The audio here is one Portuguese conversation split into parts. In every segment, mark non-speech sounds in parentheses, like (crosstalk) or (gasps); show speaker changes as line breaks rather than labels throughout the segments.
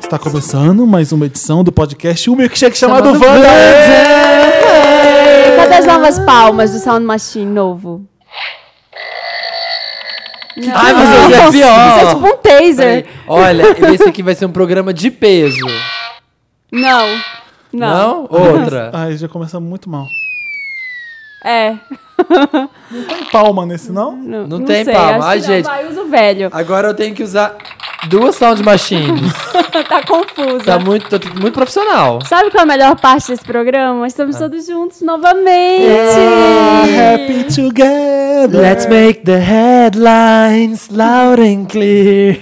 Está Tá começando mais uma edição do podcast O Milkshake chamado
Chamado
Wanda.
Cadê as novas palmas do Sound Machine novo?
Ai, mas esse é pior.
Isso é tipo um taser.
Peraí. Olha, esse aqui vai ser um programa de peso.
Não.
Não?
Não.
Outra.
Ai, já começa muito mal.
É.
Não tem palma nesse, não?
Não,
Não tem
sei,
palma.
acho que
Ai,
não.
gente.
Vai, usa o velho.
Agora eu tenho que usar duas sound machines.
tá confusa.
tá muito, tô muito profissional.
Sabe qual é a melhor parte desse programa?
Ah.
Estamos todos juntos novamente.
Tá
É,
Happy together.
make the headlines loud and clear.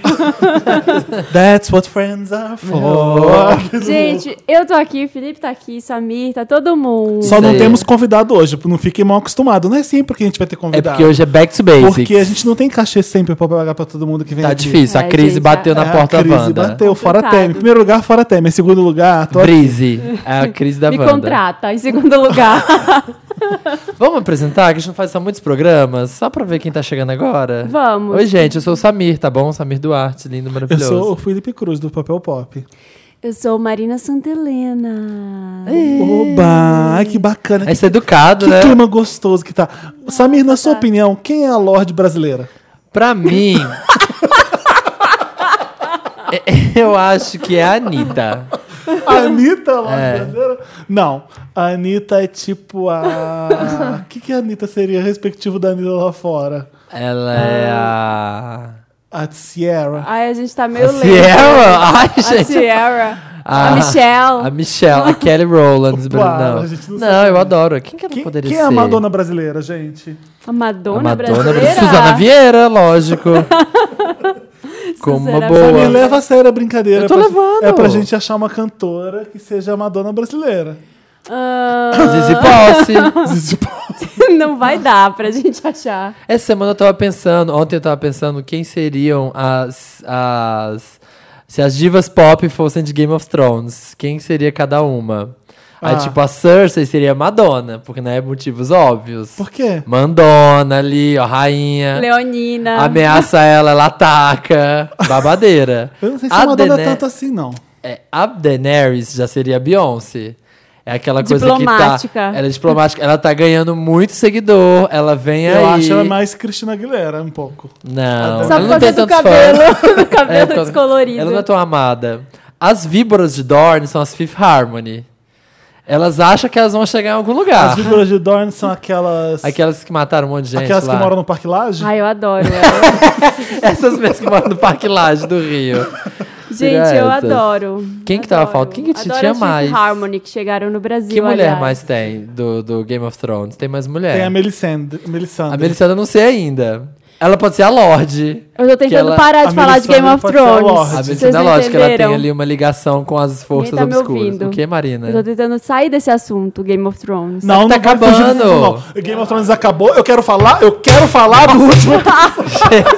That's what friends are for. (laughs)
Gente, eu tô aqui, Felipe tá aqui, Samir, tá todo mundo.
Só não
Sim.
temos convidado hoje, não fiquem mal acostumados. Não é sempre que a gente vai ter
É
convidado.
porque hoje é back to basics.
Porque a gente não tem cachê sempre pra pagar pra todo mundo que vem
Tá
aqui.
difícil.
É,
a crise
gente,
bateu
É,
na porta
a crise
Wanda.
bateu, fora
Complicado.
Temer. Em primeiro lugar, fora Temer. Em segundo lugar, tô...
Brise. É a crise da
Me
Wanda.
contrata, em segundo (laughs) lugar.
Vamos apresentar, que a gente não faz só muitos programas, só pra ver quem tá chegando agora.
Vamos.
Oi, gente, eu sou o Samir, tá bom? Samir Duarte, lindo,
eu
maravilhoso.
sou o Felipe Cruz, do Papel Pop.
Eu sou Marina Santelena.
Oba! Ai, que bacana.
É
Que,
ser educado,
que
né?
clima gostoso que tá. Samir, na sua opinião, quem é a Lorde brasileira?
Pra mim. (laughs) é- eu acho que é a Anitta.
A Anitta é a Lorde brasileira? Não. A Anitta é tipo a...
(laughs)
O que, que a Anitta seria respectivo da Anitta lá fora?
Ela é
Ah.
a.
A
Ah,
Sierra.
Ai, a gente tá meio
a
lento. né?
Sierra? (laughs) Ai,
A
gente. Ah,
Sierra. A Michelle.
A Michelle, a Kelly Rowlands, Bruno.
Para,
Não,
a gente não
não,
sabe.
eu adoro. Quem que ela
Quem,
poderia
quem
ser?
é a Madonna brasileira, gente?
A Madonna,
A Madonna
brasileira.
Suzana Vieira,
(laughs)
lógico. Como uma
Suzana
Me
Boa.
boa.
leva a sério a brincadeira.
Eu tô
É pra-
levando.
É pra gente achar uma cantora que seja a Madonna brasileira.
Ah,
Zizi Posse.
não vai dar pra gente achar.
Essa semana eu tava pensando, ontem eu tava pensando quem seriam as. as se as divas pop fossem de Game of Thrones, quem seria cada uma?
Ah.
Aí, tipo, a Cersei seria Madonna, porque não é motivos óbvios.
Por quê?
Mandona ali, ó, rainha.
Leonina.
Ameaça ela, ela ataca. Babadeira.
(laughs) Eu não sei se
a
a Madonna é
Dene-
tanto assim, não.
é, a Daenerys já seria a Beyoncé. É aquela coisa que
Diplomática.
tá. Ela é diplomática. ela tá ganhando muito seguidor. Ela vem aí.
Eu acho ela mais Cristina Aguilera, um pouco.
Não,
Só
ela
por
não tem
causa do
tantos fãs.
(laughs) cabelo. do cabelo
É, por causa-
descolorido.
Ela não é tão amada. As víboras de Dorne são as Fifth Harmony. Elas acham que elas vão chegar em algum
As
lugar.
víboras de Dorn são aquelas.
Aquelas que mataram um monte de gente
aquelas
lá.
que moram no Parque Laje?
Ai, eu
(laughs)
adoro ela.
Essas mesmas que moram no Parque Laje do Rio.
gente, eu
Essas.
adoro.
Quem que
Adoro.
tava faltando? Quem que te
Adoro
tinha
as Fifth
mais?
Harmony que chegaram no Brasil.
Que mulher
aliás.
mais tem do, do Game of Thrones? Tem mais mulher?
Tem a Melisandre. Melisandre.
É. A Melisandre eu não sei ainda. Ela pode ser a Lorde.
Eu tô tentando
ela-
parar
a
de falar de
Melisandre
Game of
pode ser a
Thrones.
Lorde.
A
Vocês
Melisandre é
não
lógico que ela tem
entenderam.
ali né? uma ligação com as forças
tá me
obscuras.
ouvindo?
O que, Marina?
Eu tô tentando sair desse assunto, Game of Thrones.
Não,
Tá
não vai fugir disso,
acabando.
não. Game of Thrones acabou. Eu quero falar, eu quero falar do último.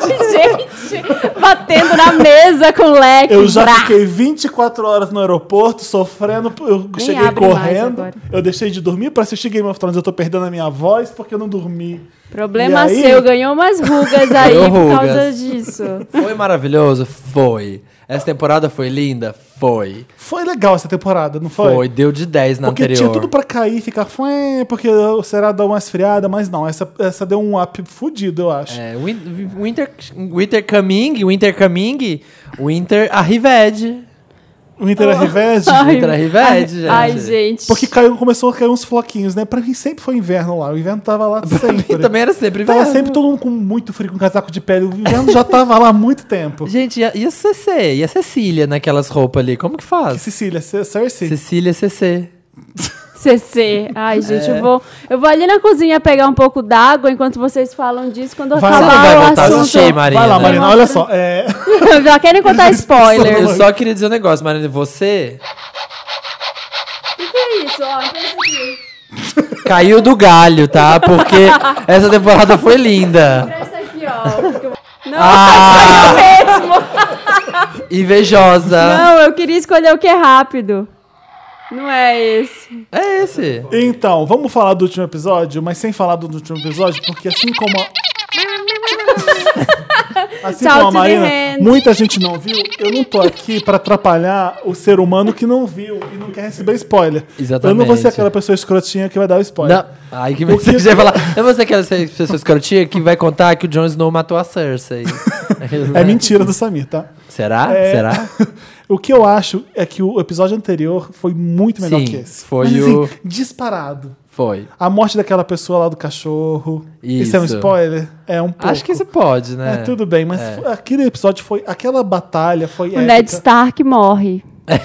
Gente, batendo na mesa com o leque.
Eu já
brá.
fiquei 24 horas no aeroporto sofrendo. Eu cheguei
abre mais
correndo.
agora.
Eu deixei de dormir pra assistir Game of Thrones. Eu tô perdendo a minha voz porque eu não dormi.
Problema
E aí?
seu, ganhou umas rugas aí
Ganhou
por
rugas. (laughs)
causa disso.
Foi maravilhoso? Foi. Essa temporada foi linda? Foi.
Foi legal essa temporada, não
Foi. Deu de 10 na
Porque
anterior.
tinha tudo pra cair e ficar "Fué", porque o Será deu uma esfriada, mas não, essa, essa deu um up fudido, eu acho.
É, win- winter, winter Coming, Winter Coming, Winter Arrived.
(laughs)
(laughs)
O Inter é revés,
Ultra Rived, gente.
Ai, gente.
porque caiu, começou a cair uns floquinhos, né? Pra mim sempre foi inverno lá, o inverno tava lá sempre.
Também era sempre
Tava
inverno.
sempre todo mundo com muito frio, com casaco de pele, o inverno já tava lá há muito
(laughs)
tempo.
Gente, e a, e a CC? E a Cecília naquelas roupas ali? Como que faz?
Cecília, C- Cersei,
Cecília CC.
CC. Ai, gente,
É.
eu vou. Eu vou ali na cozinha pegar um pouco d'água enquanto vocês falam disso. Quando eu
Vai lá.
acabar
não
Você
vai
o
voltar a
assunto.
assistir,
(laughs)
Marina?
vai lá,
né?
Marina, olha só. é, (laughs)
Já querem contar spoiler.
Eu só queria dizer um negócio, Marina, você
O que é isso? Ó, pensa aqui.
caiu do galho, tá? Porque essa temporada foi linda.
Presta aqui, ó. Não,
Ah!
faz mesmo.
Invejosa.
Não, eu queria escolher o que é rápido. Não é esse.
É esse.
Então, vamos falar do último episódio, mas sem falar do último episódio, porque assim como a- Assim
Tchau,
como a
to the
Marina,
hand.
muita gente não viu. Eu não tô aqui pra atrapalhar o ser humano que não viu e não quer receber spoiler.
Exatamente.
Eu não vou ser aquela pessoa escrotinha que vai dar o spoiler.
Não. Ai, que você
que-
já ia falar. Eu vou ser aquela pessoa escrotinha que vai contar que o Jon Snow matou a Cersei.
(laughs) É mentira do Samir, tá?
Será?
É.
Será?
O que eu acho é que o episódio anterior foi muito melhor
Sim,
que esse.
foi
Mas,
o-
assim, disparado. (laughs)
Foi.
A morte daquela pessoa lá do cachorro. Isso, é um
Isso.
spoiler? É um pouco.
Acho que você pode,
É,
né?
tudo bem, mas
É.
aquele episódio foi. Aquela batalha foi.
O Ned
épica.
Stark morre.
Aquilo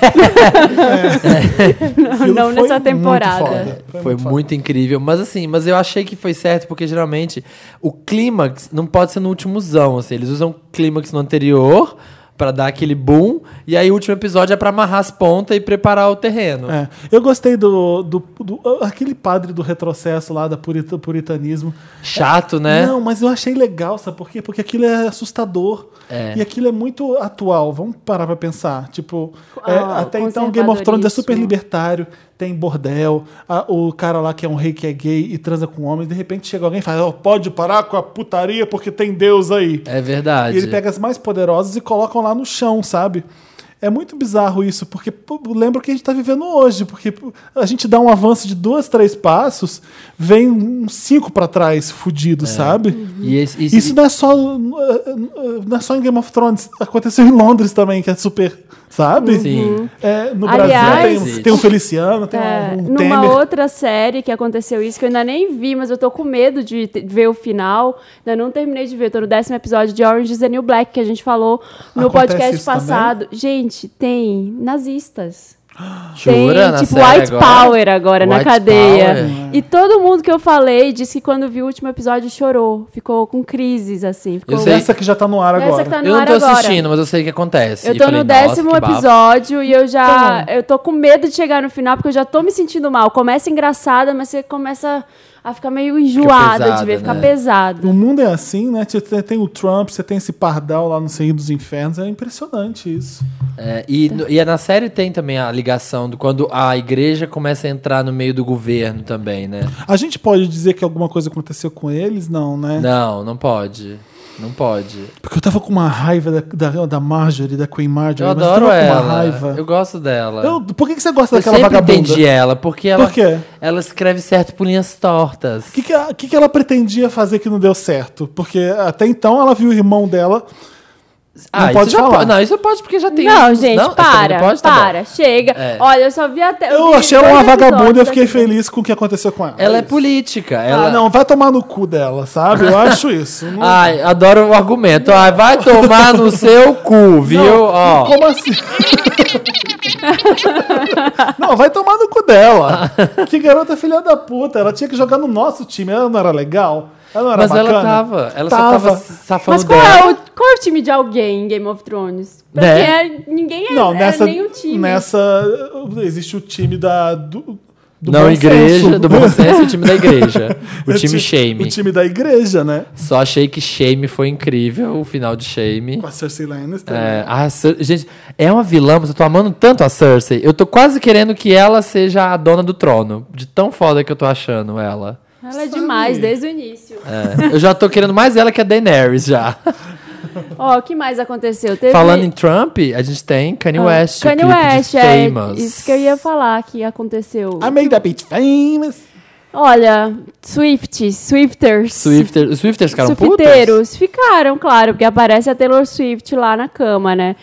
não
foi
nessa
muito
temporada.
foda.
Foi
foda.
muito incrível. Mas assim, mas eu achei que foi certo, porque geralmente o clímax não pode ser no últimozão, assim. Eles usam clímax no anterior pra dar aquele boom, e aí o último episódio é pra amarrar as pontas e preparar o terreno.
É. Eu gostei do, do, do- Aquele padre do retrocesso lá, da purita, puritanismo.
Chato, né?
Não, mas eu achei legal, sabe por quê? Porque aquilo é assustador.
É.
E aquilo é muito atual. Vamos parar pra pensar. Tipo, é,
Ah,
até então Game of Thrones é super
conservadoríssimo.
libertário, tem bordel, a- o cara lá que é um rei que é gay e transa com homens, de repente chega alguém e fala: "Ó, pode parar com a putaria porque tem Deus aí.
É verdade.
E ele pega as mais poderosas e colocam lá no chão, sabe? É muito bizarro isso, porque pô, lembra o que a gente tá vivendo hoje, porque pô, a gente dá um avanço de dois, três passos, vem uns cinco pra trás,
É.
fudido, sabe?
E esse- esse-
Isso não é só não é só em Game of Thrones, aconteceu em Londres também, que é super, sabe?
Sim.
É, no
Aliás-
Brasil tem, tem um Feliciano, tem
É,
um, um
numa
Temer.
outra série que aconteceu isso, que eu ainda nem vi, mas eu tô com medo de te- ver o final. Ainda não terminei de ver, tô no décimo episódio de Orange is the New Black, que a gente falou no
Acontece
podcast
isso também?
passado. Gente, tem nazistas.
Jura
tem,
na
tipo,
série
White
agora?
Power agora na
White
cadeia.
Power. né?
E todo mundo que eu falei disse que quando viu o último episódio chorou. Ficou com crises, assim. Ficou...
Eu sei
Essa que já tá no ar
Essa
agora.
que tá no
Eu não
ar
tô
agora.
assistindo, mas eu sei o que acontece.
Eu
E
tô
falei,
no
"Nossa,
décimo
que bafo."
episódio e eu
Então
já. Eu tô com medo de chegar no final porque eu já tô me sentindo mal. Começa engraçada, mas você começa a ficar meio enjoada
pesada,
de ver, ficar
né?
pesado.
O mundo é assim, né? Você tem- tem o Trump, você tem esse pardal lá no Senhor dos Infernos. É impressionante isso.
É, e, no- e na série tem também a ligação do quando a igreja começa a entrar no meio do governo também, né?
A gente pode dizer que alguma coisa aconteceu com eles? Não, né?
Não, não pode. Não pode.
Porque eu tava com uma raiva da, da, da Marjorie, da Queen Marjorie.
Eu
mas
adoro
tava com
ela.
uma raiva.
Eu gosto dela.
Eu- por que, que você gosta
Eu
daquela
sempre
vagabunda?
entendi ela, porque ela,
Por quê?
ela escreve certo por linhas tortas.
O que, que, a- que que ela pretendia fazer que não deu certo? Porque até então ela viu o irmão dela. não pode
Ah, isso já
falar.
pode- não, isso pode porque já tem.
Não, gente,
Não, isso também
para.
não pode? Tá bom.
para, chega.
É.
Olha, eu só vi até.
Eu
vi
achei ela
dois
uma
episódios
vagabunda e eu fiquei
daqui.
feliz com o que aconteceu com ela.
Ela é
Isso.
política. Ela
Ah, não, vai tomar no cu dela, sabe?
(laughs)
Eu acho isso. Não-
Ai, adoro o argumento. Ai, vai tomar no seu cu, viu?
Não,
Ó.
Como assim?
(laughs)
não, vai tomar no cu dela. Que garota filha da puta. Ela tinha que jogar no nosso time. Ela não era legal. Ela não era
Mas
bacana.
ela tava. Ela só tava safando
Mas qual
dela.
é, o, qual é o time de alguém em Game of Thrones? Pra
Né?
quem é- ninguém é,
Não,
é
nessa.
nenhum time.
Nessa. Existe o time da. Do, do
não,
bom
igreja,
senso.
do
(laughs)
bom senso, o time da
(laughs)
igreja. O
É
time
ti-
Shame.
O time da
(laughs)
igreja, né?
Só achei que Shame foi incrível, o final de Shame.
Com a Cersei Lannister.
É, a Cer- gente, é uma vilã, mas eu tô amando tanto a Cersei. Eu tô quase querendo que ela seja a dona do trono. De tão foda que eu tô achando ela.
Ela é demais
Sabe?
desde o início.
É, eu já tô querendo mais ela que a Daenerys já.
Ó, o que mais aconteceu? Teve...
Falando em Trump, a gente tem Kanye
Ah,
West. o
Kanye
clipe de
West, é
Famous.
isso que eu ia falar que aconteceu.
I made a bitch famous.
Olha, Swifts, Swifters.
Swifter, os Swifters ficaram putos?
Swifteiros ficaram, claro, porque aparece a Taylor Swift lá na cama, né?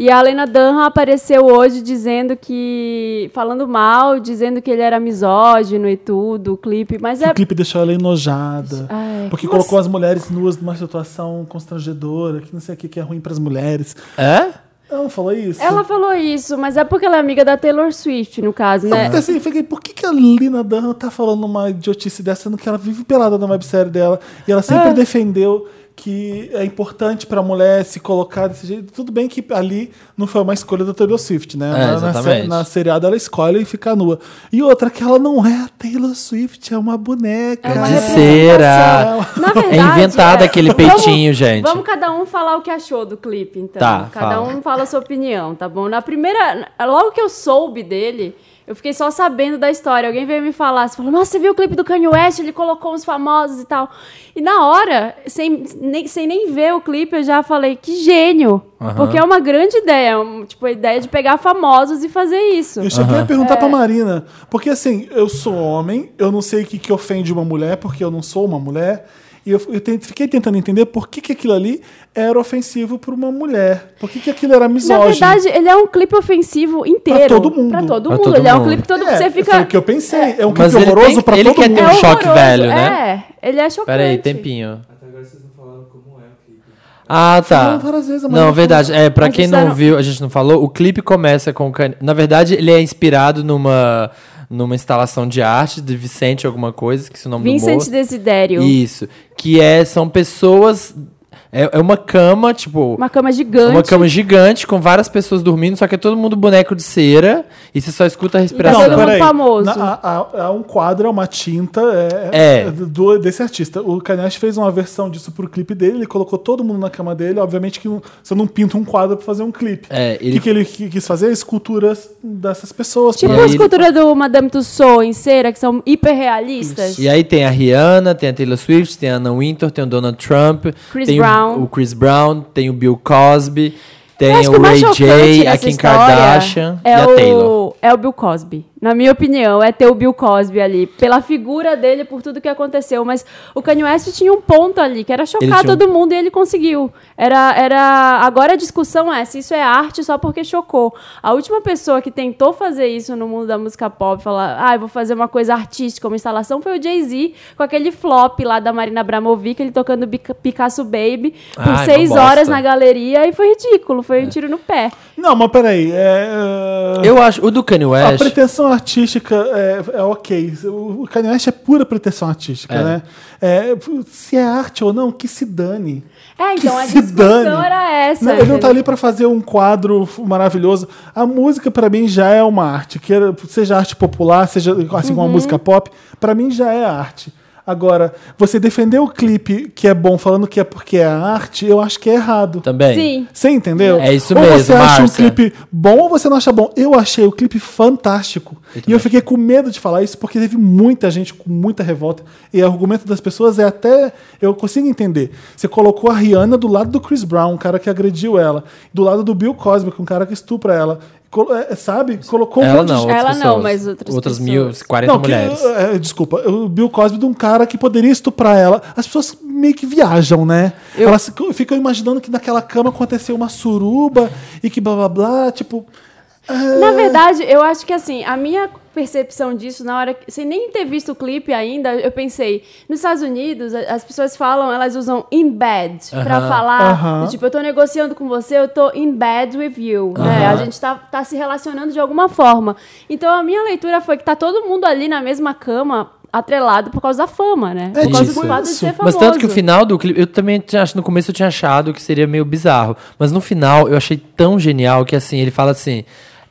E a Lena Dunham apareceu hoje dizendo que. falando mal, dizendo que ele era misógino e tudo, o clipe. Mas é.
O clipe deixou ela enojada.
Ai,
porque
mas-
colocou as mulheres nuas numa situação constrangedora, que não sei o que, que é ruim pras mulheres.
É?
Ela não falou isso?
Ela falou isso, mas é porque ela é amiga da Taylor Swift, no caso,
Não,
né?
porque assim, eu fiquei, por que, que a Lina Dunham tá falando uma idiotice dessa, sendo que ela vive pelada na websérie dela? E ela
Ah.
sempre defendeu que é importante pra mulher se colocar desse jeito. Tudo bem que ali não foi uma escolha da Taylor Swift, né?
É,
na, na,
exatamente.
se- na seriada ela escolhe e fica nua. E outra, que ela não é a Taylor Swift, é uma boneca.
É uma
De
representação.
cera.
Na
É
verdade,
inventado
é.
aquele
Vamos-
peitinho, gente.
Vamos cada um falar o que achou do clipe, então.
Tá,
cada
fala.
um fala a sua opinião, tá bom? Na primeira. Logo que eu soube dele, Eu fiquei só sabendo da história. Alguém veio me falar, você falou, nossa, você viu o clipe do Kanye West? Ele colocou uns famosos e tal. E na hora, sem nem, sem nem ver o clipe, eu já falei, que gênio. Porque é uma grande ideia. um- tipo, a ideia de pegar famosos e fazer isso.
Eu
É.
cheguei a perguntar
É.
pra Marina, porque assim, eu sou homem, eu não sei o que, que ofende uma mulher, porque eu não sou uma mulher. E eu, eu tent- fiquei tentando entender por que, que aquilo ali era ofensivo pra uma mulher. Por que, que aquilo era
Na
misógino.
verdade, ele é um clipe ofensivo inteiro.
todo mundo.
Pra todo
Pra
mundo.
todo
ele é um
mundo.
clipe que todo mundo.
é,
Você
Foi o
fica.
que eu pensei. É, um
Mas
clipe
ele
horroroso
tem-
pra
ele
todo
quer
mundo.
ter um
é
choque
horroroso,
velho, né?
É, ele é chocante.
Peraí, tempinho.
Até agora vocês não falaram como é o clipe.
Ah, tá.
Falou várias vezes, a Marina
Não, verdade. É, pra
Mas
quem
isso
não
era-
viu, a gente não falou, o clipe começa com o Kanye. Na verdade, ele é inspirado numa, numa instalação de arte de Vicente alguma coisa, que é o nome do
Vincent
moço.
Desidério.
Isso. Que é, são pessoas. É, é uma cama, tipo.
Uma cama gigante.
Uma cama gigante com várias pessoas dormindo, só que é todo mundo boneco de cera e você só escuta a respiração.
todo mundo
Então, peraí.
famoso.
Na- a- a- a um quadro, é uma tinta é,
É.
do- desse artista. O Kanye West fez uma versão disso pro clipe dele, ele colocou todo mundo na cama dele. Obviamente que não- você não pinta um quadro pra fazer um clipe.
É,
O
ele-
que, que ele qui- quis fazer? Esculturas dessas pessoas.
Tipo
E aí
a
ele-
escultura do Madame Tussauds em cera, que são hiperrealistas.
E aí tem a Rihanna, tem a Taylor Swift, tem a Anna Wintour, tem o Donald Trump,
Chris
tem o-
Brown.
o Chris Brown, tem o Bill Cosby,
Eu
tem
acho que
o
mais
Ray
chocante
J, a
nessa
Kim
história
Kardashian
é
e a
o,
Taylor.
É o Bill Cosby. Na minha opinião, é ter o Bill Cosby ali. Pela figura dele, por tudo que aconteceu. Mas o Kanye West tinha um ponto ali, que era
Ele
chocar
tinha um-
todo mundo e ele conseguiu. Era, era... Agora a discussão é se isso é arte só porque chocou. A última pessoa que tentou fazer isso no mundo da música pop, falar, ah, eu vou fazer uma coisa artística, uma instalação, foi o Jay-Z, com aquele flop lá da Marina Abramovic, ele tocando Bica- Picasso Baby, por
Ai, uma
seis
bosta.
horas na galeria e foi ridículo, foi um tiro no pé.
Não, mas peraí. É,
Eu acho, o do Kanye
A
West,
pretensão artística é, é ok. O o Kanye West é pura pretensão artística,
É.
né? É, se é arte ou não, que se dane.
É,
Que
então a
se
discussão
dane.
era essa.
Não, ele não tá
entendeu?
ali pra fazer um quadro f- maravilhoso. A música, pra mim, já é uma arte. Queira, seja arte popular, seja assim como a música pop, pra mim já é arte. Agora, você defender o clipe que é bom falando que é porque é arte, eu acho que é errado.
também.
Sim.
Você entendeu?
É isso
ou
mesmo,
você acha
Márcia.
um clipe bom ou você não acha bom. Eu achei o clipe fantástico. e eu fiquei com medo de falar isso porque teve muita gente com muita revolta. E o argumento das pessoas é até. Eu consigo entender. Você colocou a Rihanna do lado do Chris Brown, um cara que agrediu ela. Do lado do Bill Cosby, que é um cara que estupra ela. Colo- é, Sabe? Colocou um
Ela
monte de
não, outras
Ela não,
pessoas.
mas outras
outras
pessoas.
mil, 40
que,
mulheres.
é, desculpa, o Bill Cosby de um cara que poderia estuprar ela. As pessoas meio que viajam, né? Elas ficam- ficam imaginando que naquela cama aconteceu uma suruba e que blá blá blá, tipo.
Na verdade, eu acho que assim, a minha percepção disso na hora, que- sem nem ter visto o clipe ainda, eu pensei, nos Estados Unidos, a- as pessoas falam, elas usam in bed pra falar,
Aham.
tipo, eu tô negociando com você, eu tô in bed with you, né? A gente tá, tá se relacionando de alguma forma. Então a minha leitura foi que tá todo mundo ali na mesma cama, atrelado por causa da fama, né?
É
por causa
tipo
do fato de
isso.
ser
Mas
famoso.
tanto que o final do clipe, eu também tinha ach- no começo eu tinha achado que seria meio bizarro, mas no final eu achei tão genial que assim, ele fala assim: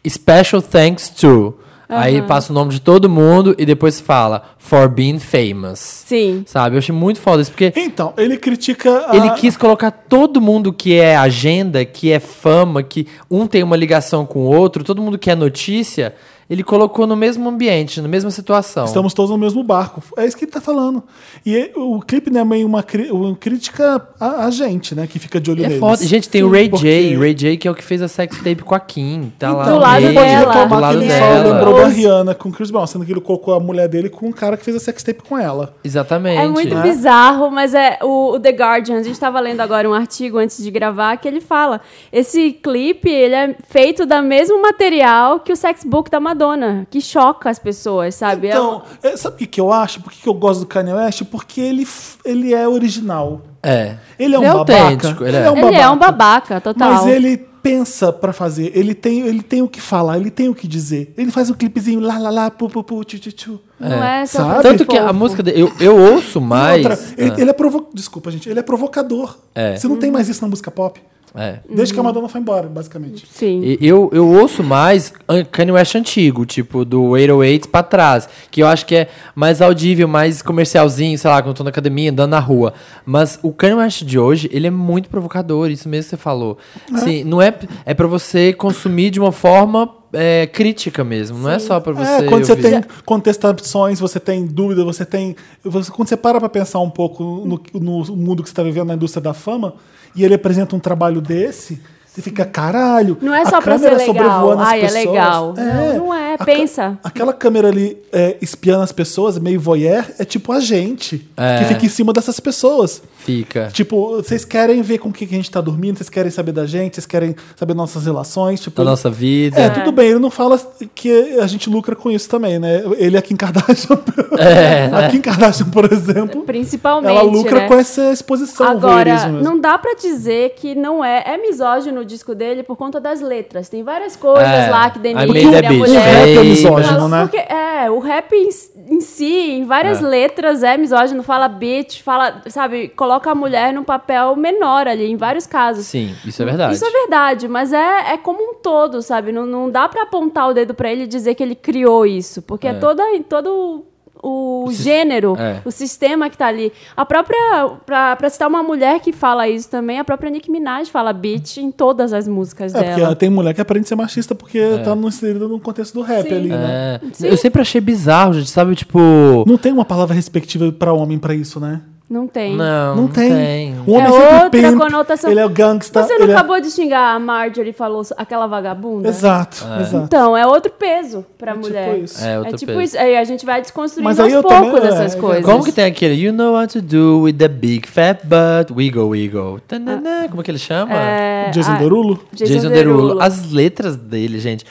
"Special thanks to". Aí passa o nome de todo mundo e depois fala "for being famous".
Sim.
Sabe? Eu achei muito foda isso porque
Então, ele critica a.
ele quis colocar todo mundo que é agenda, que é fama, que um tem uma ligação com o outro, todo mundo que é notícia, ele colocou no mesmo ambiente, na mesma situação.
Estamos todos no mesmo barco. É isso que ele tá falando. E é- o clipe não é meio uma, cri- uma crítica a, a gente, né? Que fica de olho
É
neles.
foda. Gente, tem o
Sim,
Ray
porque-
J. Ray J que é o que fez a sex tape com a Kim. Tá lá
Do
no
lado
ele
meio,
pode
dela.
reclamar
Do lado
que ele
dela.
só lembrou da
Nossa.
Rihanna com o Chris Brown, sendo que ele colocou a mulher dele com um cara que fez a sextape com ela.
Exatamente.
É
Né?
muito bizarro, mas é o, o The Guardian. A gente estava lendo agora um artigo antes de gravar que ele fala: esse clipe ele é feito do mesmo material que o sex book da Madonna, que choca as pessoas, sabe? É
Então, é, sabe o que, que eu acho? Por que, que eu gosto do Kanye West? Porque ele, f- ele é original.
É.
Ele é um
autêntico.
babaca.
Ele é.
Ele é
um- ele é um babaca total.
Mas ele pensa pra fazer. Ele tem, ele tem o que falar, ele tem o que dizer. Ele faz um clipezinho lá, lá, lá, pu, pu, pu, tchu, tchu, tchu.
não é, só
Sabe?
pra ser
Tanto que a
fofo.
música dele. Eu, eu ouço mais.
Outra, ele,
Ah,
ele é provo... Desculpa, gente. Ele é provocador.
É.
Você não tem mais isso na música pop.
é.
Desde que a Madonna foi embora, basicamente.
Sim.
E- Eu, eu ouço mais an- Kanye West antigo, tipo do 808 pra trás, que eu acho que é mais audível, mais comercialzinho, sei lá, quando eu tô na academia, andando na rua. Mas o Kanye West de hoje, ele é muito provocador, isso mesmo que você falou. Assim, não é, é pra você é consumir de uma forma é, crítica mesmo, não é só pra você.
é, quando você
ouvir.
tem contestações, você tem dúvida, você tem. você- quando você para pra pensar um pouco no, no mundo que você tá vivendo na indústria da fama, e ele apresenta um trabalho desse, você fica, caralho.
Não é
a
só pra ser
câmera
legal.
sobrevoando as
Ai, é
pessoas."
legal. Não, não é.
A ca-
Pensa.
Aquela câmera ali é, espiando as pessoas, meio voyeur, é tipo a gente
É.
que fica em cima dessas pessoas.
Fica.
Tipo, vocês querem ver com o que que a gente tá dormindo, vocês querem saber da gente, vocês querem saber nossas relações, tipo.
Da nossa vida.
É, tudo bem, ele não fala que a gente lucra com isso também, né? Ele e a Kim
(laughs)
Kardashian.
É,
a Kim Kardashian, por exemplo,
Principalmente.
ela lucra
né?
com essa exposição ao
Agora,
voyeurismo mesmo.
não dá pra dizer que não é. É misógino o disco dele por conta das letras. Tem várias coisas
É.
lá que
I
denigre
made
a
a bitch.
mulher.
É,
Baby.
misógino.
Mas
né?
porque- é, o rap em, si- em si, em várias
É.
letras, é misógino, fala bitch, fala, sabe, coloca a mulher num papel menor ali, em vários casos.
Sim, isso é verdade.
Isso é verdade, mas é, é como um todo, sabe? Não, não dá pra apontar o dedo pra ele e dizer que ele criou isso, porque é, toda, todo o
sis-
gênero,
é.
o sistema que tá ali. A própria, pra, pra citar uma mulher que fala isso também, a própria Nicki Minaj fala bitch em todas as músicas
É, porque
dela. É.
tem mulher que aprende a ser machista porque tá no- inserida no contexto do rap
Sim.
ali, né?
É. Eu sempre achei bizarro, gente, sabe? Tipo.
Não tem uma palavra respectiva pra homem pra isso, né?
Não tem.
Não,
Não, tem. O
É
homem sempre
outra
pimp,
conotação.
Ele é o gangsta.
Você não
ele é-
acabou de xingar a Marjorie e falou aquela vagabunda?
Exato, exato.
Então, é outro peso pra
tipo
mulher.
isso.
É,
É,
outro
tipo
peso.
isso. Aí a gente vai desconstruindo
Mas aí eu
aos
também-
poucos
é,
essas
é
coisas.
Como que tem aquele You know what to do with the big fat butt Wiggle Wiggle Tanana, Como é que ele chama?
Ah, É,
Jason
a-
Derulo?
Jason,
Derulo.
Derulo.
As letras dele, gente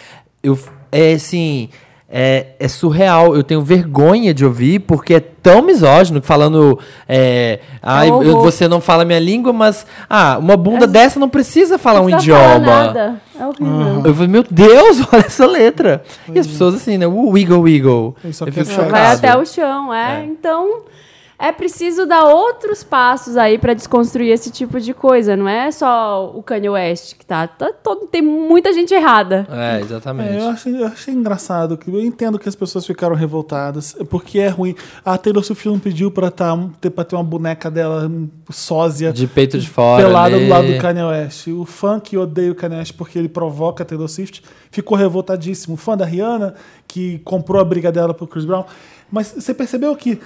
eu, f- É assim é, é surreal, eu tenho vergonha de ouvir, porque é tão misógino que falando. É, Ai, eu-
um horror. É.
você não fala minha língua, mas. Ah, uma bunda dessa não precisa falar um
Não precisa falar
idioma.
nada. É horrível.
Eu falei, meu Deus, (laughs) olha essa letra. E as pessoas assim, né? "Uh, Wiggle, wiggle.
Ele é. só
eu
quer
fico
falar.
chocado.
Vai até o chão, é. Então, é preciso dar outros passos aí pra desconstruir esse tipo de coisa. Não é só o Kanye West que tá. tá todo, tem muita gente errada.
É,
É, eu,
exatamente.
achei, eu achei engraçado. que Eu entendo que as pessoas ficaram revoltadas, porque é ruim. A Taylor Swift não pediu pra, tá, ter, pra ter uma boneca dela um, sósia
De peito de fora. né?
pelada do
ali.
lado do Kanye West. O fã que odeia o Kanye West porque ele provoca a Taylor Swift ficou revoltadíssimo. O fã da Rihanna, que comprou a briga dela pro Chris Brown. Mas você percebeu que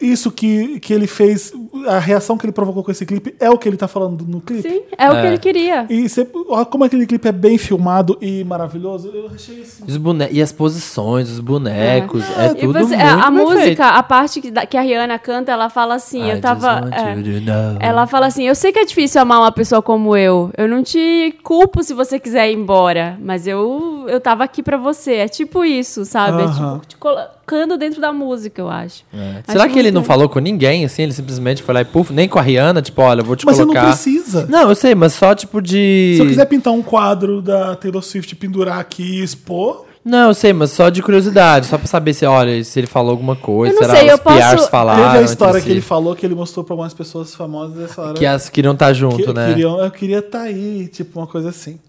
isso que, que ele fez, a reação que ele provocou com esse clipe, é o que ele tá falando no clipe?
Sim, é, o
É.
que ele queria.
E você, olha como aquele clipe é bem filmado e maravilhoso. Eu achei isso.
Os bone... E as posições, os bonecos. É,
E
tudo
você-
muito
a a
bem feito.
música, a parte que, da- que a Rihanna canta, ela fala assim,
I
eu
just
tava.
want
é.
you to know.
Ela fala assim: Eu sei que é difícil amar uma pessoa como eu. Eu não te culpo se você quiser ir embora, mas eu, eu tava aqui pra você. É tipo isso, sabe? É
Aham.
tipo te colocando dentro da música, eu acho.
É.
Acho
Será que ele
muito
não
bem.
falou com ninguém, assim? Ele simplesmente foi lá e puf, nem com a Rihanna, tipo, olha, eu vou te
Mas você
colocar.
não precisa.
Não, eu sei, mas só tipo de.
Se eu quiser pintar um quadro da Taylor Swift, pendurar aqui e expor,
Não, eu sei, mas só de curiosidade, só pra saber se, olha, se ele falou alguma coisa,
Eu não
será
sei,
os
eu posso-
PRs falaram.
teve a
entre
história
si.
que ele falou que ele mostrou pra algumas pessoas famosas essa hora.
Que as queriam estar junto,
que-
né?
queriam- eu queria estar aí, tipo, uma coisa assim.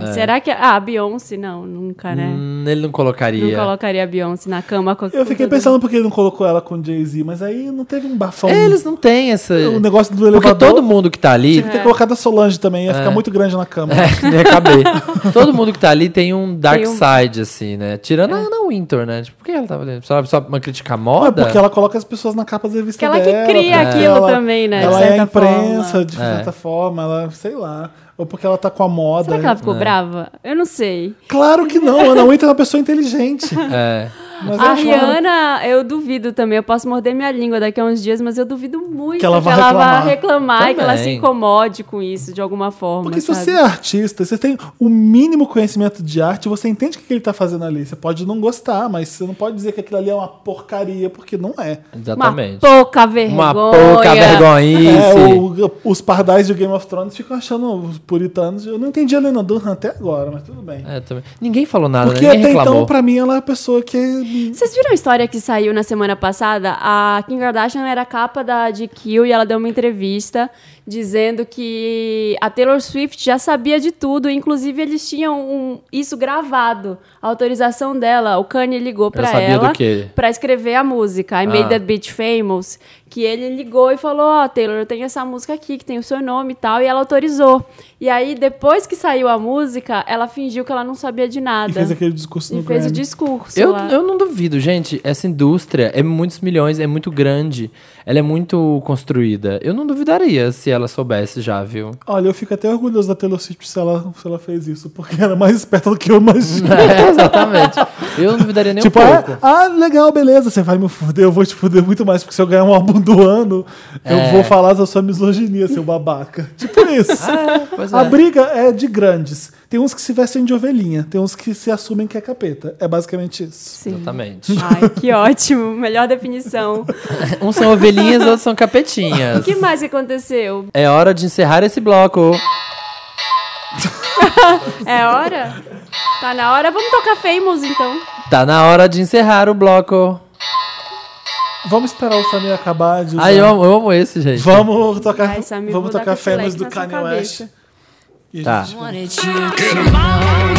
Ah, Será que. Ah, a Beyoncé, não, nunca, né?
É. Hum, ele não
Não
colocaria.
colocaria a Beyoncé na cama com a
Eu fiquei pensando porque ele não colocou ela com Jay-Z, mas aí não teve um bafão.
É, Eles não têm essa.
O negócio do
Porque
elevador.
todo mundo que tá ali.
Tinha
É.
que ter colocado a Solange também, ia ficar muito grande na cama.
É, nem acabei.
(laughs)
todo mundo que tá ali tem um dark
Tem um- É.
side, assim, né? Tirando a Ana Winter, né? Tipo, por que ela tava ali? Só, só uma crítica à
Não, é
moda?
porque ela coloca as pessoas na capa da revista
Que ela que
dela,
cria
porque
aquilo também, né, de
Ela é
certa
imprensa,
forma.
de
É.
certa forma, ela, sei lá. Ou porque ela tá com a moda.
Será que ela
É.
ficou brava? Eu não sei.
Claro que não, Ana Winter é uma pessoa
(laughs)
inteligente.
É.
Mas eu
a
acho ela-
Rihanna, eu duvido também. Eu posso morder minha língua daqui a uns dias, mas eu duvido muito
Que ela vá
vá
reclamar.
reclamar e que ela se
Também.
incomode com isso de alguma forma.
Porque se
sabe?
você é artista, você tem o mínimo conhecimento de arte, você entende o que ele tá fazendo ali. Você pode não gostar, mas você não pode dizer que aquilo ali é uma porcaria, porque não é.
Uma
Exatamente.
pouca vergonha.
Uma pouca
É,
vergonhice.
o- os pardais de Game of Thrones ficam achando os puritanos. Eu não entendi a Helena Dunham até agora, mas tudo bem.
É, também. Ninguém falou nada,
Porque
né?
até
ninguém reclamou.
então, pra mim, ela é a pessoa que.
Vocês viram a história que saiu na semana passada? A Kim Kardashian era a capa da GQ e ela deu uma entrevista dizendo que a Taylor Swift já sabia de tudo, inclusive eles tinham um- isso gravado, a autorização dela. O Kanye ligou pra
sabia
ela
do quê?
pra escrever a música I Made
Ah.
That Bitch Famous, que ele ligou e falou, ó, Taylor, eu tenho essa música aqui, que tem o seu nome e tal, e ela autorizou. E aí, depois que saiu a música, ela fingiu que ela não sabia de nada.
E fez aquele discurso
E
no
fez o
Grammy.
discurso
Eu,
lá.
eu não duvido, gente. Essa indústria é muitos milhões, é muito grande. Ela é muito construída. Eu não duvidaria se ela soubesse já, viu? (laughs)
Olha, eu fico até orgulhoso da Taylor Swift se ela, se ela fez isso, porque era mais esperta do que
(laughs)
eu imagino.
É, exatamente. Eu não duvidaria nem
tipo,
um
ah,
pouco.
ah, legal, beleza, você vai me fuder, eu vou te fuder muito mais, porque se eu ganhar um álbum do ano, eu
É.
vou falar da sua misoginia, seu babaca. (laughs) Tipo isso.
Pois é.
A briga é de grandes. Tem uns que se vestem de ovelhinha, tem uns que se assumem que é capeta. É basicamente isso.
Sim.
Exatamente.
Ai, que ótimo. Melhor definição.
Uns são ovelhinhas, outros são capetinhas.
O que mais que aconteceu?
É hora de encerrar esse bloco.
É hora? Tá na hora? Vamos tocar Famous, então.
Tá na hora de encerrar o bloco.
Vamos esperar o Samir acabar de usar.
Ai, eu amo, eu amo esse, gente.
Vamos tocar,
Ai, Samir,
vamos
vou dar
tocar
cutulete
Famous
na
do
sua
Kanye West.
cabeça.
E a
Tá.
gente-
wanted you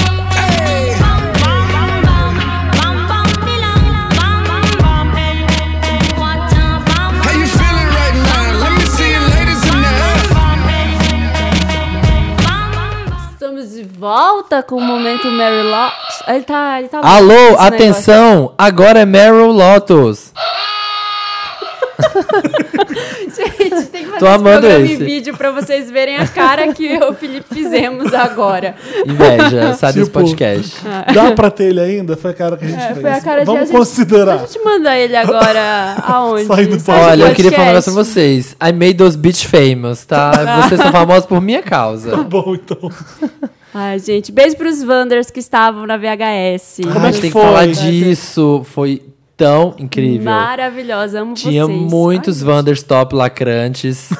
How you feeling right now? Let me see your ladies in the air.
Estamos de volta com o momento Mary Lott. Ele tá, ele tá louco
Alô,
esse (laughs) negócio.
atenção! Agora é Meryl Lotus.
Gente, tem que fazer
Tô
esse
amando
programa em
esse.
vídeo pra vocês verem a cara que eu e o Felipe fizemos agora.
(laughs)
Inveja, sai desse
Tipo,
podcast.
Ah. (laughs)
Dá pra ter ele ainda? Foi a cara que a gente
É,
fez.
É, Foi a cara de a
Vamos
gente-
considerar.
(laughs) A gente manda
(laughs)
ele agora aonde?
Sai do
do
Olha, eu queria
podcast.
falar um negócio pra vocês. I made those bitch famous,
(laughs)
tá? Vocês são famosos por minha causa.
Bom, então.
Ai, gente, beijo pros Wanders que estavam na VHS.
Como
Ai,
é que
tem que
foi?
falar disso. Foi tão incrível.
Maravilhosa, amo
Tinha
vocês.
muitos
Ai,
Wanders top
(laughs)
lacrantes.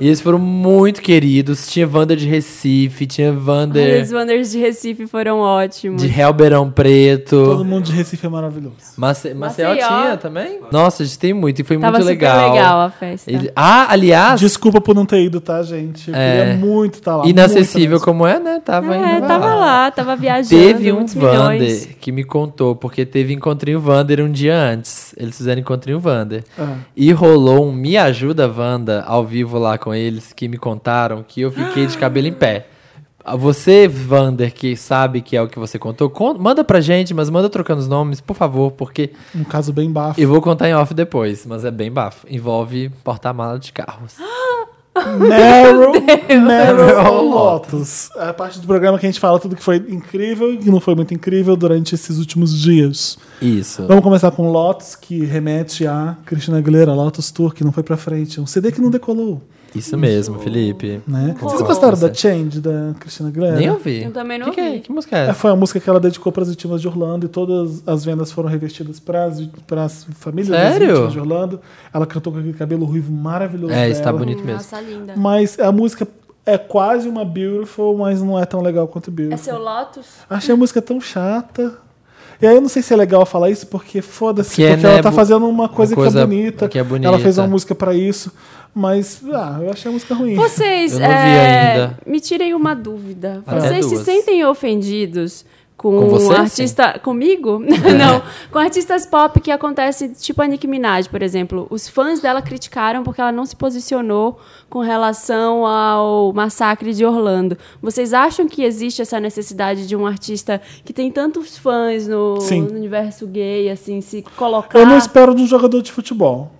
e eles foram muito queridos. Tinha Wander de Recife, tinha
Ai,
Wander
os Wanders de Recife foram ótimos.
É. de Helberão
Todo
Preto.
mundo de Recife é maravilhoso.
Mace Maceió
Maceió.
tinha também? Nossa, a gente tem muito. E foi
Tava
muito
super
legal.
legal a festa.
Ele- Ah, aliás,
Desculpa por não ter ido, tá, gente? Eu
É.
queria muito estar lá.
inacessível
muito mesmo.
como é, né? Tava
É,
ainda
tava lá, tava viajando.
Teve um
muitos milhões.
Vander que me contou, porque teve encontrinho Vander um dia antes. Eles fizeram encontrinho Vander.
Ah.
E rolou um Me Ajuda Vanda ao vivo lá com eles, que me contaram que eu fiquei de cabelo em pé. Ah, Você, Vander, que sabe que é o que você contou, con- manda pra gente, mas manda trocando os nomes, por favor, porque
Um caso bem bafo.
eu vou contar em off depois, mas é bem bafo. Envolve portar-mala de carros. (laughs)
Meryl, Meryl ou Lotus. É a parte do programa que a gente fala tudo que foi incrível e que não foi muito incrível durante esses últimos dias.
Isso.
Vamos começar com Lotus, que remete a Cristina Aguilera, Lotus Tour, que não foi pra frente. Um CD que não decolou,
Isso mesmo, Felipe.
né? Vocês
Concordo
gostaram
com você.
da Change, da Cristina Aguilera?
Nem ouvi.
Eu também não
que que é?
ouvi.
Que música é
É,
essa?
Foi a música que ela dedicou para as vítimas de Orlando e todas as vendas foram revertidas para as, para as famílias
Sério?
das vítimas de Orlando. Ela cantou com aquele cabelo ruivo maravilhoso.
É, isso tá
dela.
bonito mesmo.
Nossa, linda.
Mas a música é quase uma Beautiful, mas não é tão legal quanto Beautiful.
É seu Lotus?
Achei a música tão chata. E aí eu não sei se é legal falar isso, porque foda-se,
Porque,
porque,
né,
ela tá
bu-
fazendo uma coisa, que, é
coisa
bonita.
que é bonita.
Ela fez uma música pra isso, mas ah, eu achei a música ruim.
(laughs) Vocês,
Eu não vi
é,
ainda.
me tirem uma dúvida.
Até
Vocês se
duas.
sentem ofendidos com,
Com você, É.
artista... Comigo? (laughs) não. Com artistas pop que acontecem, tipo a Nicki Minaj, por exemplo. Os fãs dela criticaram porque ela não se posicionou com relação ao massacre de Orlando. Vocês acham que existe essa necessidade de um artista que tem tantos fãs no,
Sim.
no universo gay, assim, se colocar...
Eu não espero de um jogador de futebol.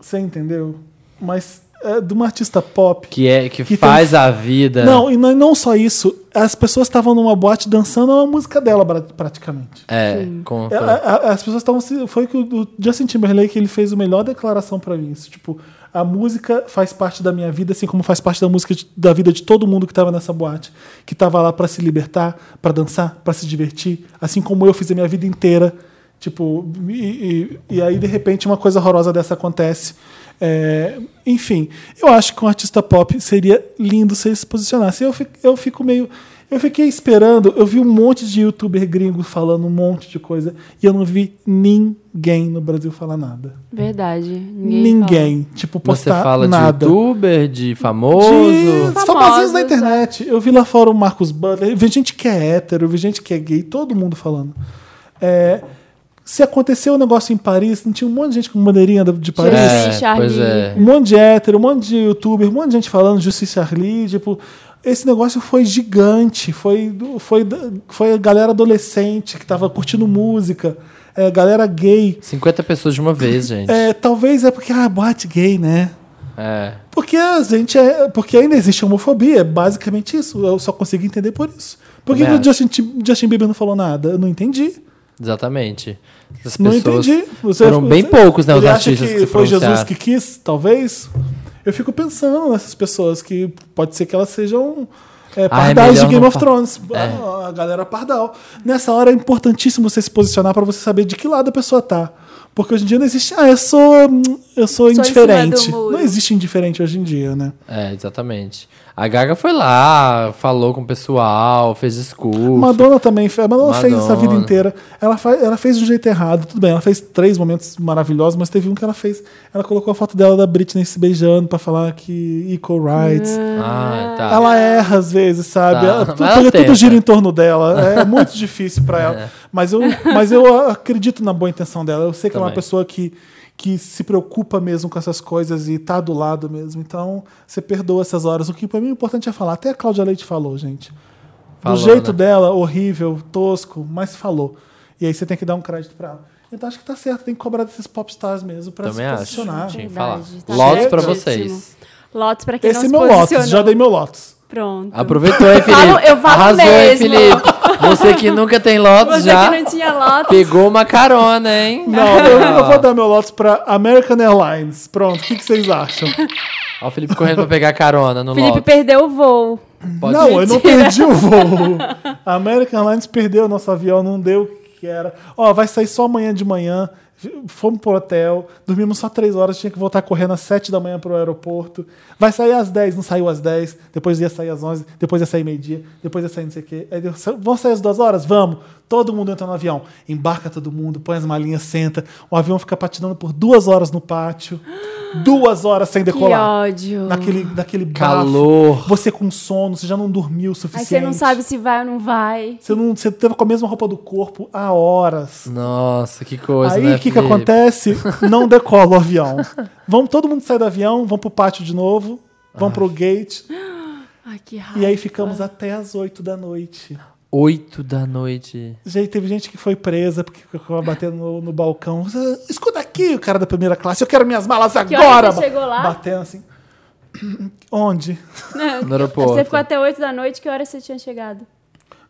Você entendeu? Mas é, de uma artista pop.
Que, é, que,
Que
faz a vida.
Não, e não, é não só isso. As pessoas estavam numa boate dançando a música dela, bra- praticamente.
É, conta.
Ela- a- a- as pessoas estavam. se- Foi que o o Justin Timberlake ele fez a melhor declaração pra mim. Isso, tipo, a música faz parte da minha vida, assim como faz parte da música de- da vida de todo mundo que tava nessa boate. Que tava lá pra se libertar, pra dançar, pra se divertir, assim como eu fiz a minha vida inteira. Tipo, e, e- e aí de repente uma coisa horrorosa dessa acontece. É, enfim, eu acho que um artista pop seria lindo se ele se posicionasse. Eu fico, eu fico meio. Eu fiquei esperando, eu vi um monte de youtuber gringo falando um monte de coisa e eu não vi ninguém no Brasil falar nada.
Verdade. Ninguém.
Ninguém.
fala.
Tipo,
Você
postar
fala
nada.
de youtuber, de famoso.
De famosos
Famosos,
da internet. Eu vi lá fora o Marcos Butler, eu vi gente que é hétero, eu vi gente que é gay, todo mundo falando. É, Se aconteceu um negócio em Paris, não tinha um monte de gente com bandeirinha da- de Paris?
Justiça, Charlie.
pois é.
Um monte de hétero, um monte de youtuber, um monte de gente falando Justiça Charlie, tipo. Esse negócio foi gigante, foi, foi, foi a galera adolescente que tava curtindo música, é, galera gay.
50 pessoas de uma vez, gente.
É, talvez é porque, ah, boate gay, né?
É.
Porque a gente é. Porque ainda existe homofobia, é basicamente isso. Eu só consigo entender por isso. Por que,
Também
que o Justin, Ti- Justin Bieber não falou nada? Eu não entendi.
Exatamente. As
Não
pessoas
entendi. Você-
foram bem
você-
poucos, né, os
ele acha
artistas que,
que
se
foi Jesus
pronunciaram.
que quis, talvez. Eu fico pensando nessas pessoas que pode ser que elas sejam é, pardais
melhor
de Game
não
of
fa-
Thrones. Ah,
É.
A, a galera pardal. Nessa hora é importantíssimo você se posicionar para você saber de que lado a pessoa tá. Porque hoje em dia não existe. Ah, eu sou. Eu sou,
em cima do
indiferente.
muro.
Não existe indiferente hoje em dia, né?
É, exatamente. A Gaga foi lá, falou com o pessoal, fez discurso.
Madonna também fez. Madonna, fez essa vida
Madonna.
inteira. Ela, fa- ela fez do jeito errado. Tudo bem, ela fez três momentos maravilhosos, mas teve um que ela fez. Ela colocou a foto dela da Britney se beijando pra falar que equal rights.
Ah, tá.
Ela erra às vezes, sabe?
Tá,
Ela-
mas
tu-
ela
porque
tenta. É.
tudo gira em torno dela.
(laughs)
É muito difícil pra ela. Mas, eu, mas eu acredito na boa intenção dela. Eu sei que ela é uma
Também.
pessoa que, que se preocupa mesmo com essas coisas e tá do lado mesmo. Então, você perdoa essas horas. O que pra mim é importante é falar. Até a Cláudia Leite falou, gente.
Falou,
do jeito
né?
dela, horrível, tosco, mas falou. E aí você tem que dar um crédito pra ela. Então acho que tá certo, tem que cobrar desses popstars mesmo pra
Também
se
acho.
posicionar.
Tinha que falar.
Verdade, tá
Lotes pra
certíssimo.
vocês.
Lotes pra quem
Esse é
não
meu
se posicionou.
Lotus, já dei meu Lotus.
Pronto.
Ah, Aproveitou, hein, Felipe?
falo- eu falo
Arrasou, hein,
mesmo.
Felipe? Você que nunca tem lotes
Você
já
que não tinha lotes.
pegou uma carona, hein?
Não, eu, eu vou dar meu Lotus pra American Airlines. Pronto, o que, que vocês acham?
Ó, o Felipe correndo pra pegar carona no
Felipe
Lotus.
perdeu o voo.
Pode
não,
ser.
eu não perdi o voo. A American Airlines perdeu o nosso avião, não deu o que era. Ó, vai sair só amanhã de manhã. Fomos pro hotel, dormimos só três horas, tinha que voltar correndo às 7 da manhã pro aeroporto. Vai sair às 10, não saiu às 10, depois ia sair às 11, depois ia sair meio-dia, depois ia sair não sei o quê. Aí deu, vão sair às duas horas? Vamos! Todo mundo entra no avião, embarca todo mundo, põe as malinhas, senta. O avião fica patinando por duas horas no pátio, duas horas sem decolar.
Que ódio.
Naquele, naquele bafo.
Calor.
Você com sono, você já não dormiu o
Aí
suficiente.
você não sabe se vai ou não vai.
Você, não, você teve com a mesma roupa do corpo há horas.
Nossa, que coisa,
Aí
né,
o que, que
Felipe? (laughs)
acontece? Não decola o avião. Vamos, todo mundo sai do avião, vamos pro pátio de novo, vamos pro gate.
Ai, que raiva.
E aí ficamos até as 8 da noite.
Oito da noite.
Gente, teve gente que foi presa porque ficou batendo no, no balcão. "Ah, Escuta aqui, o cara da primeira classe, eu quero minhas malas
Que hora
agora!
você chegou lá?
Batendo assim. (clears throat) Onde?
No aeroporto.
Você ficou até 8 da noite, que hora você tinha chegado?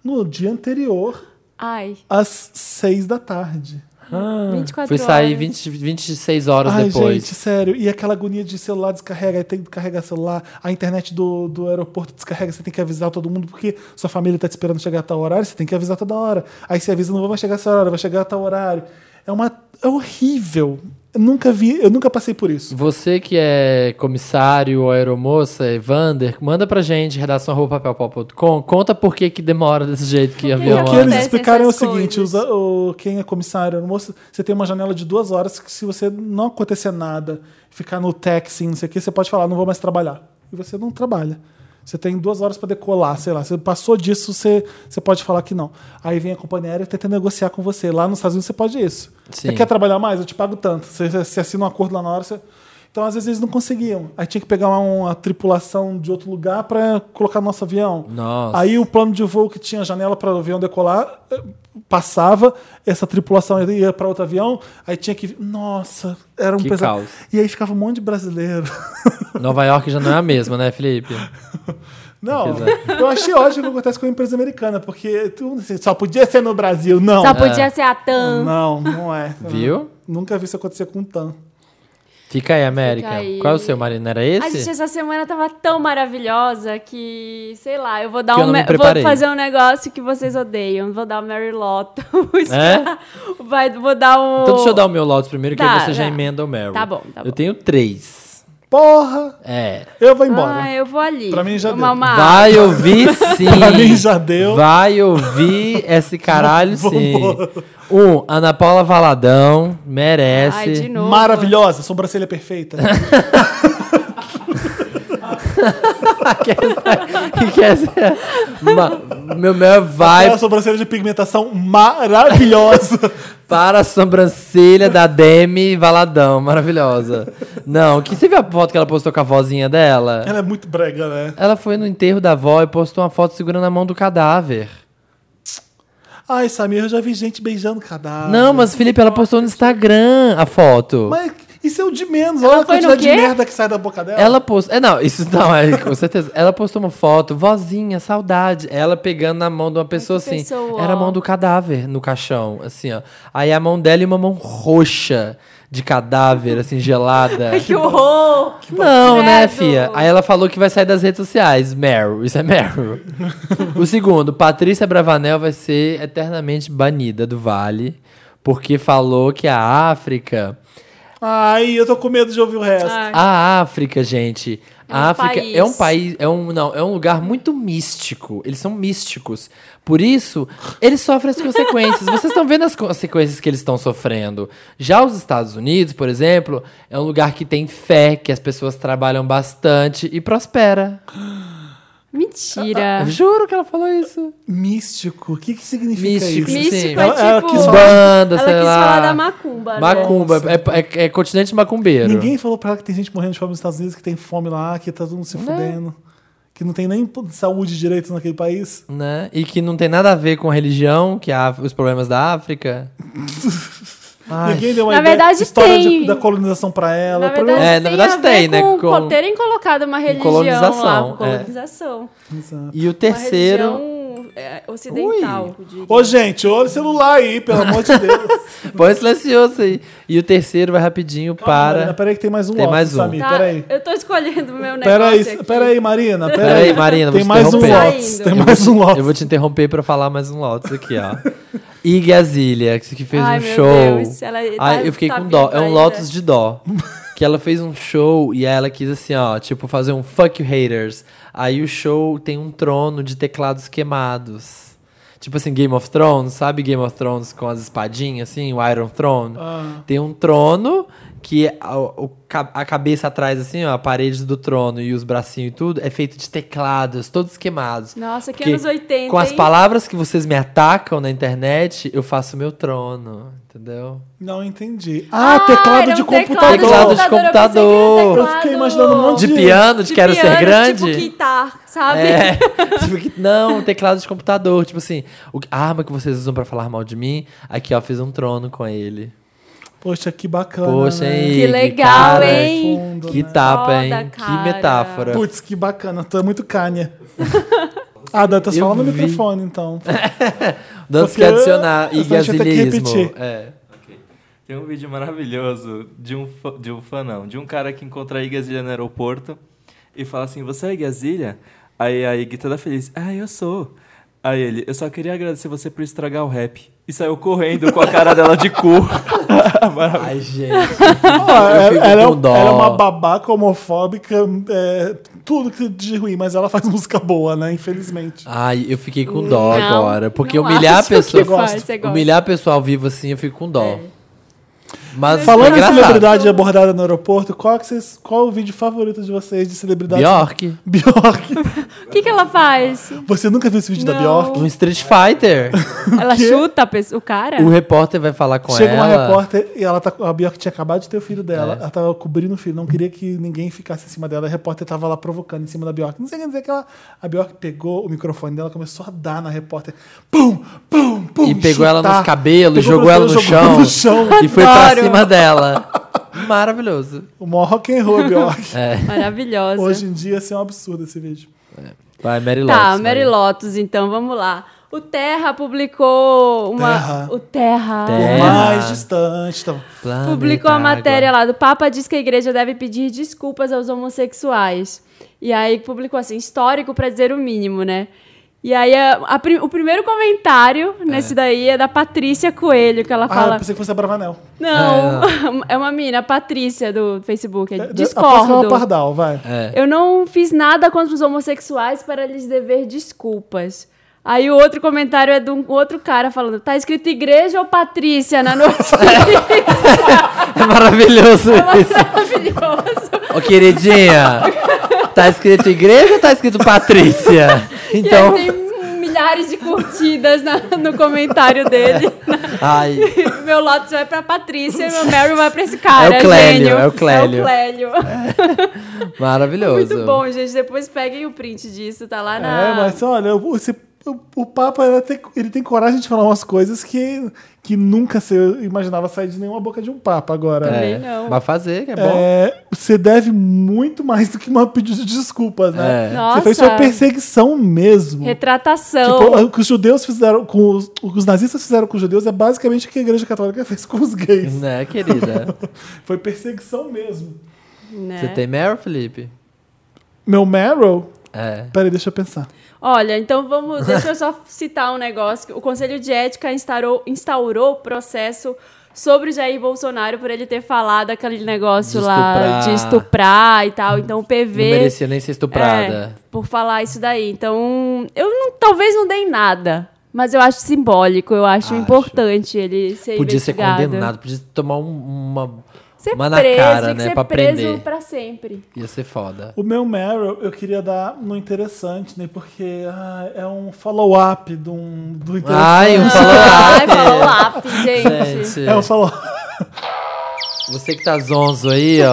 No dia anterior,
Ai,
às 6 da tarde. Ah.
24
Fui
horas.
sair 20, 26 horas
Ai,
depois.
gente, sério. E aquela agonia de celular descarrega, aí tem que carregar celular, a internet do, do aeroporto descarrega, você tem que avisar todo mundo, porque sua família tá te esperando chegar a tal horário, você tem que avisar toda hora. Aí você avisa, não vai chegar a essa hora, vai chegar a tal horário. É uma. É horrível. Eu nunca vi, eu nunca passei por isso.
Você que é comissário ou aeromoça, Evander, manda pra gente, redação.papelpop.com, conta por que que demora desse jeito que avião
O que
Acontecem
eles
essas
explicaram é o seguinte:
coisas.
os- o, quem é comissário, moço, você tem uma janela de duas horas que se você não acontecer nada, ficar no taxi, não sei o que, você pode falar, não vou mais trabalhar. E você não trabalha. Você tem duas horas para decolar, sei lá. Você passou disso, você, você pode falar que não. Aí vem a companhia aérea e tenta negociar com você. Lá nos Estados Unidos você pode isso.
Sim.
Você quer trabalhar mais? Eu te pago tanto. Você, você assina um acordo lá na hora. Você... Então, às vezes, eles não conseguiam. Aí tinha que pegar uma tripulação de outro lugar para colocar no nosso avião.
Nossa.
Aí o plano de voo que tinha janela para o avião decolar eh, passava, essa tripulação ia para outro avião, aí tinha que. Nossa, era um
Que
pesado.
caos.
E aí ficava um monte de brasileiro. (laughs)
Nova York já não é a mesma, né, Felipe?
Ah. Não,
Exato.
eu achei ótimo o que acontece com a empresa americana, porque tu- assim, só podia ser no Brasil. Não.
Só podia ser a TAM.
Não, não é.
Viu?
Nunca vi isso acontecer com o TAM.
Fica aí, América.
Fica aí.
Qual é o seu marino? Era
A
esse?
gente, essa semana tava tão maravilhosa que, sei lá, eu vou dar
Que eu
um.
não me
me-
preparei.
vou fazer um negócio que vocês odeiam. Vou dar o Mary Lotto. (laughs) Vai, vou dar um.
É? Então deixa eu dar o meu Lotus primeiro, que
Tá,
aí você já
tá.
emenda o Meryl.
Tá bom, tá
Eu
bom.
tenho três.
Porra!
É.
Eu vou embora.
Ah, eu vou ali.
Pra mim já
tomar
deu.
uma água.
Vai ouvir
(laughs)
sim.
Pra mim já deu.
Vai ouvir esse
(laughs)
caralho sim. Um, Ana Paula Valadão, merece.
Ai, de novo.
Maravilhosa, sobrancelha perfeita.
que (laughs) essa, que essa, ma- meu mel vai
Aquela É sobrancelha de pigmentação maravilhosa.
(laughs) para a sobrancelha da Demi Valadão, maravilhosa. Não, que você viu a foto que ela postou com a vozinha dela?
Ela é muito brega, né?
Ela foi no enterro da avó e postou uma foto segurando a mão do cadáver.
Ai, Samir, eu já vi gente beijando cadáver.
Não, mas Felipe, ela postou no Instagram a foto.
Mas isso é o de menos.
Ela
Olha a
foi no
quantidade de
quê?
merda que sai da boca dela.
Ela postou. É, não, isso não, é, com certeza. Ela postou uma foto, vozinha, saudade. Ela pegando na mão de uma pessoa
que
assim.
pessoa.
Era a mão do cadáver no caixão, assim, ó. Aí a mão dela e uma mão roxa de cadáver, assim, gelada.
Que horror!
não, né,
credo.
fia? Aí ela falou que vai sair das redes sociais. Meryl, isso é Meryl. o segundo, Patrícia Bravanel vai ser eternamente banida do Vale, porque falou que a África.
Ai, eu tô com medo de ouvir o resto.
Ai.
A África, gente.
É
a
um
África
país.
é um país, é um não, é um lugar muito místico. Eles são místicos. Por isso, eles sofrem as consequências. Vocês estão vendo as consequências que eles estão sofrendo. Já os Estados Unidos, por exemplo, é um lugar que tem fé, que as pessoas trabalham bastante e prospera.
Mentira.
Eu juro que ela falou isso.
Místico. O que que significa
Místico,
isso?
sim.
Místico
Ela-
é
ela
tipo.
quis
Banda,
ela
sei
quis
lá.
falar da macumba. né?
Macumba, é, é- é continente macumbeiro.
Ninguém falou pra ela que tem gente morrendo de fome nos Estados Unidos, que tem fome lá, que tá todo mundo se
Né?
fudendo. Que não tem nem saúde direito naquele país.
né? E que não tem nada a ver com religião, que é a, os problemas da
(laughs)
África. Ai,
Ninguém deu uma
Na
ideia
verdade,
história de-
tem.
da colonização pra ela.
Na
O problema
verdade,
É, na verdade
tem, a
tem,
ver
né, com-
Com, co- terem colocado uma religião
colonização,
lá,
é.
colonização.
E o
Uma
terceiro.
religião é, ocidental, eu diria.
Ô, gente, olha o celular aí, pelo amor de Deus.
Põe silencioso aí. E o terceiro vai rapidinho
Marina,
(laughs) para.
peraí que tem mais um
Tem
óculos,
mais um.
Samir,
Tá,
peraí.
eu tô escolhendo o meu negócio
Peraí,
aqui.
peraí, Marina, peraí.
Peraí, Marina,
tem
vou te
mais um
interromper. Tá
Lotus,
Saindo.
tem
Eu
mais um Lotus.
Eu vou te interromper pra falar mais um Lotus aqui, ó. Iggy Azalea, que que fez
Ai,
um
meu
show.
Deus, ela tá-
Ai, eu fiquei
tá
com dó. É
viva
um
ainda.
Lotus de dó. Que ela fez um show e aí ela quis assim, ó, tipo, fazer um fuck you haters. Aí o show tem um trono de teclados queimados. Tipo assim, Game of Thrones, sabe Game of Thrones com as espadinhas, assim, o Iron Throne? Tem um trono que a, o ca- a cabeça atrás, assim, ó, a parede do trono e os bracinhos e tudo, é feito de teclados, todos queimados.
Nossa, que
Porque
anos 80,
Com as
hein?
palavras que vocês me atacam na internet, eu faço meu trono, entendeu?
Não entendi. Ah, teclado
era
de
um
computador.
Teclado de
eu pensei que era um
computador.
teclado
Eu fiquei imaginando um monte
De
De-
piano, de,
de
quero
piano,
ser grande.
Tipo guitar, sabe?
É, (laughs) tipo que- não, teclado de computador. Tipo assim, o, que- a arma que vocês usam pra falar mal de mim, aqui ó, fiz um trono com ele.
Poxa, que bacana.
Poxa,
né?
hein?
(laughs) Que legal,
cara,
hein?
Fundo,
Que
né?
tapa,
Foda,
hein?
cara.
Que metáfora.
Putz, que bacana. Tu é muito canha. (laughs) Ah, Dantas,
Eu
fala no
vi.
microfone, então.
Dantas
porque
quer adicionar
senão a gente vai ter que
igaziliismo.
repetir.
É.
Ok. Tem um vídeo maravilhoso de um, fã, de um fã, não, de um cara que encontra a Igazilha no aeroporto e fala assim: Você é a Igazilha? Aí a Ig toda feliz: Ah, eu sou. Aí ele: Eu só queria agradecer você por estragar o rap. E saiu correndo com a cara dela de (laughs) cu.
Ai, gente.
Ah,
(laughs) Eu fico
ela, ela é,
com dó.
ela é uma babaca homofóbica, é, tudo que de ruim, mas ela faz (laughs) música boa, né? Infelizmente.
Ai, eu fiquei com dó
Hum, Não,
agora. Porque
não
humilhar a
acho que
pessoa.
faz, você gosta. É.
humilhar a pessoa ao vivo assim, eu fico com dó. Mas
Falando em
É engraçado.
celebridade abordada no aeroporto, qual, que vocês- qual o vídeo favorito de vocês de
né?
celebridade?
Bjork.
Bjork. (laughs)
O que, que ela faz?
Você nunca viu esse vídeo da
Não.
Bjork?
Um Street Fighter.
Ela chuta a pessoa- o cara?
o repórter vai falar com
Chega
ela. É.
uma repórter e ela tá, a Bjork tinha acabado de ter o filho dela. Ela tava cobrindo o filho, não queria que ninguém ficasse em cima dela. A repórter tava lá provocando em cima da Bjork. Não sei o que dizer que ela. A Bjork pegou o microfone dela, começou a dar na repórter. Pum, pum, pum.
um
E pegou ela
chutar.
nos cabelos,
Pegou
jogou ela no
pelo- jogou
chão,
no
(laughs)
chão.
e foi pra
Adoro.
cima dela. Maravilhoso.
O maior rock and roll, Bjork.
(laughs) É.
Maravilhosa.
Hoje em dia, assim, é um absurdo esse vídeo.
Vai, Mary Lotus.
Tá, Mary
vai.
Lotus, então, vamos lá. O Terra publicou uma.
Terra.
O Terra.
Por
Terra. É.
mais distante. Então.
Planeta
Publicou a
Água.
matéria lá do Papa diz que a igreja deve pedir desculpas aos homossexuais. E aí publicou assim, histórico pra dizer o mínimo, né? E aí a- a pri- o primeiro comentário nesse daí é da Patrícia Coelho, que ela
Ah, eu
fala.
pensei que fosse a Bravanel.
Não, (laughs) é uma mina, Patrícia do Facebook. é,
Aposto que ela é
Discordo.
uma pardal, vai.
É.
Eu não fiz nada contra os homossexuais para lhes dever desculpas. Aí o outro comentário é de um outro cara falando: tá escrito igreja ou Patrícia na notícia?
É maravilhoso isso.
(laughs) Maravilhoso.
Ô, queridinha, Tá escrito igreja ou tá escrito Patrícia? Então.
(laughs) E aí tem milhares de curtidas na- no comentário dele.
Ai.
meu Lotus vai pra Patrícia e meu Mary vai pra esse cara.
É o Clélio,
gênio.
é o Clélio.
É o Clélio.
Maravilhoso.
Muito bom, gente. Depois peguem o print disso, tá lá na.
Ah.
É, mas olha, o- esse- o, o Papa ele tem, ele tem coragem de falar umas coisas que, que nunca se imaginava sair de nenhuma boca de um Papa agora.
Também
É,
não.
Mas fazer, que é bom.
É, você deve muito mais do que uma pedido de desculpas, né?
É. Então
Você
Nossa.
fez sua perseguição mesmo.
Retratação.
Tipo, o que os judeus fizeram com os, o que os nazistas fizeram com os judeus é basicamente o que a igreja católica fez com os gays.
Né,
(laughs)
querida?
Foi perseguição mesmo.
né?
Você tem Meryl, Felipe?
Meu Meryl,
É.
peraí, deixa eu pensar.
Olha, então vamos. Deixa eu só citar um negócio. O Conselho de Ética instaurou, instaurou o processo sobre o Jair Bolsonaro por ele ter falado aquele negócio
De
lá
estuprar.
de estuprar e tal. Então o PV.
Não merecia nem ser estuprada.
É, por falar isso daí. Então, eu não- talvez não dei nada. Mas eu acho simbólico, eu acho,
Acho.
importante ele ser
Podia ser
investigado.
condenado, podia tomar um- uma.
Ser
uma na
preso,
cara,
tem que
né,
ser
pra
preso
prender. (laughs)
pra sempre.
Ia ser foda.
O meu Meryl eu queria dar no interessante, né? Porque ah, é um follow-up de um, do interessante.
Ai, um
Ai, falou
falou
lápis, (laughs) gente.
Gente,
É um follow (laughs)
você que tá zonzo aí, ó.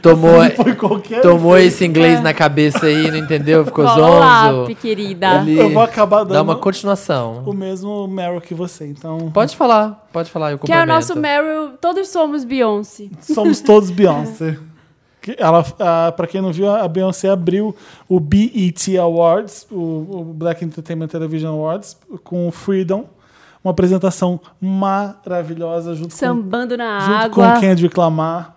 Tomou,
Foi qualquer. É.
tomou esse inglês na cabeça aí, não entendeu? Ficou
Falou
zonzo.
lápis, querida.
Ele
Eu vou acabar dando um
Dá uma continuação.
o mesmo Meryl que você. Então,
Pode falar, pode falar, eu
Que é o
complemento.
nosso Meryl, todos somos Beyoncé.
somos todos Beyoncé. Que Ela, ah, pra quem não viu, a Beyoncé abriu o BET Awards, o, o Black Entertainment Television Awards, com o Freedom. Uma apresentação maravilhosa junto com
Sambando na
Junto
água.
com Kendrick Lamar.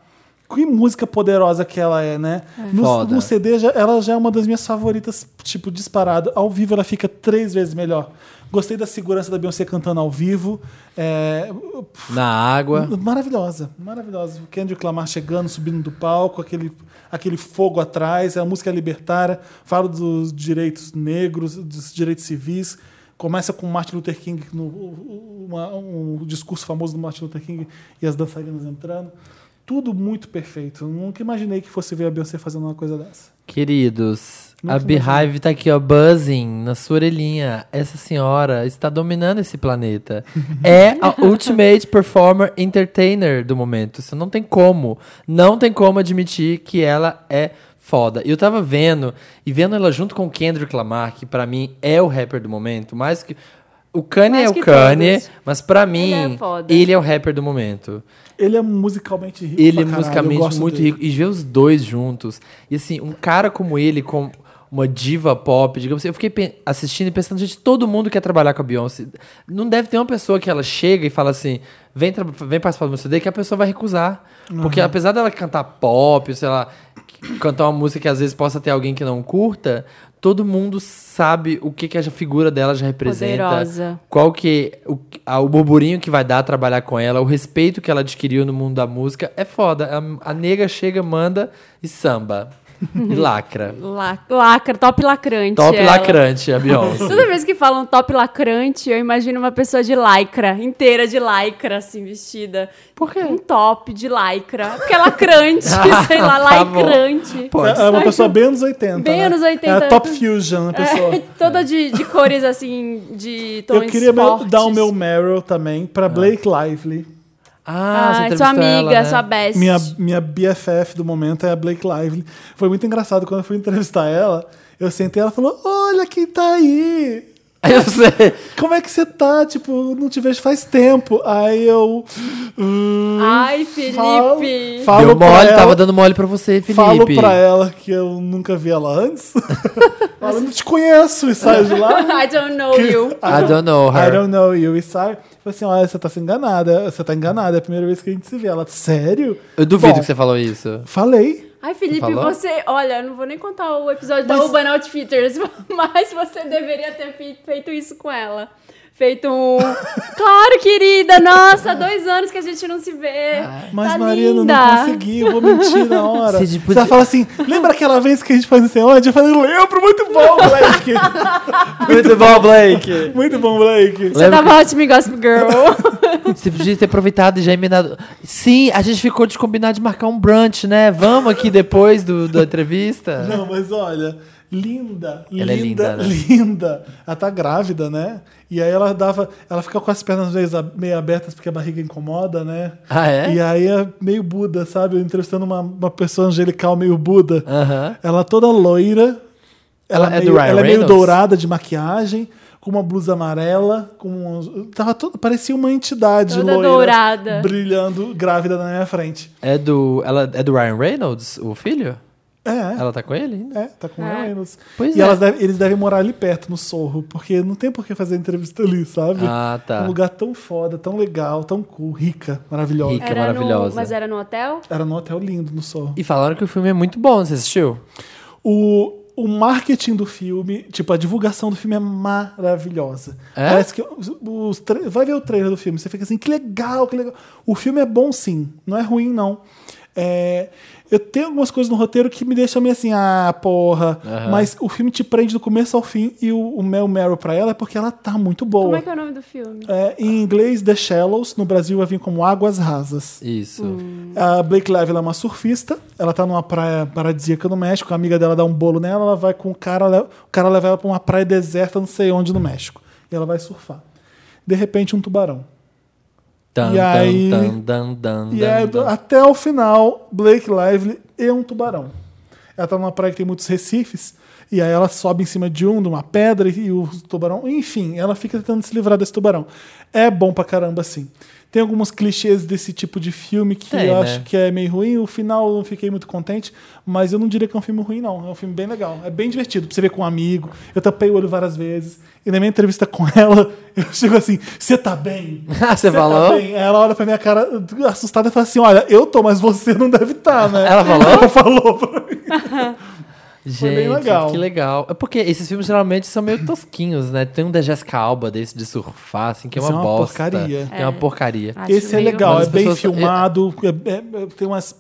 Que música poderosa que ela é, né? No,
Foda.
no CD, já- ela já é uma das minhas favoritas, tipo, disparado. Ao vivo ela fica três vezes melhor. Gostei da segurança da Beyoncé cantando ao vivo. É,
Na
(laughs)
água.
maravilhosa, maravilhosa. O Kendrick Lamar chegando, subindo do palco, aquele, aquele fogo atrás. A música é libertária, fala dos direitos negros, dos direitos civis. Começa com Martin Luther King, no, uma- um discurso famoso do Martin Luther King e as dançarinas entrando. Tudo muito perfeito. Nunca imaginei que fosse ver a Beyoncé fazendo uma coisa dessa.
Queridos,
Nunca
a Beehive tá aqui, ó, buzzing na sua orelhinha. Essa senhora está dominando esse
(laughs)
planeta. É a ultimate performer entertainer do momento. Você não tem como, não tem como admitir que ela é foda. E eu tava vendo, e vendo ela junto com o Kendrick Lamar, que pra mim é o rapper do momento, mais que... O Kanye
Mais
é o
que
Kanye,
todos.
mas pra
Ele
mim,
é foda.
ele é o rapper do momento.
Ele é musicalmente rico.
Ele
pra
é
caralho, eu
musicalmente
gosto
muito
dele.
rico. E ver os dois juntos. E assim, um cara como ele, com uma diva pop, digamos assim, eu fiquei pe- assistindo e pensando, gente, todo mundo quer trabalhar com a Beyoncé. Não deve ter uma pessoa que ela chega e fala assim, vem, tra- vem participar do meu CD, que a pessoa vai recusar.
Uhum.
Porque apesar dela cantar pop, sei lá, cantar uma música que às vezes possa ter alguém que não curta, todo mundo sabe o que, que a figura dela já representa.
Poderosa.
Qual que o, a- o burburinho que vai dar a trabalhar com ela, o respeito que ela adquiriu no mundo da música, é foda. A, a nega chega, manda e samba.
(laughs)
E lacra.
Lac- Lacra, top lacrante.
Top
ela.
lacrante, a
(laughs)
Beyoncé.
Toda vez que falam top lacrante, eu imagino uma pessoa de lycra, inteira de lycra, assim, vestida. Por quê? Um top de lycra. Porque
(laughs)
é lacrante, sei lá,
Tá bom.
lacrante.
Pode.
É é uma pessoa bem anos 80.
Bem
né?
anos 80.
É a Top Fusion, a
(laughs)
pessoa.
É, toda de, de cores, assim, de tons
Eu queria meu-
fortes.
dar o meu Meryl também pra Blake Lively.
Ah,
Ah,
você entrevistou
sua amiga,
ela, né?
sua best.
Minha, minha BFF do momento é a Blake Lively. Foi muito engraçado quando eu fui entrevistar ela. Eu sentei ela falou: Olha quem tá aí!
(laughs) Eu sei.
Como é que você tá? Tipo, não te vejo faz tempo. Aí eu. hum,
Ai,
falo-
Felipe.
Falo,
Deu
pra
mole,
ela,
tava dando mole pra você, Felipe.
Falo pra ela que eu nunca vi ela
(laughs)
antes. Falo, eu não te conheço e saio de lá.
(laughs) I don't know you.
(laughs)
I don't know her.
I don't know you. E sai. Falei assim: olha, você tá se enganada. Você tá enganada. É a primeira vez que a gente se vê. Ela, sério?
Eu duvido
Bom,
que você falou isso.
Falei.
Ai, Felipe,
Falou?
você. Olha, eu não vou nem contar o episódio da
Mas-
Urban Outfitters, (laughs) mas você deveria ter fe- feito isso com ela. Feito
(laughs)
um. claro, querida! Nossa, dois anos que a gente não se vê.
Ah,
Mas
tá
Mariana,
linda.
não consegui, eu vou mentir na hora.
(laughs) Você
Você,
tipo-
fala assim, lembra aquela vez que a gente faz não sei onde? Eu falei, lembro, muito
(laughs)
bom, Blake.
Muito bom, Blake.
muito bom, Blake.
Você tava ótimo em Gossip Girl.
Você podia ter aproveitado e já emendado. Sim, a gente ficou de combinar de marcar um brunch, né? Vamos aqui depois do, da entrevista?
Não, mas olha, linda,
Ela
linda,
é linda, né?
linda. Ela tá grávida, né? E aí ela dava, ela fica com as pernas meio, a- meio abertas porque a barriga incomoda, né?
Ah, é?
E aí é meio Buda, sabe? Eu entrevistando uma, uma pessoa angelical meio Buda.
Aham.
Ela toda loira. Ela,
Ah. Ela é
meio,
do Ryan
ela é meio
Reynolds?
dourada de maquiagem, com uma blusa amarela, com uns- tava todo, parecia uma entidade
Toda
loira
dourada.
brilhando grávida na minha frente.
É do. Ela é do Ryan Reynolds, o filho?
É.
Ela tá com ele? ainda?
É, tá com
É.
menos.
Pois
e
é.
elas devem- eles devem morar ali perto, no Sorro, porque não tem por que fazer entrevista ali, sabe?
Ah, tá.
Um lugar tão foda, tão legal, tão cool, rica, maravilhosa.
Rica. (laughs) Que
Era no-
maravilhosa.
mas era no hotel?
Era num hotel lindo no Sorro.
E falaram que o filme é muito bom, você assistiu?
O, o marketing do filme, tipo, a divulgação do filme é maravilhosa.
É?
Parece que os, os tra- vai ver o trailer do filme, você fica assim, que legal, que legal. O filme é bom sim, não é ruim não. É, eu tenho algumas coisas no roteiro que me deixam meio assim, ah, porra. Mas o filme te prende do começo ao fim e o, o Mel Meryl pra ela é porque ela tá muito boa.
Como é que é o nome do filme?
É, em inglês, The Shallows, no Brasil vai vir como Águas Rasas.
Isso.
Hum. A Blake Lively ela é uma surfista, ela tá numa praia paradisíaca no México, a amiga dela dá um bolo nela, ela vai com o cara, le- o cara leva ela pra uma praia deserta, não sei onde, no México. E ela vai surfar. De repente, um tubarão.
Tan,
E
tan,
aí-
tan, tan, tan,
E
tan,
aí, ah,
tan.
até o final, Blake Lively e um tubarão. Ela tá numa praia que tem muitos recifes, e aí ela sobe em cima de um, de uma pedra, e e o tubarão. Enfim, ela fica tentando se livrar desse tubarão. É bom pra caramba, sim. Tem alguns clichês desse tipo de filme que
Tem,
eu
né?
acho que é meio ruim. O final eu não fiquei muito contente, mas eu não diria que é um filme ruim, não. É um filme bem legal. É bem divertido pra você ver com um amigo. Eu tapei o olho várias vezes. E na minha entrevista com (laughs) ela, eu chego assim: Você tá bem?
(laughs) Ah, você
Cê tá
falou?
bem? Ela olha pra minha cara assustada e fala assim: Olha, eu tô, mas você não deve estar, né?
Ela falou?
Ela falou pra mim.
Gente,
bem legal.
que legal. É porque esses filmes geralmente são meio tosquinhos, né? Tem um da Jessica Alba desse de surfar, assim, que é
Isso
uma,
é uma
bosta.
porcaria.
É uma porcaria.
Acho
Esse é
meio-
legal,
Mas
é
as
bem
pessoas-
filmado, é- é- é- tem umas.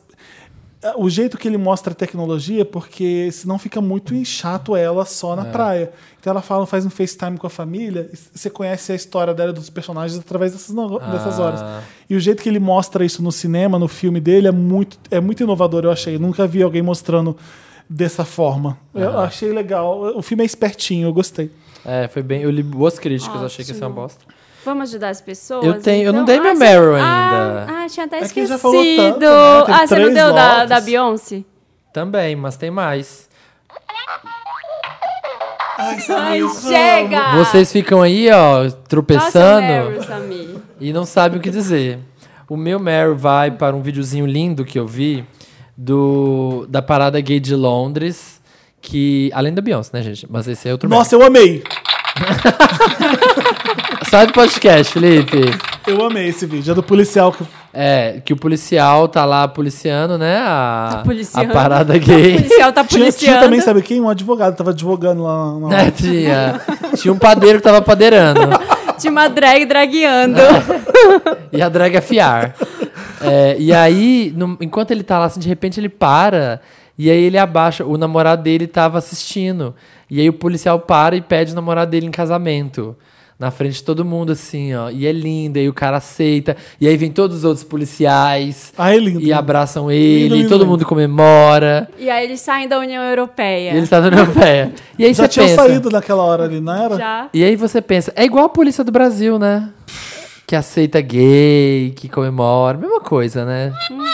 é, O jeito que ele mostra a tecnologia, porque senão fica muito chato ela só
É.
na praia. Então ela fala, faz um FaceTime com a família, e c- você conhece a história dela e dos personagens através dessas, no- dessas
Ah.
horas. E o jeito que ele mostra isso no cinema, no filme dele, é muito, é muito inovador, eu achei. Eu nunca vi alguém mostrando dessa forma. Eu achei legal. O filme é espertinho, eu gostei.
É, foi bem. Eu li boas críticas, achei que ia ser uma
Ótimo.
bosta.
Vamos ajudar as pessoas?
Eu tenho- eu não
então?
dei meu
você-
Meryl
Ah,
ainda.
Ah, tinha até
É que
esquecido.
já falou tanto, né? Tem
Ah, você não
três
deu da,
votos.
da Beyoncé?
Também, mas tem mais.
Ai, chega!
Vocês ficam aí, ó,
Nossa,
tropeçando
(laughs)
Meryl, Samir.
e não sabem o que dizer. O meu Meryl vai para um videozinho lindo que eu vi do da parada gay de Londres, que além da Beyoncé, né, gente? Mas esse é outro
Nossa, eu amei!
Meryl. Sai do podcast, Felipe.
Eu amei esse vídeo. É do policial que
É, que o policial tá lá policiando, né? A,
Tá policiando.
a parada gay.
O
(laughs)
policial tá
Tinha, tinha
policiando.
também, sabe quem? Um advogado tava advogando lá na
É, tinha, tinha um padeiro que tava padeirando.
Tinha uma drag dragueando.
É.
e a drag afiar. É, e aí, no- enquanto ele tá lá, assim, de repente ele para. E aí ele abaixa. O namorado dele tava assistindo. E aí o policial para e pede o namorado dele em casamento. Na frente de todo mundo, assim, ó. E é lindo, e aí o cara aceita. E aí vem todos os outros policiais.
Ah, é lindo.
E abraçam ele,
Lindo,
e
lindo,
todo
lindo.
mundo comemora.
e aí eles saem da União Europeia.
E ele está na União Europeia. E aí
Já
você
tinha
pensa.
saído naquela hora ali, não era?
Já.
E aí você pensa, é igual a polícia do Brasil, né? Que aceita gay, que comemora, mesma coisa, né? (laughs)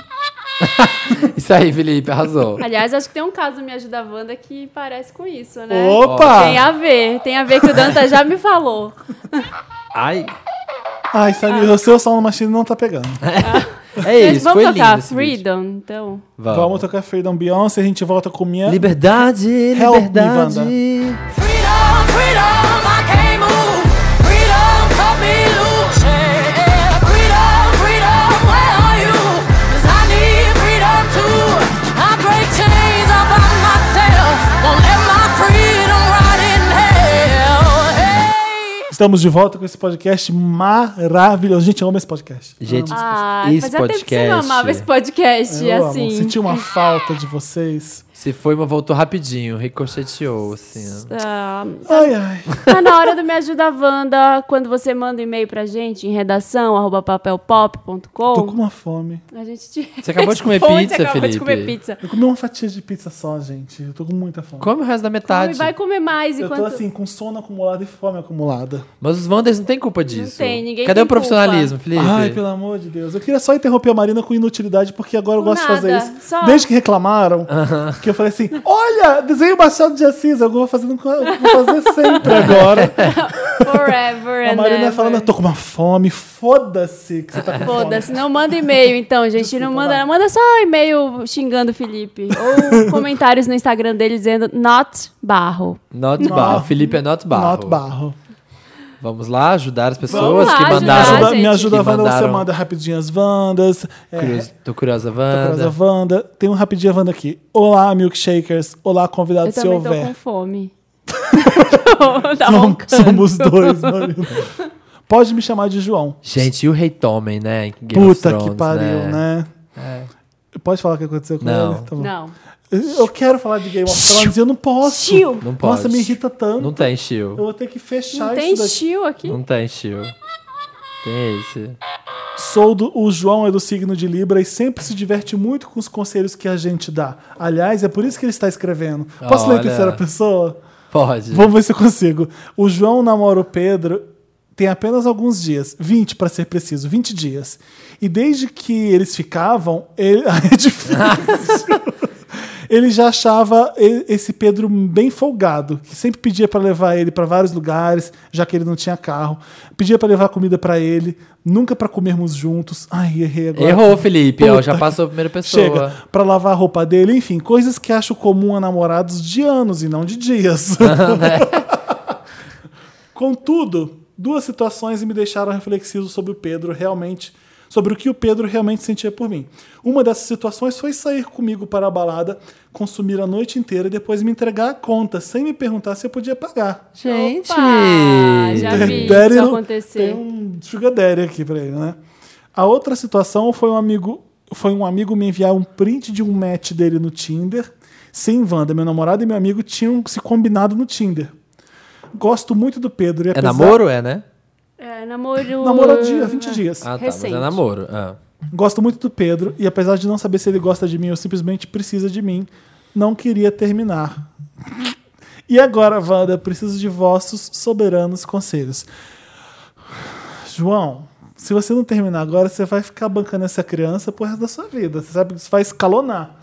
isso aí, Felipe, arrasou.
Aliás, acho que tem um caso do Me Ajuda Wanda que parece com isso, né?
Opa!
Tem a ver. Tem a ver que o Danta já
(laughs)
me falou.
Ai,
Ai, sabe, o seu Sound Machine não tá pegando.
é
Mas
isso,
vamos
foi
tocar
lindo esse vídeo.
Freedom, então.
Vamos.
Vamos tocar Freedom Beyoncé, a gente volta com minha.
Liberdade,
Help me,
liberdade.
Freedom, freedom, I can't move. Freedom, cut me loose. Yeah, yeah. Freedom, freedom, where are you? 'Cause I need freedom too. I break chains all by myself. Won't let my freedom rot in hell. Hey.
Estamos de volta com esse podcast maravilhoso. Gente, eu amo esse podcast.
Gente,
Ah,
esse
fazia tempo que você não amava esse
podcast.
podcast,
Eu amo.
assim.
Senti uma falta de vocês.
Se foi, mas voltou rapidinho, ricocheteou, assim. ó.
Ah,
Ai, ai.
Tá na hora do Me Ajuda Wanda, quando você manda um e-mail pra gente em redação, arroba
Tô com
papelpop.com.
uma fome.
A gente te
Você acabou de comer
responde,
pizza,
acabou de
Felipe?
comer pizza.
Eu comi uma fatia de pizza só, gente. Eu tô com muita fome.
Come o resto da
Come,
metade.
vai comer mais
Eu
enquanto...
tô assim, (laughs) com sono acumulado e fome acumulada.
Mas os Wanders não tem culpa disso.
tem, ninguém
Cadê
tem
o profissionalismo, Felipe?
Ai, pelo amor de Deus. Eu queria só interromper a Marina com inutilidade, porque agora eu
Com
gosto de fazer
nada,
isso.
só-
Desde que reclamaram, que eu falei assim: olha, desenho Machado de Assis, eu vou fazer, vou fazer sempre
(laughs)
agora.
Forever
A
and
Marina
ever.
falando, eu tô com uma fome, foda-se que você tá com
Foda-se,
fome.
não manda e-mail então, gente. não
Desculpa,
manda,
vai.
manda só um e-mail xingando o
(laughs)
Felipe. Ou comentários no Instagram dele dizendo not barro.
Not barro. Felipe é not barro.
Noto barro.
Vamos lá ajudar as pessoas
lá
que
Me
Dá,
mandaram.
ajuda,
gente.
me
Que
ajuda a Wanda, você
mandaram-
manda rapidinho as Wandas. É,
Curioso- tô curiosa,
Tô curiosa,
Wanda.
Wanda. Tem um rapidinho a Wanda aqui. Olá, milkshakers. Olá,
Eu
convidado se
também tô com
houver. (laughs)
fome. (laughs) Tá roncando.
Somos dois, Marina. Pode me chamar de João.
Gente, e o rei Tommen, né? em Game of
Puta que
Thrones, É.
pariu, né? Pode falar o que aconteceu com
Não.
ela? Tá bom.
Não.
Eu quero falar de Game of Thrones e eu não posso.
Chill.
Não pode.
Nossa, me irrita tanto.
Não tem
Eu
shield.
vou ter que fechar
Não
isso
tem
daqui.
chill aqui?
Não tem shield. Tem esse.
Sou do, o João é do signo de Libra e sempre se diverte muito com os conselhos que a gente dá. Aliás, é por isso que ele está escrevendo. Posso ler
Olha.
em terceira pessoa?
Pode.
Vamos ver se eu consigo. O João namora o Pedro tem apenas alguns dias, 20 para ser preciso, 20 dias. E desde que eles ficavam, ele... (laughs) é difícil. ele já achava e- esse Pedro bem folgado, que sempre pedia para levar ele para vários lugares, já que ele não tinha carro, pedia para levar comida para ele, nunca para comermos juntos. Ai, errei agora.
Errou, Felipe. Ó,
Puta
já
que-
passou a primeira pessoa.
Chega, pra lavar a roupa dele, enfim, coisas que acho comum a namorados de anos e não de dias. (laughs) Contudo, duas situações me deixaram reflexivo sobre o Pedro realmente, sobre o que o Pedro realmente sentia por mim. Uma dessas situações foi sair comigo para a balada, consumir a noite inteira e depois me entregar a conta, sem me perguntar se eu podia pagar.
Gente.
Opa, já vi. isso
Daddy não-
acontecer.
Tem um sugar daddy aqui pra ele, né? A outra situação foi um amigo, foi um amigo me enviar um print de um match dele no Tinder. Sim, Wanda, meu namorado e meu amigo tinham se combinado no Tinder. Gosto muito do Pedro. E
É
apesar-
namoro, é, né?
É, namoro...
Namoro é dia, 20 dias.
Ah, tá.
Recente.
Mas é namoro. Ah.
Gosto muito do Pedro e apesar de não saber se ele gosta de mim ou simplesmente precisa de mim, não queria terminar. E agora, Wanda, preciso de vossos soberanos conselhos. João, se você não terminar agora, você vai ficar bancando essa criança pro resto da sua vida. Você sabe que isso vai escalonar.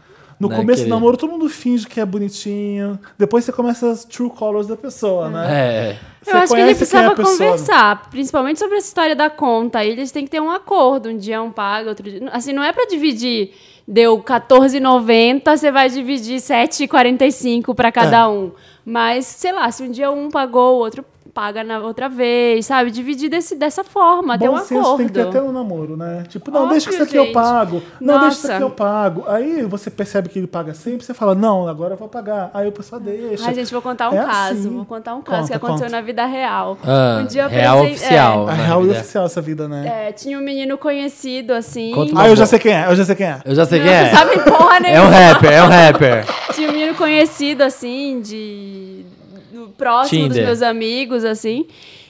No
Né,
começo do
querido?
namoro, todo mundo finge que é bonitinho. Depois você começa as true colors da pessoa, né?
É.
Eu acho que ele
conhece quem é a
precisava
pessoa.
conversar, principalmente sobre essa história da conta. Eles têm que ter um acordo, um dia um paga, outro dia... Assim, não é pra dividir, deu 14,90, você vai dividir 7,45 pra cada
É.
um. Mas, sei lá, se um dia um pagou, o outro paga na outra vez, sabe? Dividir desse, dessa forma, ter um
Bom senso
acordo.
tem que ter até no namoro, né? Tipo, não,
Óbvio,
deixa que isso aqui
gente.
eu pago. Não, deixa isso
Nossa.
aqui eu pago. Aí você percebe que ele paga sempre, você fala, não, agora eu vou pagar. Aí o pessoal deixa.
Ai, gente, vou contar um
É
caso.
assim.
Vou contar um caso
Conta,
que aconteceu
conta.
na vida real. Um
Ah,
eu
real
presen-
oficial.
A
Na
real e
vida.
oficial essa vida, né?
É, é, tinha um menino conhecido, assim.
Conta uma-
Ah, eu já sei quem é, eu já sei quem é.
Eu já sei
Não,
quem é.
não sabe porra
É
nenhuma.
um rapper, é um rapper.
(laughs) Tinha um menino conhecido, assim, de. do- próximo
Tinder.
dos meus amigos, assim.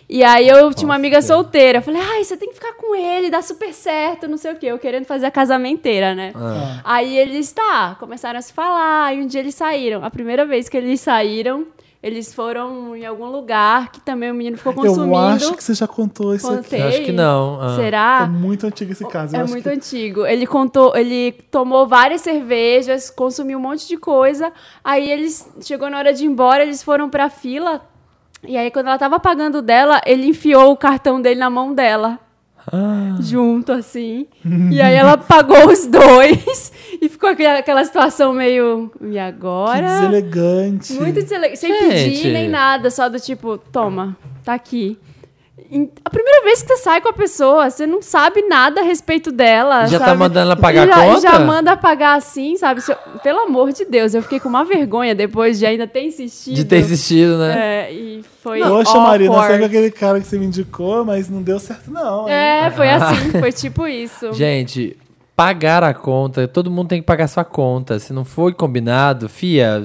E aí eu tinha uma amiga solteira. Eu falei, ai, você tem que ficar com ele, dá super certo, não sei o quê. Eu querendo fazer a casamenteira,
Ah.
né?
Ah.
Aí eles, tá, começaram a se falar, e um dia eles saíram. A primeira vez que eles saíram, eles foram em algum lugar que também o menino ficou consumindo.
Eu acho que você já contou isso aqui.
Contei.
Eu acho que não, ah.
É
Será?
muito antigo esse caso. eu
É
acho
muito
que-
antigo. Ele contou, ele tomou várias cervejas, consumiu um monte de coisa. Aí eles chegou na hora de ir embora, eles foram pra fila. E aí quando ela tava pagando o dela, ele enfiou o cartão dele na mão dela.
Ah. (laughs)
Junto, assim. E aí ela pagou os dois. (laughs) E ficou aquela, aquela situação meio. E
Que
agora?
deselegante.
Muito deselegante. Sem
Gente.
pedir nem nada, só do tipo, toma, tá aqui. Em- A primeira vez que você sai com a pessoa, você não sabe nada a respeito dela.
Já tá
sabe?
mandando ela pagar a
já,
conta?
Já manda pagar assim, sabe? Se eu- Pelo amor de Deus, eu fiquei com uma vergonha depois de ainda ter insistido.
De ter existido, né?
É, e foi.
Poxa,
awkward.
Marina, você é com aquele cara que você me indicou, mas não deu certo, não. hein?
É, foi assim, foi tipo isso.
Ah. (laughs) Gente, pagar a conta. Todo mundo tem que pagar sua conta. Se não foi combinado, fia,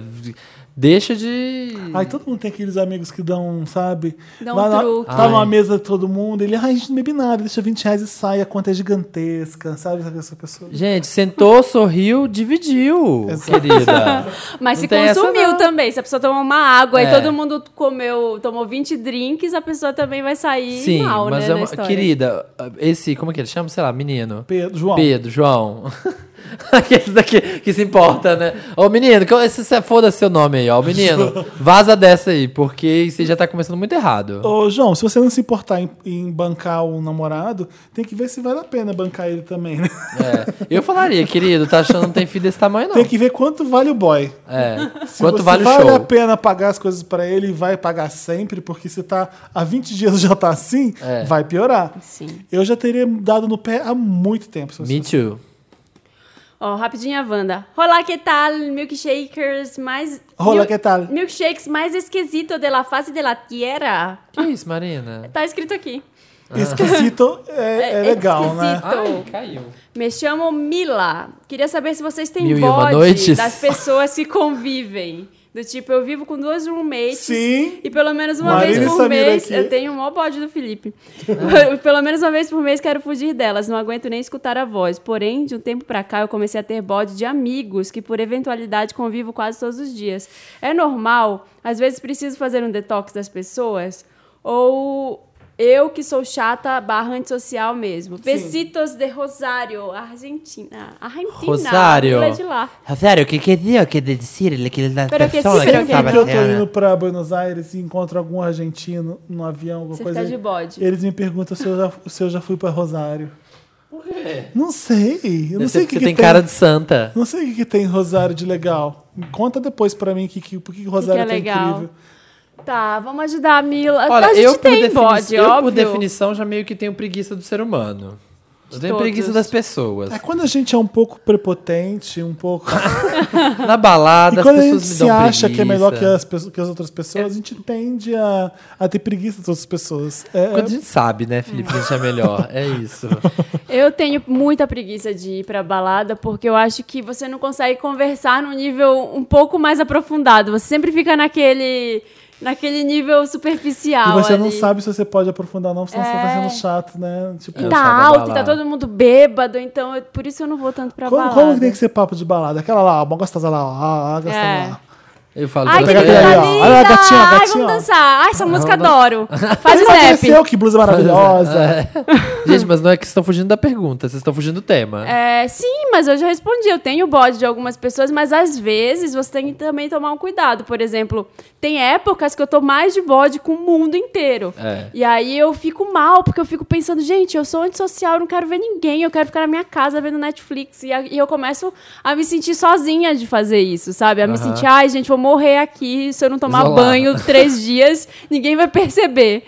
deixa de.
Ai, todo mundo tem aqueles amigos que dão, um, sabe?
Dão um
Lá na-
truque.
Tá numa
Ai.
mesa todo mundo, ele, ai, a gente não bebe nada, deixa 20 reais e sai, a conta é gigantesca, sabe? Sabe Essa pessoa.
Gente, sentou, sorriu, dividiu,
Exato.
querida.
(laughs)
Mas
Não
se
tem essa,
consumiu
não.
também. Se a pessoa tomar uma água
É.
e todo mundo comeu, tomou 20 drinks, a pessoa também vai sair
Sim,
mal,
mas
né?
é
da
uma-
história.
querida, esse, como é que ele chama? Sei lá, menino.
Pedro, João.
Pedro, João. (laughs) Aquele daqui que se importa, né? Ô menino, que- esse, esse- foda-se seu nome aí, ó.
(laughs)
Menino, vaza dessa aí, porque você já tá começando muito errado.
Ô, João, se você não se importar em, em bancar um namorado, tem que ver se vale a pena bancar ele também, né?
É. Eu falaria, querido, tá achando que não tem filho desse tamanho, não.
(laughs) Tem que ver quanto vale o boy.
É.
Se
Quanto
você
vale o
vale a
show?
pena pagar as coisas pra ele e vai pagar sempre, porque se tá há 20 dias (laughs) já tá assim,
É.
vai piorar.
Sim.
Eu já teria dado no pé há muito tempo. se
Me
você-
too.
Ó, rapidinho a Wanda. Olá, que tal? Milkshakers mais...
Olá, que tal?
Milkshakes mais esquisito de la face de la tierra.
Que isso, Marina?
Tá escrito aqui.
Esquisito é, é legal, né?
esquisito.
caiu.
Me chamo Mila. Queria saber se vocês têm
Mil e uma
bode
noites.
das pessoas que convivem. Do tipo, eu vivo com duas roommates.
Sim.
E pelo menos uma
Marina
vez
e
por
Samira
mês.
aqui.
Eu tenho o maior bode do Felipe. (laughs) pelo menos uma vez por mês quero fugir delas. Não aguento nem escutar a voz. Porém, de um tempo pra cá, eu comecei a ter bode de amigos que, por eventualidade, convivo quase todos os dias. É normal? Às vezes preciso fazer um detox das pessoas? Ou. Eu que sou chata barra antissocial mesmo. Besitos de Rosário, Argentina. Argentina.
Rosário.
ela é de lá.
Rosario, ¿qué quería que
é
decirle que las
Pero que
personas
sí, pero
que
que-
estaban
assim,
Sempre eu tô
allá-
indo pra Buenos Aires e encontro algum argentino no avião, alguma
Você
coisa.
fica de bode.
Eles me perguntam se eu já, se eu já fui pra Rosário. Por quê? Não sei. Eu não sei o que,
você
que
tem cara de santa.
Não sei o que, que tem em Rosário de legal. Conta depois pra mim que, que, por que que Rosário
que é
tá
legal?
incrível.
Tá, vamos ajudar a Mila.
Olha,
a gente
eu, por,
tem
defini-
bode,
eu,
óbvio.
por definição, já meio que tenho preguiça do ser humano. Eu tenho
todos.
preguiça das pessoas.
É quando a gente é um pouco prepotente,
(laughs)
um pouco.
Na balada,
(laughs) e
as
quando a gente
Ah, pessoas me
se
dão
acha
preguiça.
que é melhor que as, pesso- que as outras pessoas, a gente tende a, a ter preguiça das outras pessoas. É,
Quando a gente sabe, né, Felipe, que a gente é melhor. É isso.
Eu tenho muita preguiça de ir pra balada, porque eu acho que você não consegue conversar num nível um pouco mais aprofundado. Você sempre fica naquele, naquele nível
e
superficial.
você não
ali.
sabe se você pode aprofundar, não, senão você tá
É.
sendo chato, né? Tipo,
E
Eu
tá
saio da
alto, e tá
balada.
todo mundo bêbado, então eu- por isso eu não vou tanto pra
como,
balada.
como que tem que ser papo de balada? Aquela lá, ó, uma gostosa lá, ó, ó, ó, gostosa
É.
lá.
Eu falo
Ai, que
Pega
coisa
brasileiro,
aquele ali, ó.
linda!
Olha lá, gatinha,
Ai,
gatinha, ó.
vamos dançar. Ai, essa música adoro. Faz o
aconteceu,
snap.
que blusa maravilhosa.
Gente, mas não é que vocês estão fugindo da pergunta, vocês estão fugindo do tema.
É, sim, mas eu já respondi. Eu tenho bode de algumas pessoas, mas às vezes você tem que também tomar um cuidado. Por exemplo, tem épocas que eu tô mais de bode com o mundo inteiro.
É.
E aí eu fico mal, porque eu fico pensando, gente, eu sou antissocial, eu não quero ver ninguém, eu quero ficar na minha casa vendo Netflix. E, a- e eu começo a me sentir sozinha de fazer isso, sabe? A me sentir, ai, gente, vou morrer aqui se eu não tomar
Isolada.
banho
(laughs)
três dias, ninguém vai perceber.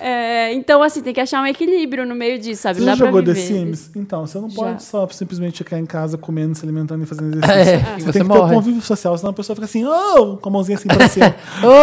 É, é, então, assim, tem que achar um equilíbrio no meio disso, sabe?
Você
Dá
já
pra
jogou The
viver.
Sims? Então, você não
Já.
pode só simplesmente ficar em casa comendo, se alimentando e (laughs) fazendo exercício.
É, que
Você,
você
tem que ter um
morre.
convívio social, senão a pessoa fica assim, oh, com a mãozinha assim pra (laughs) cima.
Oh,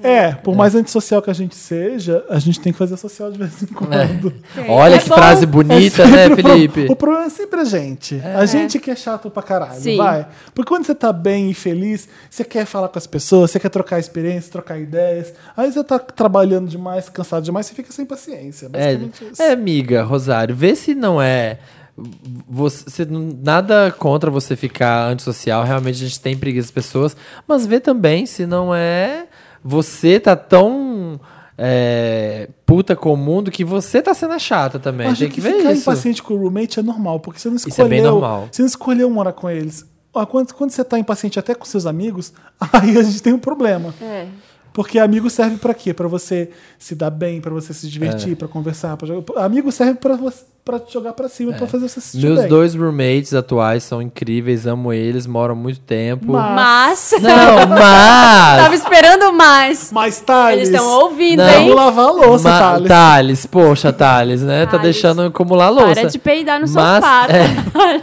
É, por mais antissocial que a gente seja, a gente tem que fazer social de vez em quando.
Olha
É
que
bom. É
frase bonita,
Sempre
né,
o pro-
Felipe?
O problema é sempre a gente. A gente que é chato pra caralho,
Sim.
vai. Porque quando você tá bem e feliz, você quer falar com as pessoas, você quer trocar experiências, trocar ideias. Aí você tá trabalhando demais, cansado demais, você fica sem paciência. Basicamente isso.
É, é, amiga, Rosário, vê se não é. Você, você não- nada contra você ficar antissocial, realmente a gente tem preguiça das pessoas, mas vê também se não é. Você tá tão é, puta com o mundo que você tá sendo a chata também.
Mas
tem
gente,
que ver
ficar
isso.
impaciente com o roommate é normal, porque você não escolheu.
Isso é bem normal.
Você não escolheu morar com eles. Ó, Quando, quando você tá impaciente até com seus amigos, (laughs) aí a gente tem um problema.
É.
Porque amigo serve pra quê? Pra você se dar bem, pra você se
É.
divertir, pra conversar, para jogar. Amigo serve pra você para jogar pra cima, pra fazer você se sentir
É. Meus
bem.
dois roommates atuais são incríveis, amo eles, moram muito tempo.
Mas. (laughs) Tá
Não,
Tava
mas.
esperando mais.
Mas Thales,
Eles estão ouvindo,
Não.
vamos
hein?
lavar a louça,
Ma- tá,
Thales.
Thales, poxa, Thales, né? Tá
Thales,
deixando acumular louça.
Para de peidar no
Mas- é.
sofá.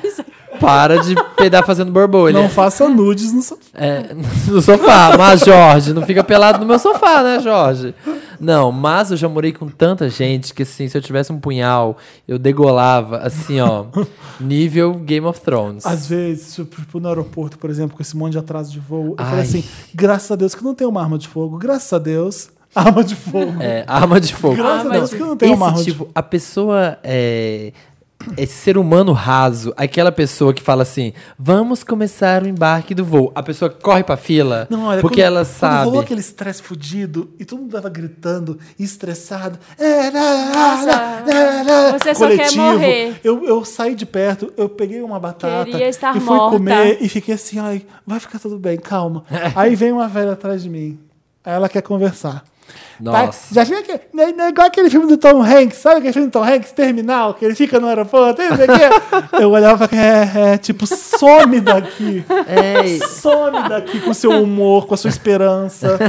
Para de peidar fazendo borbolha.
Não faça nudes no so-
(laughs) É, no sofá. Mas, Jorge, não fica pelado no meu sofá, né, Jorge? Não, mas eu já morei com tanta gente que, assim, se eu tivesse um punhal, eu degolava, assim, ó. nível Game of Thrones.
Às vezes, tipo, no aeroporto, por exemplo, com esse monte de atraso de voo, eu
Ai.
falei assim: graças a Deus que não tem uma arma de fogo, graças a Deus, (laughs) arma de fogo.
É, arma de fogo.
Graças a
Não,
Deus que eu não tenho
esse
uma arma de
tipo, a pessoa é, é ser humano raso, aquela pessoa que fala assim, vamos começar o embarque do voo. A pessoa corre pra fila,
Não, olha,
porque
quando-
ela
Quando
sabe.
rolou aquele estresse fudido e todo mundo tava gritando e estressado. é, lá, lá, lá, lá, lá,
você só quer morrer.
Eu, eu saí de perto, eu peguei uma batata
Queria estar
e fui
morta.
comer e fiquei assim, ai, vai ficar tudo bem,
(laughs)
calma. Aí vem uma velha atrás de mim. Aí ela quer conversar. Tá?
Nossa.
Já viu aquele, né, né, igual aquele filme do Tom Hanks, sabe aquele filme do Tom Hanks, Terminal, que ele fica no aeroporto, não sei o
(laughs)
quê? Eu olhava e falava, é, é, tipo, some daqui.
É,
Some daqui com seu humor, com a sua esperança.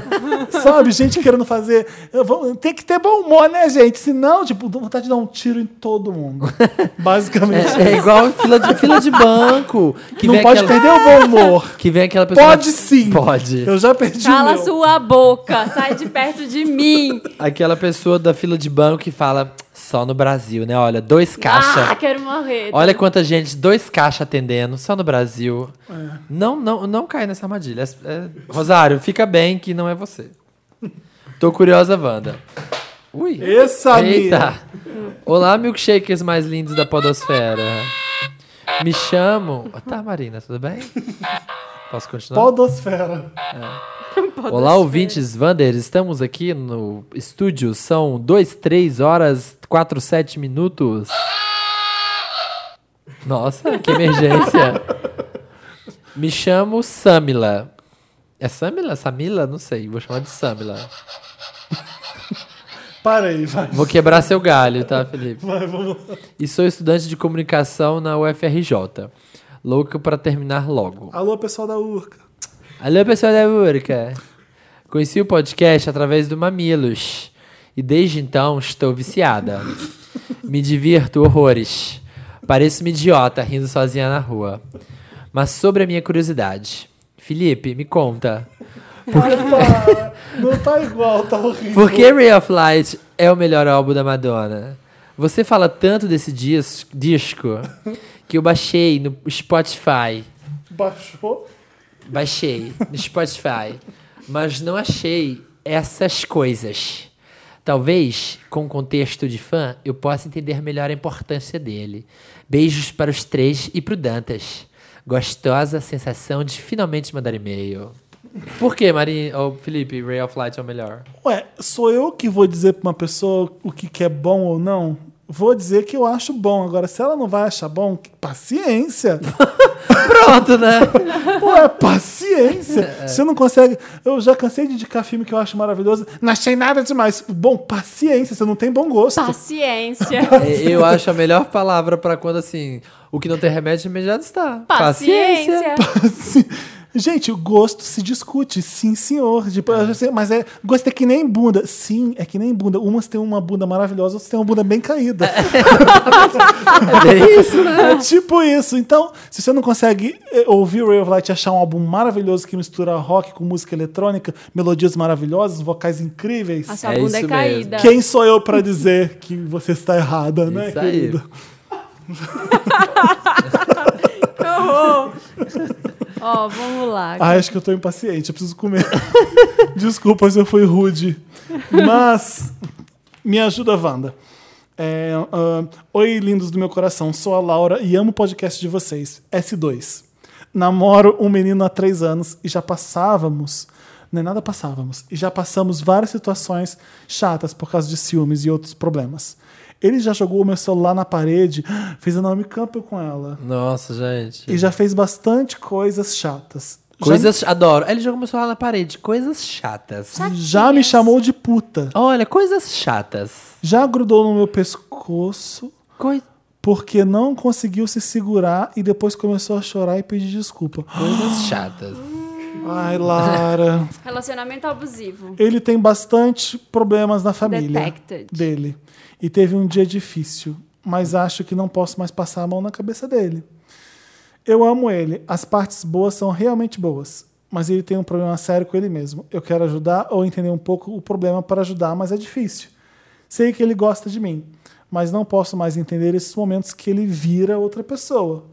Sabe, gente querendo fazer. eu vou- Tem que ter bom humor, né, gente? Senão, tipo, dá vontade de dar um tiro em todo
(laughs)
mundo. Basicamente.
é, é igual fila de, fila de banco. Que
Não
vem
pode
aquela,
perder o bom
(laughs)
humor.
Que vem aquela pessoa.
Pode sim.
Pode.
Eu já perdi o
(laughs) Cala
meu.
sua boca, sai de perto de mim.
Aquela pessoa da fila de banco que fala, só no Brasil, né? Olha, dois
Ah,
caixa.
quero morrer.
Olha quanta gente, dois caixa atendendo, só no Brasil. Não, não, não cai nessa armadilha. É- é- Rosário, fica bem que não é você. Tô curiosa, Wanda. Ui.
Essa,
Eita.
Mia.
Olá, milkshakers mais lindos da podosfera. Me chamo... Tá, Marina, tudo bem? Posso continuar?
Podosfera.
Olá, ouvintes Vander, estamos aqui no estúdio, são 2, 3 horas 4, 7 minutos. Nossa, que
(laughs)
emergência! Me chamo Samila. É Samila? Samila? Não sei, vou chamar de Samila.
Para aí, vai.
Vou quebrar seu galho, tá, Felipe?
Vai, vamos lá.
E sou estudante de comunicação na UFRJ. Louco pra terminar logo.
Alô, pessoal da Urca.
Alô, pessoal da Urca. Conheci o podcast através do Mamilos. E desde então estou viciada. Me divirto horrores. Pareço uma idiota rindo sozinha na rua. Mas sobre a minha curiosidade. Felipe, me conta.
Olha, tá- Não tá igual, tá horrível.
Por que Ray of Light é o melhor álbum da Madonna? Você fala tanto desse dis- disco que eu baixei no Spotify.
Baixou.
Baixei no Spotify, mas não achei essas coisas. Talvez, com o contexto de fã, eu possa entender melhor a importância dele. Beijos para os três e pro Dantas. Gostosa sensação de finalmente mandar e-mail. Por que, Marinho? Ou Felipe, Ray of Light é o melhor?
Ué, sou eu que vou dizer pra uma pessoa o que, que é bom ou não? Vou dizer que eu acho bom. Agora, se ela não vai achar bom, que (laughs) paciência!
Pronto, né?
Pô, é paciência! Você não consegue. Eu já cansei de indicar filme que eu acho maravilhoso. Não achei nada demais. Bom, paciência, você não tem bom gosto.
(laughs)
Paciência.
É, Eu acho a melhor palavra para quando, assim, o que não tem remédio, imediato está.
Paciência.
É
Assim, Gente, o gosto se discute, sim, senhor. Tipo, eu já sei, mas é gosto é que nem bunda. Sim, é que nem bunda. Umas têm uma bunda maravilhosa, outras têm uma bunda bem caída.
É isso, né?
É tipo isso. Então, se você não consegue eh, ouvir Ray of Light e achar um álbum maravilhoso que mistura rock com música eletrônica, melodias maravilhosas, vocais incríveis,
A sua
É
bunda
isso
é
mesmo.
caída.
quem sou eu pra dizer que você está errada, né,
Isso aí.
querida?
Que horror. Ó, vamos lá.
Ah, acho que eu tô impaciente, eu preciso comer. (laughs) Desculpa se eu fui rude. Mas, me ajuda, Wanda. É, ah, Oi, lindos do meu coração, sou a Laura e amo o podcast de vocês, S2. Namoro um menino há três anos e já passávamos, não é nada passávamos, e já passamos várias situações chatas por causa de ciúmes e outros problemas. Ele já jogou o meu celular na parede, (gasps) fez a Naomi Campbell com ela.
Nossa, gente.
E já fez bastante coisas chatas. Já
Coisas. Adoro. Aí ele jogou meu celular na parede. Coisas chatas.
Já me chamou de puta.
Olha, coisas chatas.
Já grudou no meu pescoço
Coi-
porque não conseguiu se segurar e depois começou a chorar e pedir desculpa.
Coisas chatas.
Ai, Lara.
Relacionamento abusivo.
(laughs) Ele tem bastante problemas na família
Detected.
dele. E teve um dia difícil, mas acho que não posso mais passar a mão na cabeça dele. Eu amo ele. As partes boas são realmente boas. mas ele tem um problema sério com ele mesmo. Eu quero ajudar ou entender um pouco o problema para ajudar, mas é difícil. Sei que ele gosta de mim, mas não posso mais entender esses momentos que ele vira outra pessoa.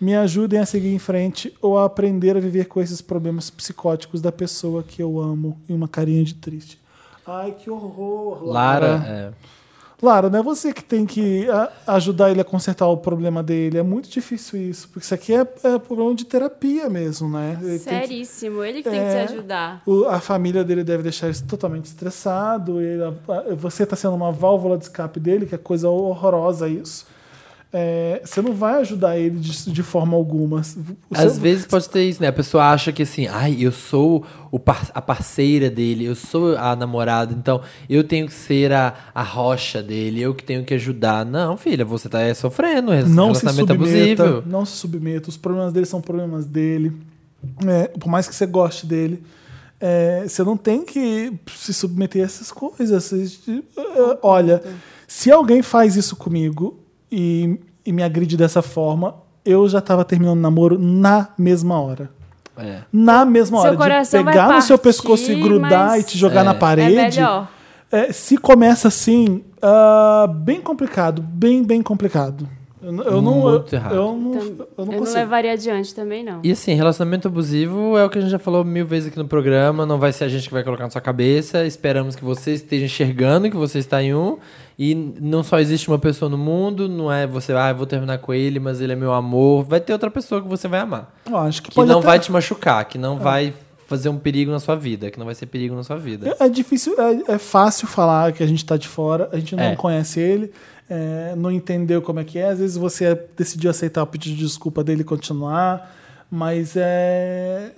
Me ajudem a seguir em frente ou a aprender a viver com esses problemas psicóticos da pessoa que eu amo e uma carinha de triste. Ai, que horror, Lara.
Lara, é.
Lara, não é você que tem que a- ajudar ele a consertar o problema dele. É muito difícil isso, porque isso aqui é, é problema de terapia mesmo, né? Ele tem que-
Seríssimo, ele que tem que te
É.
ajudar.
o- a família dele deve deixar ele totalmente estressado. ele- a- a- você está sendo uma válvula de escape dele, que é coisa horrorosa isso. É, você não vai ajudar ele de, de forma alguma. O
Às
seu-
vezes pode ter isso, né? A pessoa acha que assim, ai, eu sou o par- a parceira dele, eu sou a namorada, então eu tenho que ser a, a rocha dele, eu que tenho que ajudar. Não, filha, você tá é, sofrendo, é
não se
relacionamento
submeta,
abusivo.
não se submeta. Os problemas dele são problemas dele. É, por mais que você goste dele, é, você não tem que se submeter a essas coisas. Você- eh, olha, se alguém faz isso comigo e, e me agride dessa forma, eu já estava terminando o namoro na mesma hora.
É.
Na mesma
Seu
hora de
coração
pegar
vai
no seu
partir,
pescoço e grudar
mas
e te jogar na
é
parede.
melhor.
É, se começa assim, ah, bem complicado, bem, bem complicado. Eu, n- eu não,
Muito
eu,
errado.
eu não, eu
Então, Eu
não
não
consigo.
levaria adiante também, não.
E assim, relacionamento abusivo é o que a gente já falou mil vezes aqui no programa. Não vai ser a gente que vai colocar na sua cabeça. Esperamos que você esteja enxergando que você está em um. E não só existe uma pessoa no mundo, não é você, ah, eu vou terminar com ele, mas ele é meu amor. Vai ter outra pessoa que você vai amar.
Eu acho que,
Que
pode
não
até- Ah.
vai te machucar, que não vai fazer um perigo na sua vida, que não vai ser perigo na sua vida.
É difícil, é, é fácil falar que a gente tá de fora, a gente não
É.
conhece ele, é, não entendeu como é que é. Às vezes você decidiu aceitar o pedido de desculpa dele e continuar, mas é.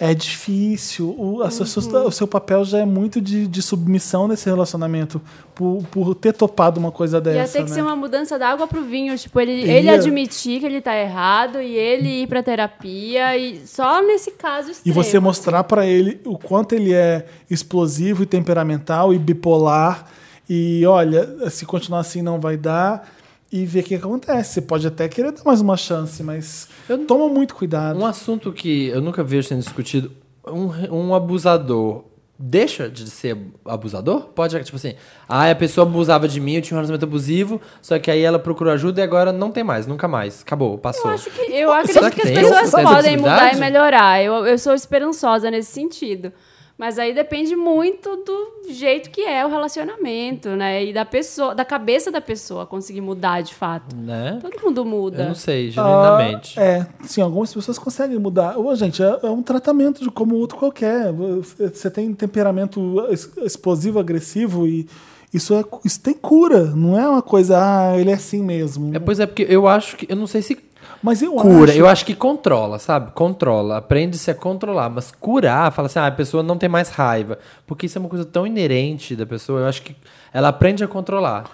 É difícil. O, a
Uhum.
sua- sua- o seu papel já é muito de, de submissão nesse relacionamento por, por ter topado uma coisa dessa.
Ia ter que
né?
ser uma mudança da água pro vinho. Tipo, ele,
Ia.
ele admitir que ele tá errado e ele ir pra terapia. E só nesse caso
E
extremo.
você mostrar pra ele o quanto ele é explosivo e temperamental e bipolar. E olha, se continuar assim não vai dar. E ver o que acontece. Você pode até querer dar mais uma chance, mas toma muito cuidado.
Um assunto que eu nunca vejo sendo discutido, um, re- um abusador deixa de ser abusador? Pode, tipo assim, ah, a pessoa abusava de mim, eu tinha um relacionamento abusivo, só que aí ela procurou ajuda e agora não tem mais, nunca mais, acabou, passou.
Eu acho que- eu acredito
Será
que,
que
as
tem
pessoas
essa
podem mudar
possibilidade?
e melhorar. Eu, eu sou esperançosa nesse sentido. Mas aí depende muito do jeito que é o relacionamento, né? E da pessoa, da cabeça da pessoa conseguir mudar de fato.
Né?
Todo mundo muda.
Eu não sei, genuinamente.
Ah, É, sim, algumas pessoas conseguem mudar. Ô, gente, é, é um tratamento de como outro qualquer. Você tem temperamento es- explosivo, agressivo e isso, é, isso tem cura. Não é uma coisa, ah, ele é assim mesmo.
É, pois é, porque eu acho que, eu não sei se
mas eu
cura,
acho.
eu acho que controla, sabe? Controla, aprende-se a controlar, mas curar, fala assim, ah, a pessoa não tem mais raiva, porque isso é uma coisa tão inerente da pessoa, eu acho que ela aprende a controlar.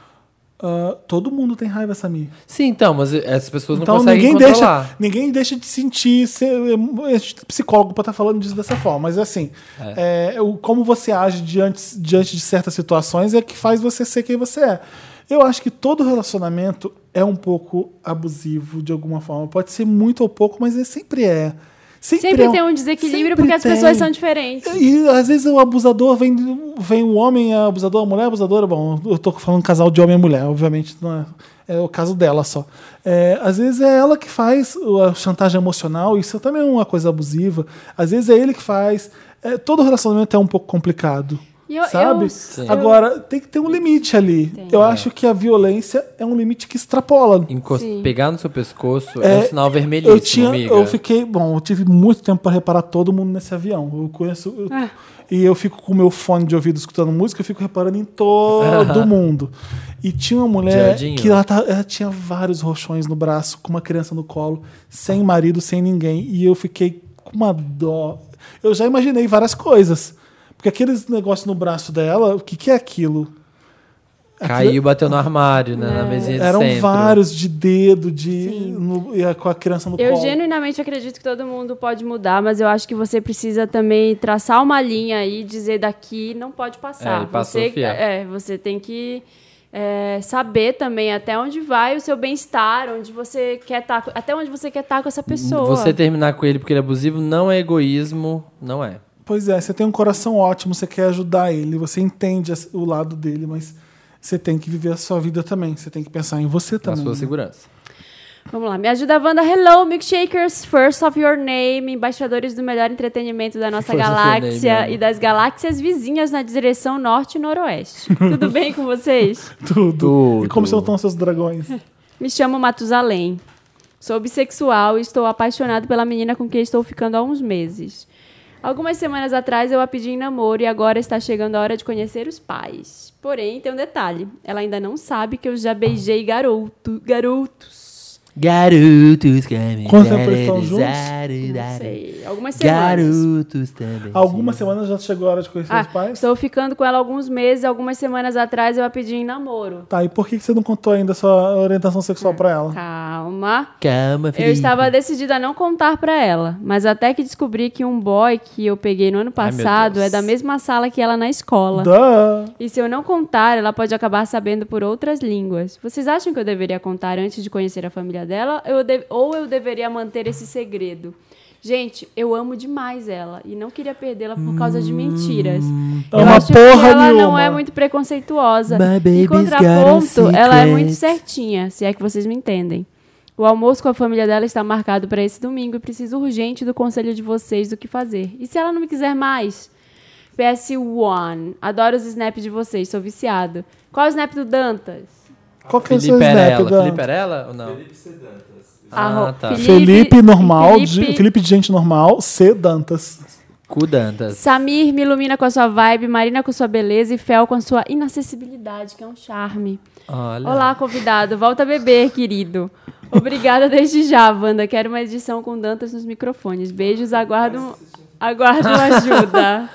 Ah, todo mundo tem raiva, Samir.
Sim, então, mas essas pessoas
Então
não conseguem
ninguém
controlar.
deixa, ninguém deixa de sentir. Ser, a gente tem psicólogo para estar falando disso dessa forma, mas assim, é, o, como você age diante, diante de certas situações é que faz você ser quem você é. Eu acho que todo relacionamento é um pouco abusivo de alguma forma. Pode ser muito ou pouco, mas é, sempre é. Sempre,
Sempre
é
tem um desequilíbrio
sempre
porque as
tem.
pessoas são diferentes.
E às vezes o abusador vem, vem o homem é abusador, a mulher é abusadora. Bom, eu tô falando casal de homem e mulher, obviamente não é, é o caso dela só. É, às vezes é ela que faz o- a chantagem emocional, isso também é uma coisa abusiva. Às vezes é ele que faz. É, todo relacionamento é um pouco complicado.
E eu-
sabe?
eu- Sim.
Agora, tem que ter um limite ali. Eu acho que a violência é um limite que extrapola.
Encost-
Sim.
Pegar no seu pescoço é, um sinal vermelhíssimo,
Eu tinha,
amiga.
eu fiquei, bom, eu tive muito tempo para reparar todo mundo nesse avião. Eu conheço eu- e eu fico com o meu fone de ouvido escutando música, eu fico reparando em
(laughs)
todo mundo. E tinha uma mulher
Geraldinho.
que ela, tá- ela tinha vários roxões no braço, com uma criança no colo, sem marido, sem ninguém, e eu fiquei com uma dó. Eu já imaginei várias coisas. Porque aqueles negócios no braço dela, o que que é aquilo?
Caiu, bateu no armário, né,
É.
na mesinha de
Eram
centro.
vários de dedo, de no- e a- com a criança no
Eu
colo.
genuinamente acredito que todo mundo pode mudar, mas eu acho que você precisa também traçar uma linha aí, dizer daqui não pode
É,
passar.
ele passou,
você,
fia.
é, você tem que é, saber também até onde vai o seu bem-estar, onde você quer estar, co- até onde você quer estar com essa pessoa.
Você terminar com ele porque ele é abusivo não é egoísmo, não é.
Pois é, você tem um coração ótimo, você quer ajudar ele, você entende as- o lado dele, mas você tem que viver a sua vida também. Você tem que pensar em você
Na
também.
sua
né?
segurança.
Vamos lá, me ajuda a Wanda. Hello, milkshakers, first of your name, embaixadores do melhor entretenimento da nossa
First of your
galáxia
name, amo.
e das galáxias vizinhas na direção norte e noroeste. (laughs) Tudo bem com vocês?
Tudo.
Tudo.
E como estão
(laughs)
seus dragões?
Me chamo Matusalém. Sou bissexual e estou apaixonado pela menina com quem estou ficando há uns meses. Algumas semanas atrás eu a pedi em namoro e agora está chegando a hora de conhecer os pais. Porém, tem um detalhe: ela ainda não sabe que eu já beijei garoto, garotos.
Garotos também.
Quanto tempo eles estão juntos?
Não sei, é algumas semanas.
Garotos também.
Algumas semanas já chegou a hora de conhecer
Ah,
os pais?
estou ficando com ela há alguns meses, algumas semanas atrás eu a pedi em namoro.
Tá, e por que que você não contou ainda a sua orientação sexual pra ela?
Calma.
Calma,
Eu
filho.
estava decidida a não contar pra ela, mas até que descobri que um boy que eu peguei no ano
Ai, meu
passado
Deus.
é da mesma sala que ela na escola.
Duh.
E se eu não contar, ela pode acabar sabendo por outras línguas. Vocês acham que eu deveria contar antes de conhecer a família dela? Eu de- Ou eu deveria manter esse segredo? Gente, eu amo demais ela e não queria perdê-la por causa de mentiras.
Hum, é
Eu
Ama
acho que
porra
ela não
nenhuma.
é muito preconceituosa.
My baby's
Em
got a
contraponto, ela é
secret.
muito certinha, se é que vocês me entendem. O almoço com a família dela está marcado para esse domingo e preciso urgente do conselho de vocês do que fazer. E se ela não me quiser mais? PS1. Adoro os snaps de vocês, sou viciado. Qual é o snap do Dantas?
Qual que é o seu
Felipe era
snap,
ela.
Dan?
Felipe era ela ou não?
Arro-
tá.
Felipe normal,
Ah, Felipe-
De, Felipe de gente normal, C Dantas.
Cu Dantas.
Samir me ilumina com a sua vibe, Marina com sua beleza e Fel com a sua inacessibilidade, que é um charme.
Olha.
Olá, convidado. Volta a beber, querido. Obrigada desde já, Wanda. Quero uma edição com Dantas nos microfones. Beijos, aguardo, aguardo ajuda.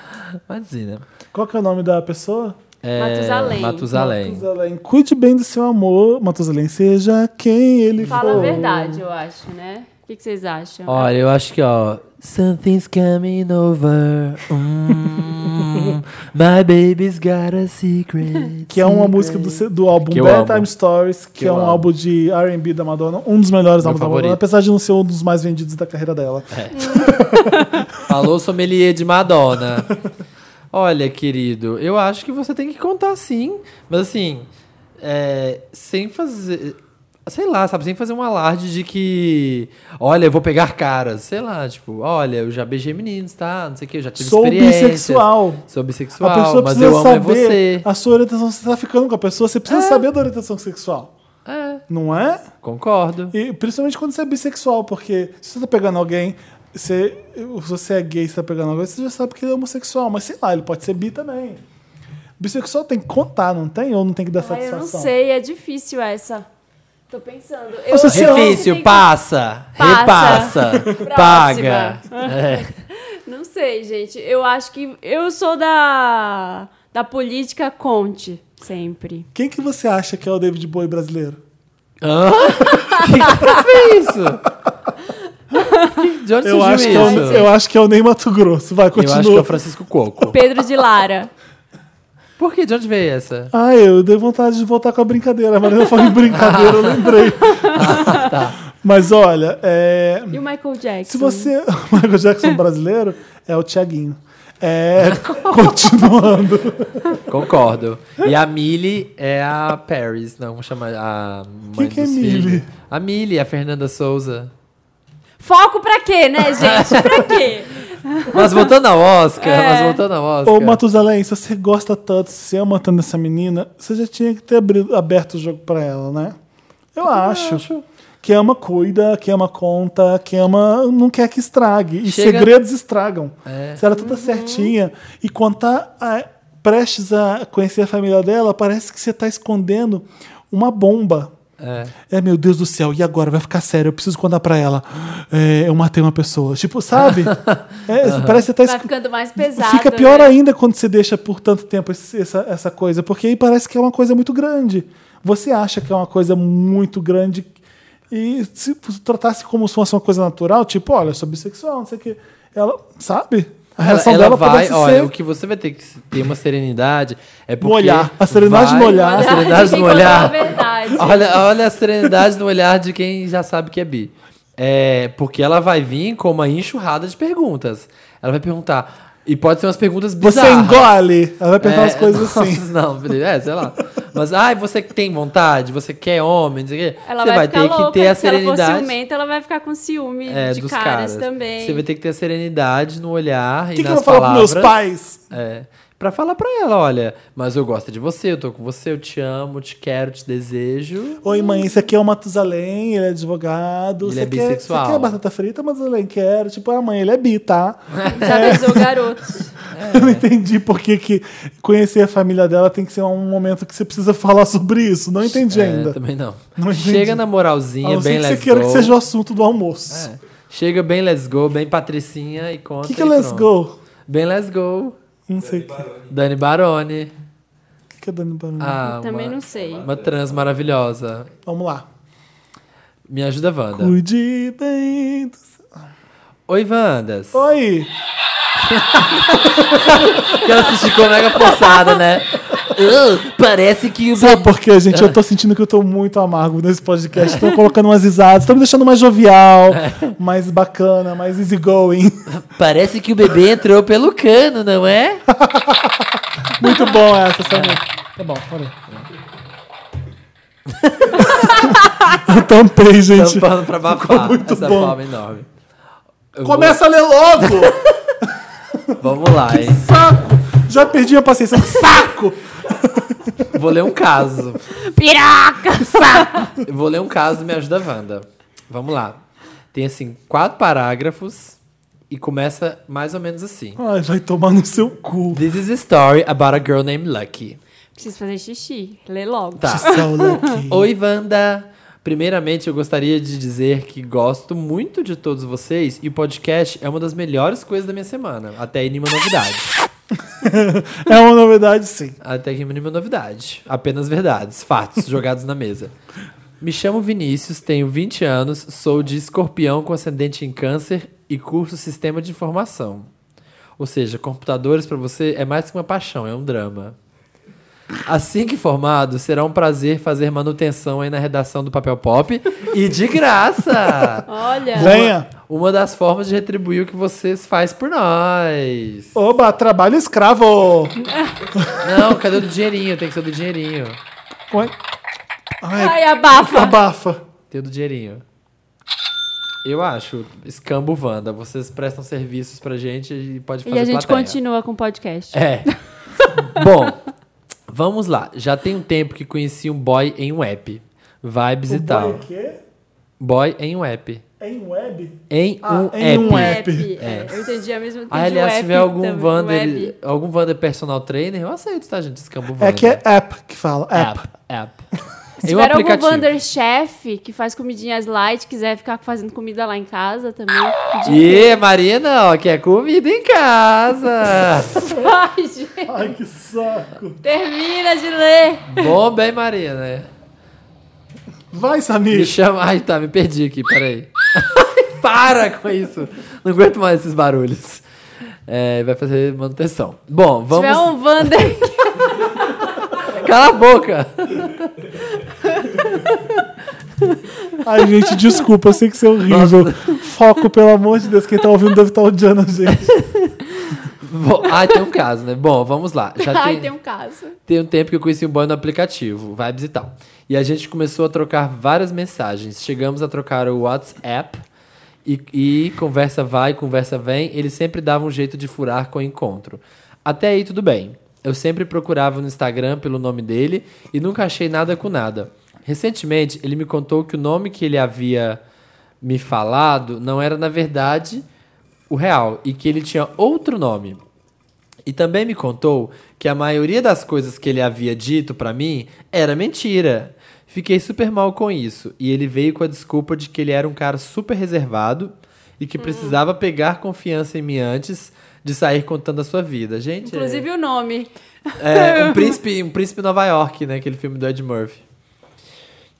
Imagina.
Qual que é o nome da pessoa?
É,
Matusalém.
Matusalém.
Matusalém. Cuide bem do seu amor, Matusalém, seja quem ele
Fala
for.
a verdade, eu acho, né? O que, que vocês acham?
Olha, eu acho que, ó. Something's coming
(laughs)
over. Hum, my baby's got a secret.
Que é uma música do, do álbum
Que eu
Bedtime
amo.
Stories, que,
Que
é
eu
um
amo.
álbum de RB da Madonna, um dos melhores
Meu
álbuns da
favorito. É,
Madonna, apesar de não ser um dos mais vendidos da carreira dela.
Falou sommelier de
(laughs)
Madonna. Olha, querido, eu acho que você tem que contar sim. Mas assim, é, sem fazer. Sei lá, sabe? Sem fazer um alarde de que. Olha, eu vou pegar caras. Sei lá, tipo, olha, eu já beijei meninos, tá? Não sei o que, eu já tive
Sou
experiências.
bissexual.
Sou
A
bissexual,
pessoa
mas
precisa
eu amo é
saber
você.
a sua orientação. Você tá ficando com a pessoa, você precisa saber da orientação sexual.
É,
Não é?
concordo.
E principalmente quando você é bissexual, porque se você tá pegando alguém, você, se você é gay e você tá pegando alguém, você já sabe que ele é homossexual, mas sei lá, ele pode ser bi também. Bissexual tem que contar, não tem? Ou não tem que dar
Ah, eu
satisfação?
não sei, é difícil essa. Tô pensando. Eu
Você
eu acho que
Difícil,
tem que-
passa,
Passa.
repassa, paga. É.
Não sei, gente. Eu acho que eu sou da da política Conte sempre.
Quem que você acha que é o David Bowie brasileiro?
Hã? (laughs) que que foi isso? Que- De onde
Eu
surgiu
acho, que é
isso?
o, eu acho que é o Ney Mato Grosso.
Eu
Vai,
acho que é
continua.
o Francisco Coco.
Pedro de Lara.
Por que? De onde veio essa?
Ah, eu dei vontade de voltar com a brincadeira. A Marina falou em (laughs) brincadeira, eu lembrei.
Ah, tá.
Mas olha, é,
E o Michael Jackson.
se você. (laughs) O Michael Jackson brasileiro é o Tiaguinho. É,
(laughs)
continuando.
Concordo. E a Millie é a Paris, não, vamos chamar a mãe
que é
dos
Millie?
filhos. A Millie, a Fernanda Souza.
Foco pra quê, né, gente? Pra quê?
Mas voltando ao Oscar,
É.
mas voltando ao Oscar.
Ô, Matusalém, se você gosta tanto, se você ama tanto essa menina, você já tinha que ter abri- aberto o jogo pra ela, né? Eu acho. Quem ama, cuida. Quem ama, conta. Quem ama, não quer que estrague. E
Chega-
segredos estragam.
É.
Se ela é toda certinha e contar a- prestes a conhecer a família dela, parece que você tá escondendo uma bomba.
É.
É, meu Deus do céu, e agora? Vai ficar sério, eu preciso contar pra ela. É, eu matei uma pessoa. Tipo, sabe? É, Parece que você tá
Vai
esco-
ficando mais pesado.
Fica pior
né?
ainda quando você deixa por tanto tempo esse- essa, essa coisa, porque aí parece que é uma coisa muito grande. Você acha que é uma coisa muito grande e se tratasse como se fosse uma coisa natural, tipo, olha, eu sou bissexual, não sei o quê. Ela, sabe? A reação
ela
dela
vai,
parece
olha,
ser-
o que você vai ter que se- ter uma serenidade é porque.
No olhar. A serenidade
vai-
no olhar.
A (laughs)
(laughs)
serenidade
Quem
no
contou
olhar. Ah,
a verdade.
Olha, olha a serenidade no olhar de quem já sabe que é bi. É, porque ela vai vir com uma enxurrada de perguntas. Ela vai perguntar. E pode ser umas perguntas
Você
bizarras. É,
engole! Ela vai
(laughs)
perguntar umas coisas assim.
nossa, Não, Felipe, é, sei lá. Mas, ai, você que tem vontade, você quer homem, não sei o quê.
Ela
você
vai,
vai
ficar
ter
louca,
que ter a
se ela for
serenidade
ciumenta, ela vai ficar com ciúme
é,
de
dos
caras,
caras.
também.
Você vai ter que ter a serenidade no olhar
O
e
que, que eu
nas
vou falar
palavras.
pros meus pais?
É, pra falar pra ela, olha, mas eu gosto de você, eu tô com você, eu te amo, te quero, te desejo.
Oi, mãe, esse aqui é o Matusalém, ele é advogado.
Ele
você
é bissexual.
Quer, você quer batata frita, Matusalém? Quero. Tipo, ah, mãe, ele é bi,
(laughs)
tá?
Já avisou garotos.
Eu não entendi por que, que conhecer a família dela tem que ser um momento que você precisa falar sobre isso. Não entendi
É,
ainda.
também não.
(laughs) Não entendi.
Chega na moralzinha,
A não ser
bem
que
let's
você queira
go.
que seja o assunto do almoço.
É. Chega bem let's go, bem patricinha e
O
conta.
que, que é
e
let's
pronto.
go?
Bem let's go.
Não sei o que. O
Dani Baroni.
que, que é Dani Baroni?
Ah,
Também
uma,
não sei.
uma trans maravilhosa.
Vamos lá.
Me ajuda, Wanda.
Cuide bem. do seu-
Oi,
(laughs)
Vandas.
Oh. Oi!
Que ela se esticou mega forçada, né? Uh, parece que o
Sabe por quê, gente? Eu tô sentindo que eu tô muito amargo nesse podcast. Tô colocando umas risadas, tô me deixando mais
(laughs)
jovial,
É.
mais bacana, mais easygoing.
Parece que o bebê entrou pelo cano, não é?
Muito bom essa, Samir. Tá bom, olha. Eu (laughs) tampei, gente.
Tampando pra abafar
muito
essa
bom.
palma enorme. Eu
Começa a ler logo!
Vou, vamos lá, hein?
Saco! Já perdi a paciência. Saco!
Vou ler um caso.
Piraca!
Eu vou ler um caso do Me Ajuda Wanda. Vamos lá. Tem, assim, quatro parágrafos e começa mais ou menos assim.
Ai, vai tomar no seu cu.
This is a story about a girl named Lucky.
Preciso fazer xixi. Lê logo.
Tá.
Saula aqui.
Oi, Wanda! Primeiramente, eu gostaria de dizer que gosto muito de todos vocês e o podcast é uma das melhores coisas da minha semana. Até aí, nenhuma novidade.
É uma novidade, sim.
Até que mínima novidade. Apenas verdades, fatos jogados na mesa. Me chamo Vinícius, tenho 20 anos, sou de escorpião com ascendente em câncer e curso sistema de informação. Ou seja, computadores pra você é mais que uma paixão, é um drama. Assim que formado, será um prazer fazer manutenção aí na redação do Papel Pop e de graça!
É.
Olha.
Venha.
Uma das formas de retribuir o que vocês faz por nós.
Oba, trabalho escravo!
Não, cadê o do dinheirinho? Tem que ser o do dinheirinho.
Ué? é? Ai,
Ai, abafa.
abafa.
Tem o do dinheirinho. Eu acho. Escambo Wanda. Vocês prestam serviços pra gente e pode fazer
E a gente
plateia.
continua com o podcast.
É. (laughs) Bom, vamos lá. Já tem um tempo que conheci um boy em um app. Vibes
Um
e tal.
Ué, quê?
Boy em um app.
É em web?
Em
Ah,
um
em
app.
um app.
É, Eu entendi um a mesma coisa.
Ah, aliás, se tiver algum Wanda,
Web.
algum Wanda personal trainer, eu aceito, tá, gente? Escambo Wanda.
É que é app que fala. App.
App.
(laughs)
app.
Se
Em um
tiver algum
aplicativo.
Wander chefe que faz comidinhas light, quiser ficar fazendo comida lá em casa também.
E Marina, ó, quer comida em
(laughs)
casa.
(laughs) Ai, gente.
Ai, que saco.
Termina de ler.
Bom, bem, Marina.
Vai,
Me
Samir.
chama. Ai, tá, me perdi aqui, peraí. Ai, Para com isso! Não aguento mais esses barulhos. É, vai fazer manutenção. Bom,
Se tiver
vamos.
um Wander.
Cala a boca!
Ai, gente, desculpa, eu sei que isso é horrível. Foco, pelo amor de Deus, quem tá ouvindo deve estar odiando a gente.
Bom, ai, tem um caso, né? Bom, vamos lá. Já tem,
Ai, tem
tem, um...
um caso.
tempo que eu conheci um boy no aplicativo, vibes e tal. E a gente começou a trocar várias mensagens. Chegamos a trocar o WhatsApp. E, e conversa vai, conversa vem, ele sempre dava um jeito de furar com o encontro. Até aí tudo bem. Eu sempre procurava no Instagram pelo nome dele e nunca achei nada com nada. Recentemente, ele me contou que o nome que ele havia me falado não era, na verdade, o real e que ele tinha outro nome. E também me contou que a maioria das coisas que ele havia dito pra mim era mentira. Fiquei super mal com isso. E ele veio com a desculpa de que ele era um cara super reservado e que precisava pegar confiança em mim antes de sair contando a sua vida. Gente, é-
Inclusive o nome.
é, um príncipe, um príncipe em Nova York, né? Aquele filme do Ed Murphy.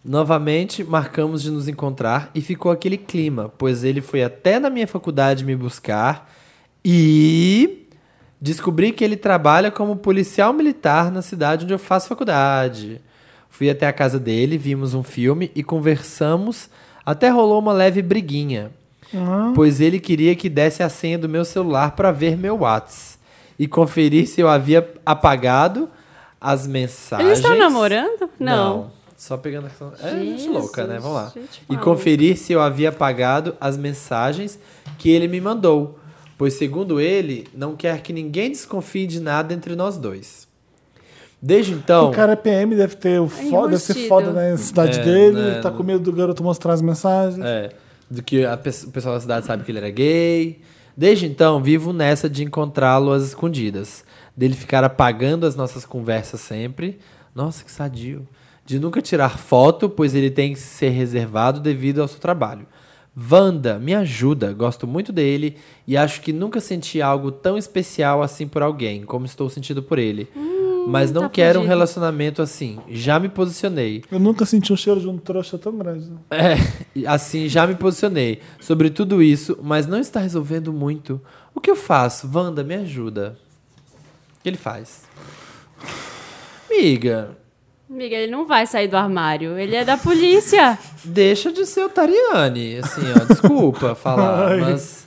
Novamente, marcamos de nos encontrar e ficou aquele clima, pois ele foi até na minha faculdade me buscar E descobri que ele trabalha como policial militar na cidade onde eu faço faculdade. Fui até a casa dele, vimos um filme e conversamos. Até rolou uma leve briguinha. Pois ele queria que desse a senha do meu celular para ver meu Whats e conferir se eu havia apagado as mensagens.
Eles estão namorando? Não.
Só pegando a... É gente louca, né? Vamos lá.
gente
e
maluca.
conferir se eu havia apagado as mensagens que ele me mandou. Pois, segundo ele, não quer que ninguém desconfie de nada entre nós dois. Desde então.
O cara é PM, deve ter o foda, deve ser
enrustido.
foda na cidade
É,
dele,
né,
tá
não-
com medo do garoto mostrar as mensagens.
É, do que a pe- o pessoal da cidade sabe que ele era gay. Desde então, vivo nessa de encontrá-lo às escondidas. Dele ficar apagando as nossas conversas sempre. Nossa, que sadio. De nunca tirar foto, pois ele tem que ser reservado devido ao seu trabalho. Wanda, me ajuda, gosto muito dele e acho que nunca senti algo tão especial assim por alguém, como estou sentindo por ele. Mas não
tá
quero um
fudido.
relacionamento assim. Já me posicionei.
Eu nunca senti um cheiro de um trouxa tão grande. né?
É, e assim, já me posicionei sobre tudo isso, mas não está resolvendo muito. O que eu faço? Wanda, me ajuda. O que ele faz? Miga,
Amiga, ele não vai sair do armário. Ele é da polícia.
deixa de ser otariane. Assim,
(laughs)
ó, desculpa falar,
Ai.
mas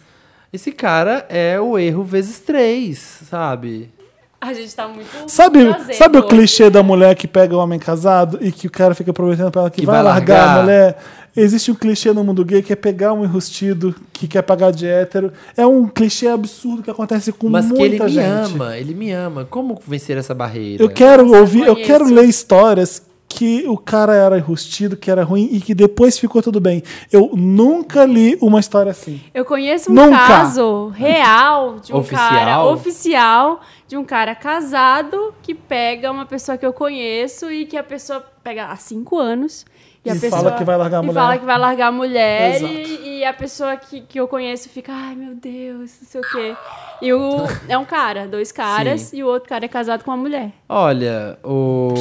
esse cara é o erro vezes três, sabe?
A gente tá muito.
Sabe,
prazer,
sabe o
pô.
clichê da mulher que pega o homem casado e que o cara fica prometendo pra ela que,
Que
vai,
vai
largar,
largar?
a mulher? Existe um clichê no mundo gay que é pegar um enrustido que quer pagar de hétero. É um clichê absurdo que acontece com
Mas que
muita
ele me
gente.
ama, ele me ama. Como vencer essa barreira?
Eu quero ouvir, eu
conheço.
quero ler histórias que o cara era enrustido, que era ruim e que depois ficou tudo bem. Eu nunca li uma história assim.
Eu conheço um
Nunca.
caso real de um
Oficial?
cara oficial de um cara casado que pega uma pessoa que eu conheço e que a pessoa pega há cinco anos. E, a
E
pessoa,
fala que vai largar a
e
mulher.
fala que vai largar a mulher.
Exato.
E, e a pessoa que, que eu conheço fica, ai meu Deus, não sei o quê. E o, é um cara, dois caras,
Sim.
e o outro cara é casado com uma mulher.
Olha, o.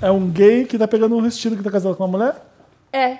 É um gay que tá pegando um enrustido que tá casado com uma mulher?
É.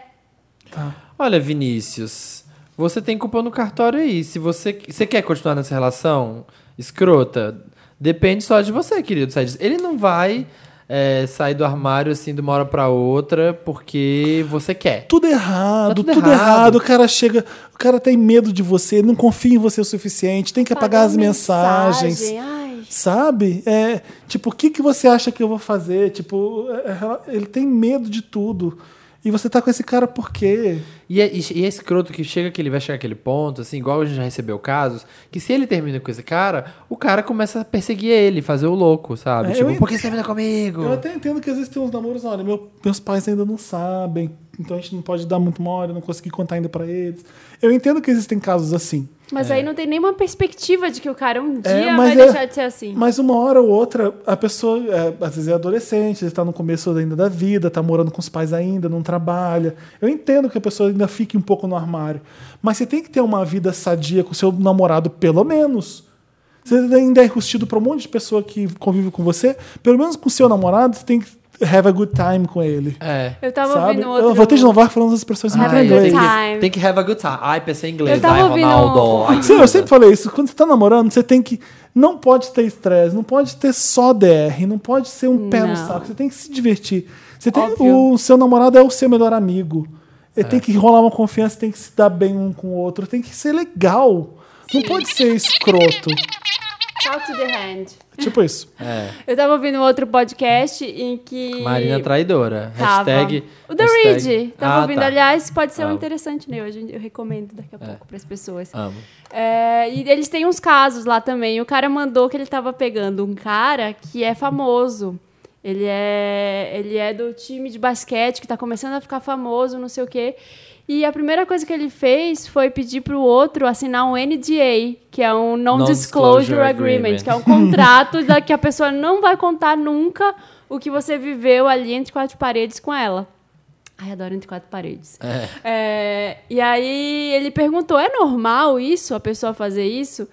Olha, Vinícius, você tem cupom no cartório aí. Se você, você quer continuar nessa relação escrota, depende só de você, querido. Sérgio. Ele não vai é, sair do armário assim de uma hora pra outra porque você quer.
Tudo errado,
Tá
tudo,
tudo
errado.
errado.
O cara chega, o cara tem medo de você, não confia em você o suficiente, tem que apagar as mensagens.
Mensagem. Ai.
Sabe? É, tipo, o que, que você acha que eu vou fazer? Tipo, é, é, ele tem medo de tudo. E você tá com esse cara por quê?
E é, e- e é escroto que chega que ele vai chegar àquele ponto, assim, igual a gente já recebeu casos, que se ele termina com esse cara, o cara começa a perseguir ele, fazer o louco, sabe?
É, eu
tipo,
ent-
por que você termina comigo?
Eu até entendo que às vezes tem uns namoros, olha, meu- meus pais ainda não sabem, então a gente não pode dar muito mole, não consegui contar ainda pra eles. Eu entendo que existem casos assim.
Mas
É.
aí não tem nenhuma perspectiva de que o cara um dia
É,
vai
mas é-
deixar de ser assim.
Mas uma hora ou outra, a pessoa, é, às vezes é adolescente, está no começo ainda da vida, está morando com os pais ainda, não trabalha. Eu entendo que a pessoa ainda fique um pouco no armário. Mas você tem que ter uma vida sadia com o seu namorado, pelo menos. Você ainda é rustido para um monte de pessoa que convive com você, pelo menos com o seu namorado, você tem que have a good time com ele.
É.
Eu tava
sabe?
ouvindo um outro.
Eu vou ter de novar falando as expressões em
Have a
Ai,
good
inglês.
tem, Ah, que,
time.
tem que have a good time. Ai, pensei em inglês.
Eu tava
Ai,
ouvindo- um-
Ronaldo. ai,
Sim, eu
ajuda.
sempre falei isso. Quando você tá namorando, você tem que. Não pode ter estresse, não pode ter só DR, não pode ser um pé no
Não.
saco. Você tem que se divertir. Você tem,
Óbvio. É.
o seu namorado é o seu melhor amigo. Ele tem que rolar uma confiança, tem que se dar bem um com o outro, tem que ser legal. Não pode ser escroto.
Talk to the hand.
Tipo isso.
Eu tava ouvindo um outro podcast em que.
Marina Traidora.
tava.
Hashtag.
O The
hashtag-
Reed. Tava
Ah,
ouvindo.
tá. É.
Aliás, pode ser um
Amo.
interessante, né? Hoje eu recomendo daqui a pouco pras pessoas.
Amo.
É, e eles têm uns casos lá também. O cara mandou que ele tava pegando um cara que é famoso. Ele é, ele é do time de basquete que tá começando a ficar famoso, não sei o quê. E a primeira coisa que ele fez foi pedir pro outro assinar um NDA, que é um Non-Disclosure
Non-Disclosure
Agreement,
Agreement.
que é um contrato da que a pessoa não vai contar nunca o que você viveu ali entre quatro paredes com ela. Ai, adoro entre quatro paredes. É, e aí ele perguntou: é normal isso, a pessoa fazer isso?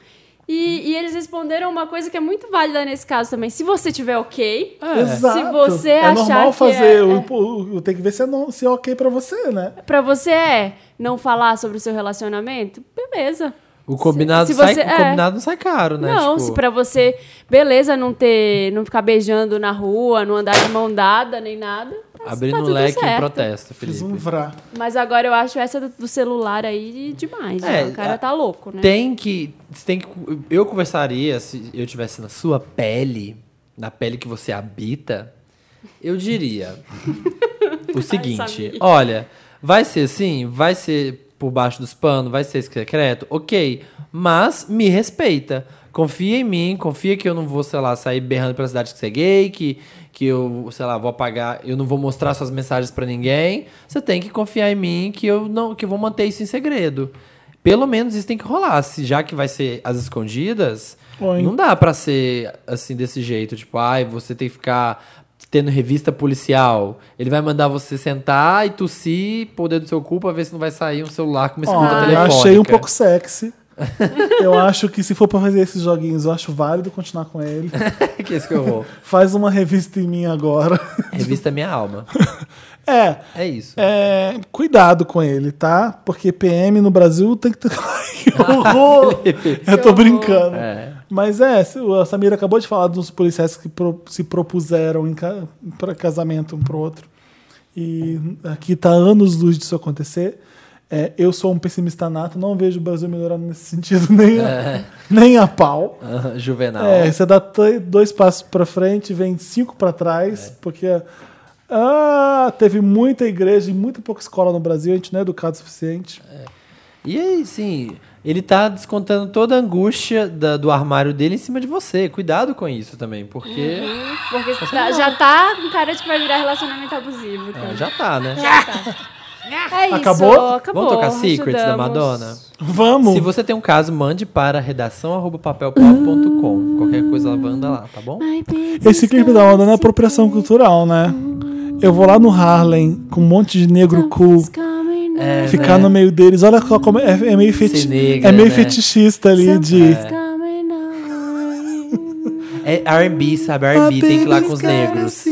E, e eles responderam uma coisa que é muito válida nesse caso também. Se você tiver ok,
Exato.
se você
é
achar
normal
que
fazer.
é-
o-
é.
o- o- tem que ver se é, no- se é ok pra você, né?
é pra você é não falar sobre o seu relacionamento, beleza.
O combinado,
se
sai,
você-
o
é.
combinado não sai caro, né?
Não,
Tipo,
se pra você, beleza, não ter, não ficar beijando na rua, não andar de mão dada nem nada. tá-
Abrindo
tá
um
tudo
leque em
certo.
protesto,
Fiz
Felipe.
um vrá.
Mas agora eu acho essa do, do celular aí demais.
É,
né? O cara
a-
tá louco, né?
Tem que. você Tem que. Eu conversaria, se eu tivesse na sua pele, na pele que você habita, eu diria
(laughs)
o seguinte:
Samir.
(laughs) olha, vai ser assim, vai ser por baixo dos panos, vai ser secreto, ok. Mas me respeita. Confia em mim, confia que eu não vou, sei lá, sair berrando pela cidade que você é gay, que, que eu, sei lá, vou apagar, eu não vou mostrar suas mensagens pra ninguém. Você tem que confiar em mim que eu não, que eu vou manter isso em segredo. Pelo menos isso tem que rolar, se já que vai ser as escondidas,
Oi.
não dá pra ser assim desse jeito, tipo, ai, você tem que ficar tendo revista policial. Ele vai mandar você sentar e tossir, pôr o dedo no seu cu pra ver se não vai sair um celular com uma escuta
Olha, eu
telefônica.
achei
(laughs)
um pouco sexy. eu acho que se for pra fazer esses joguinhos, eu acho válido continuar com
(laughs)
ele.
que É isso que eu
(laughs)
vou.
Faz uma revista em mim agora. (laughs)
Revista Minha Alma.
É,
É isso.
é, cuidado com ele, tá? Porque PM no Brasil tem que ter. (laughs) que (laughs) horror! eu tô brincando. Mas é, se- a Samira acabou de falar dos policiais que pro- se propuseram em ca- pra casamento um pro outro. E aqui tá anos luz disso acontecer. É, eu sou um pessimista nato, não vejo o Brasil melhorando nesse sentido nem a, nem a pau.
Ah, Juvenal.
É, você dá t- dois passos pra frente, vem cinco pra
É.
trás, porque ah, teve muita igreja e muito pouca escola no Brasil, a gente não é educado o suficiente.
E aí, sim, ele tá descontando toda a angústia da- do armário dele em cima de você. Cuidado com isso também, porque
Porque tá- já tá com cara de que vai virar relacionamento abusivo. cara.
ah, já tá, né?
É isso,
Acabou?
acabou.
Vamos tocar Secrets da
ajudamos.
Madonna?
Vamos!
Se você tem um caso, mande para redação@papelpop.com. Qualquer coisa, manda lá, tá bom?
Ai, baby,
Esse clipe da onda é apropriação cultural, né? Eu vou lá no Harlem com um monte de negro cool.
something's coming up,
É,
Ficar
né?
no meio deles, olha só como é, é meio, feti
Ser negra,
é meio
né?
fetichista ali de.
something's coming up.
É R&B, sabe? R&B tem que ir lá com os negros.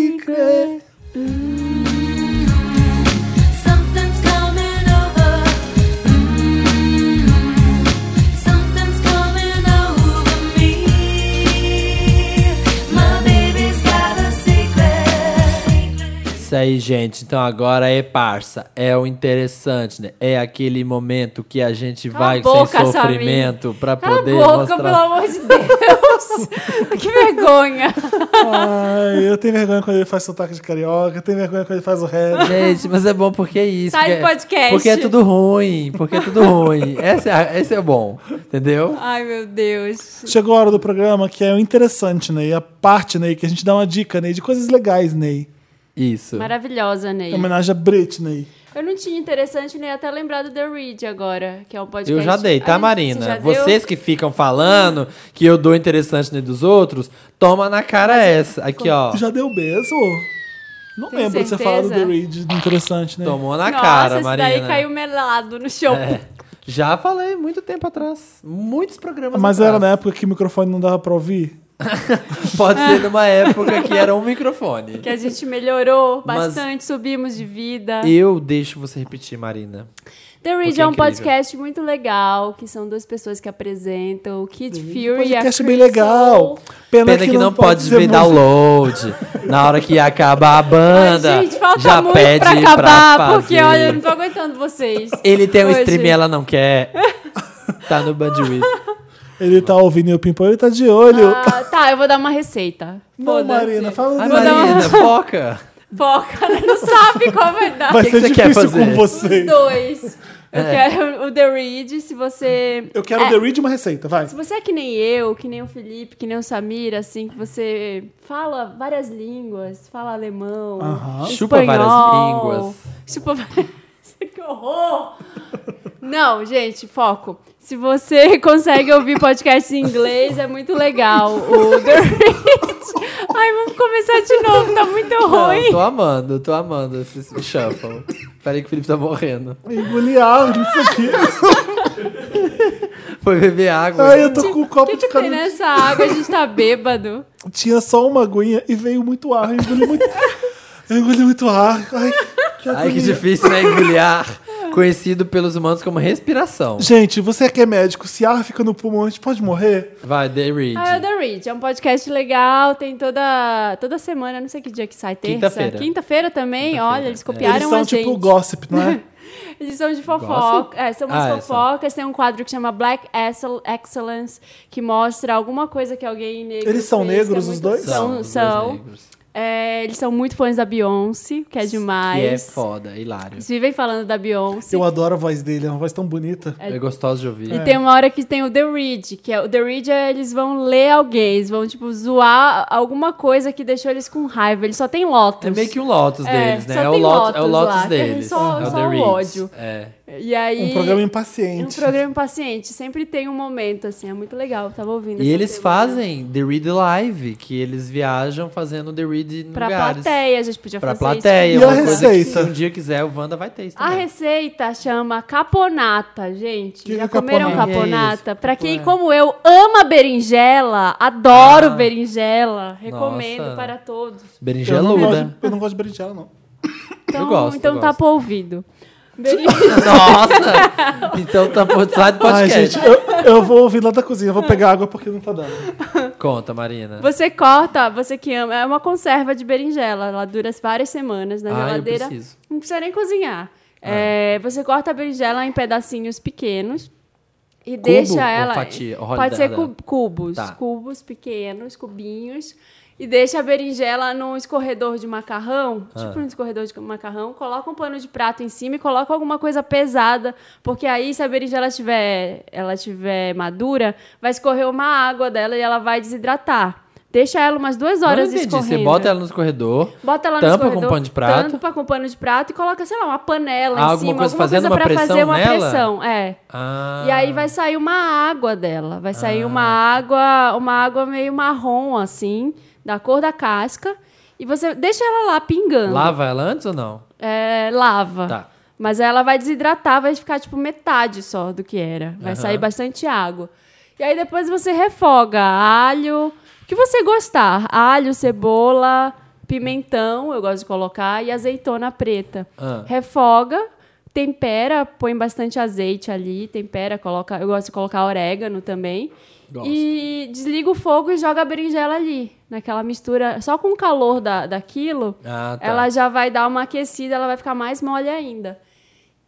Something's coming over. Something's coming over me. My baby's got a secret.
Isso aí, gente. Então agora é parça. É o interessante, né? É aquele momento que a gente
Cala
vai
a boca,
sem sofrimento pra
Cala a
poder
boca, pelo
mostrar.
amor de Deus. (laughs) que vergonha.
Ai, eu tenho vergonha quando ele faz sotaque de carioca, eu tenho vergonha quando ele faz o rap.
Gente, mas é bom porque é isso.
Sai
porque-
do podcast.
Porque é tudo ruim. Porque é tudo ruim. Esse é, esse é bom. Entendeu?
Ai, meu Deus.
Chegou a hora do programa que é o interessante, Ney. A parte, Ney, que a gente dá uma dica, Ney, de coisas legais, Ney.
Isso.
Maravilhosa, Ney.
Em homenagem a Britney.
Eu não tinha interessante nem até lembrar do The Read agora, que é um podcast.
Eu já dei,
Ah,
tá,
você
Marina?
já deu?
Vocês que ficam falando que eu dou interessante no dos outros, toma na cara
é
essa. Aqui, ó.
Já deu beijo? Não
Tem
lembro de você
certeza?
falar do The Reed, interessante, né?
Tomou na
Nossa,
cara,
esse
Marina.
daí caiu melado no chão.
É. Já falei muito tempo atrás. Muitos programas
Mas
atrás.
Ah.
era na época que o microfone não dava pra ouvir?
Pode
(laughs)
ser numa época que era um microfone.
Que a gente melhorou
Mas-
bastante, subimos de vida.
Eu deixo você repetir, Marina.
The Read
Porque
é
é
um
incrível.
podcast muito legal, que são duas pessoas que apresentam, o Kid Fury e a
podcast
Chris
bem legal.
Soul.
Pena que, não pode
ser
ver download. Na hora que acabar a banda,
Ai, gente, falta
já
muito
pede
pra acabar,
fazer.
porque olha, eu não tô
(laughs)
aguentando vocês.
Ele tem um
Hoje.
stream e ela não
(laughs)
quer. Tá no Bandwidth.
Ele tá ouvindo e o Pimpão, ele tá de olho.
Ah, tá, eu vou dar uma receita.
não,
Foda-se.
Marina, fala
Ai,
do The Reed.
Ah, Marina,
(laughs)
foca.
Foca, (laughs) não sabe qual vai dar.
Vai
que
ser
que você quer
difícil
fazer?
com
Os
você.
dois. Eu
É.
quero o The Read, se você.
Eu quero
É,
The Reed e uma receita, vai.
Se você é que nem eu, que nem o Felipe, que nem o Samir, assim, que você fala várias línguas, fala alemão,
Aham.
Chupa várias
espanhol,
línguas.
Chupa várias... (laughs) Que horror! Não, gente, foco. Se você (laughs) consegue ouvir podcast em inglês, é muito legal. O The Read... Ai, vamos começar de novo, tá muito
Não,
ruim.
tô amando, tô amando esse shuffle. Peraí que o Felipe tá morrendo.
Engolir água isso
(laughs)
aqui.
Foi beber água.
Ai, eu tô com o
O
copo
que,
de
que tem
canudo.
nessa água? A gente tá bêbado.
Tinha só uma aguinha e veio muito ar. Eu engoli muito, eu engoli muito ar. Ai, que
Ai, que
agonia.
difícil, né? Engolir. ar. conhecido pelos humanos como respiração.
Gente, você que é médico, se ar fica no pulmão, a gente pode morrer?
Vai, The Read.
Ah, é o The Read. É um podcast legal, tem toda, toda semana, não sei que dia que sai, terça.
Quinta-feira.
Quinta-feira também, olha, eles copiaram
Eles são
a gente.
tipo gossip, não
(laughs)
é?
Eles são de fofoca. É, são umas
Ah, é, são.
fofocas. Tem um quadro que chama Black Excel- Excellence, que mostra alguma coisa que alguém negro.
Eles são
fez, que
negros,
é
os
muito-
dois?
São.
os dois
são.
negros.
É, eles são muito fãs da Beyoncé, que é demais.
E é foda, hilário.
Eles vivem falando da Beyoncé.
Eu adoro a voz dele, é uma voz tão bonita.
É, gostoso de ouvir.
E tem uma hora que tem o The Read, que é o The Read é eles vão ler alguém, eles vão, tipo, zoar alguma coisa que deixou eles com raiva. Eles só têm Lotus.
É meio que um Lotus
É,
deles, né?
só
É o
tem
Lotus, é o
Lotus
Lotus
lá, que é
deles.
só-
é o
só
The
o
Reeds.
ódio.
É.
E aí.
Um programa
É um
impaciente.
programa impaciente. Sempre tem um momento, assim, é muito legal. Eu tava ouvindo.
E
essa
eles
semana.
fazem The Read Live, que eles viajam fazendo The Read em
Pra
lugares.
plateia, a gente podia
Pra
fazer
plateia.
E
isso. né?
a
uma coisa que se
receita?
um dia quiser, o Wanda vai ter isso
A
também.
receita chama caponata, gente.
Que que
Já
é
comeram
caponata?
caponata?
Que é isso?
pra quem,
Caponata. Ah.
como eu, ama berinjela, adoro berinjela, recomendo
Nossa.
para todos.
Eu não, gosto,
(laughs) Berinjeluda.
de- eu não gosto de berinjela, não.
Então,
gosto, eu
então
gosto.
tá pro ouvido.
Nossa! então tá por trás do
Ai,
podcast.
gente, eu, eu vou ouvir lá da cozinha, eu vou pegar água porque não tá dando.
Conta, Marina.
Você corta, você que ama, é uma conserva de berinjela, ela dura várias semanas na
Ah, eu
geladeira.
preciso.
Não precisa nem cozinhar.
Ah.
É, você corta a berinjela em pedacinhos pequenos e
ou
deixa ela.
fatia? Ou rodada?
pode ser cu- cubos,
Tá.
cubos pequenos, cubinhos. E deixa a berinjela num escorredor de macarrão,
Ah.
tipo um escorredor de macarrão, coloca um pano de prato em cima e coloca alguma coisa pesada, porque aí se a berinjela tiver, ela tiver madura, vai escorrer uma água dela e ela vai desidratar. Deixa ela umas duas
Eu não
horas
entendi.
escorrendo.
Você bota ela no escorredor.
Bota ela
tampa
no escorredor,
com pano de prato.
Tampa com pano de prato e coloca, sei lá, uma panela
Ah,
em
alguma
cima,
coisa
alguma
fazendo
coisa
uma
pra
pressão
fazer uma
nela?
pressão, é.
Ah.
E aí vai sair uma água dela, vai sair uma água, uma água meio marrom assim, da cor da casca, e você deixa ela lá pingando.
Lava ela antes ou não?
É, lava.
Tá.
Mas ela vai desidratar, vai ficar tipo metade só do que era. Vai
Aham.
sair bastante água. E aí depois você refoga alho, o que você gostar. Alho, cebola, pimentão, eu gosto de colocar, e azeitona preta.
Ah.
Refoga, tempera, põe bastante azeite ali, tempera, coloca, eu gosto de colocar orégano também.
Gosto.
E desliga o fogo e joga a berinjela ali, naquela mistura, só com o calor da, daquilo,
Ah, tá.
ela já vai dar uma aquecida, ela vai ficar mais mole ainda.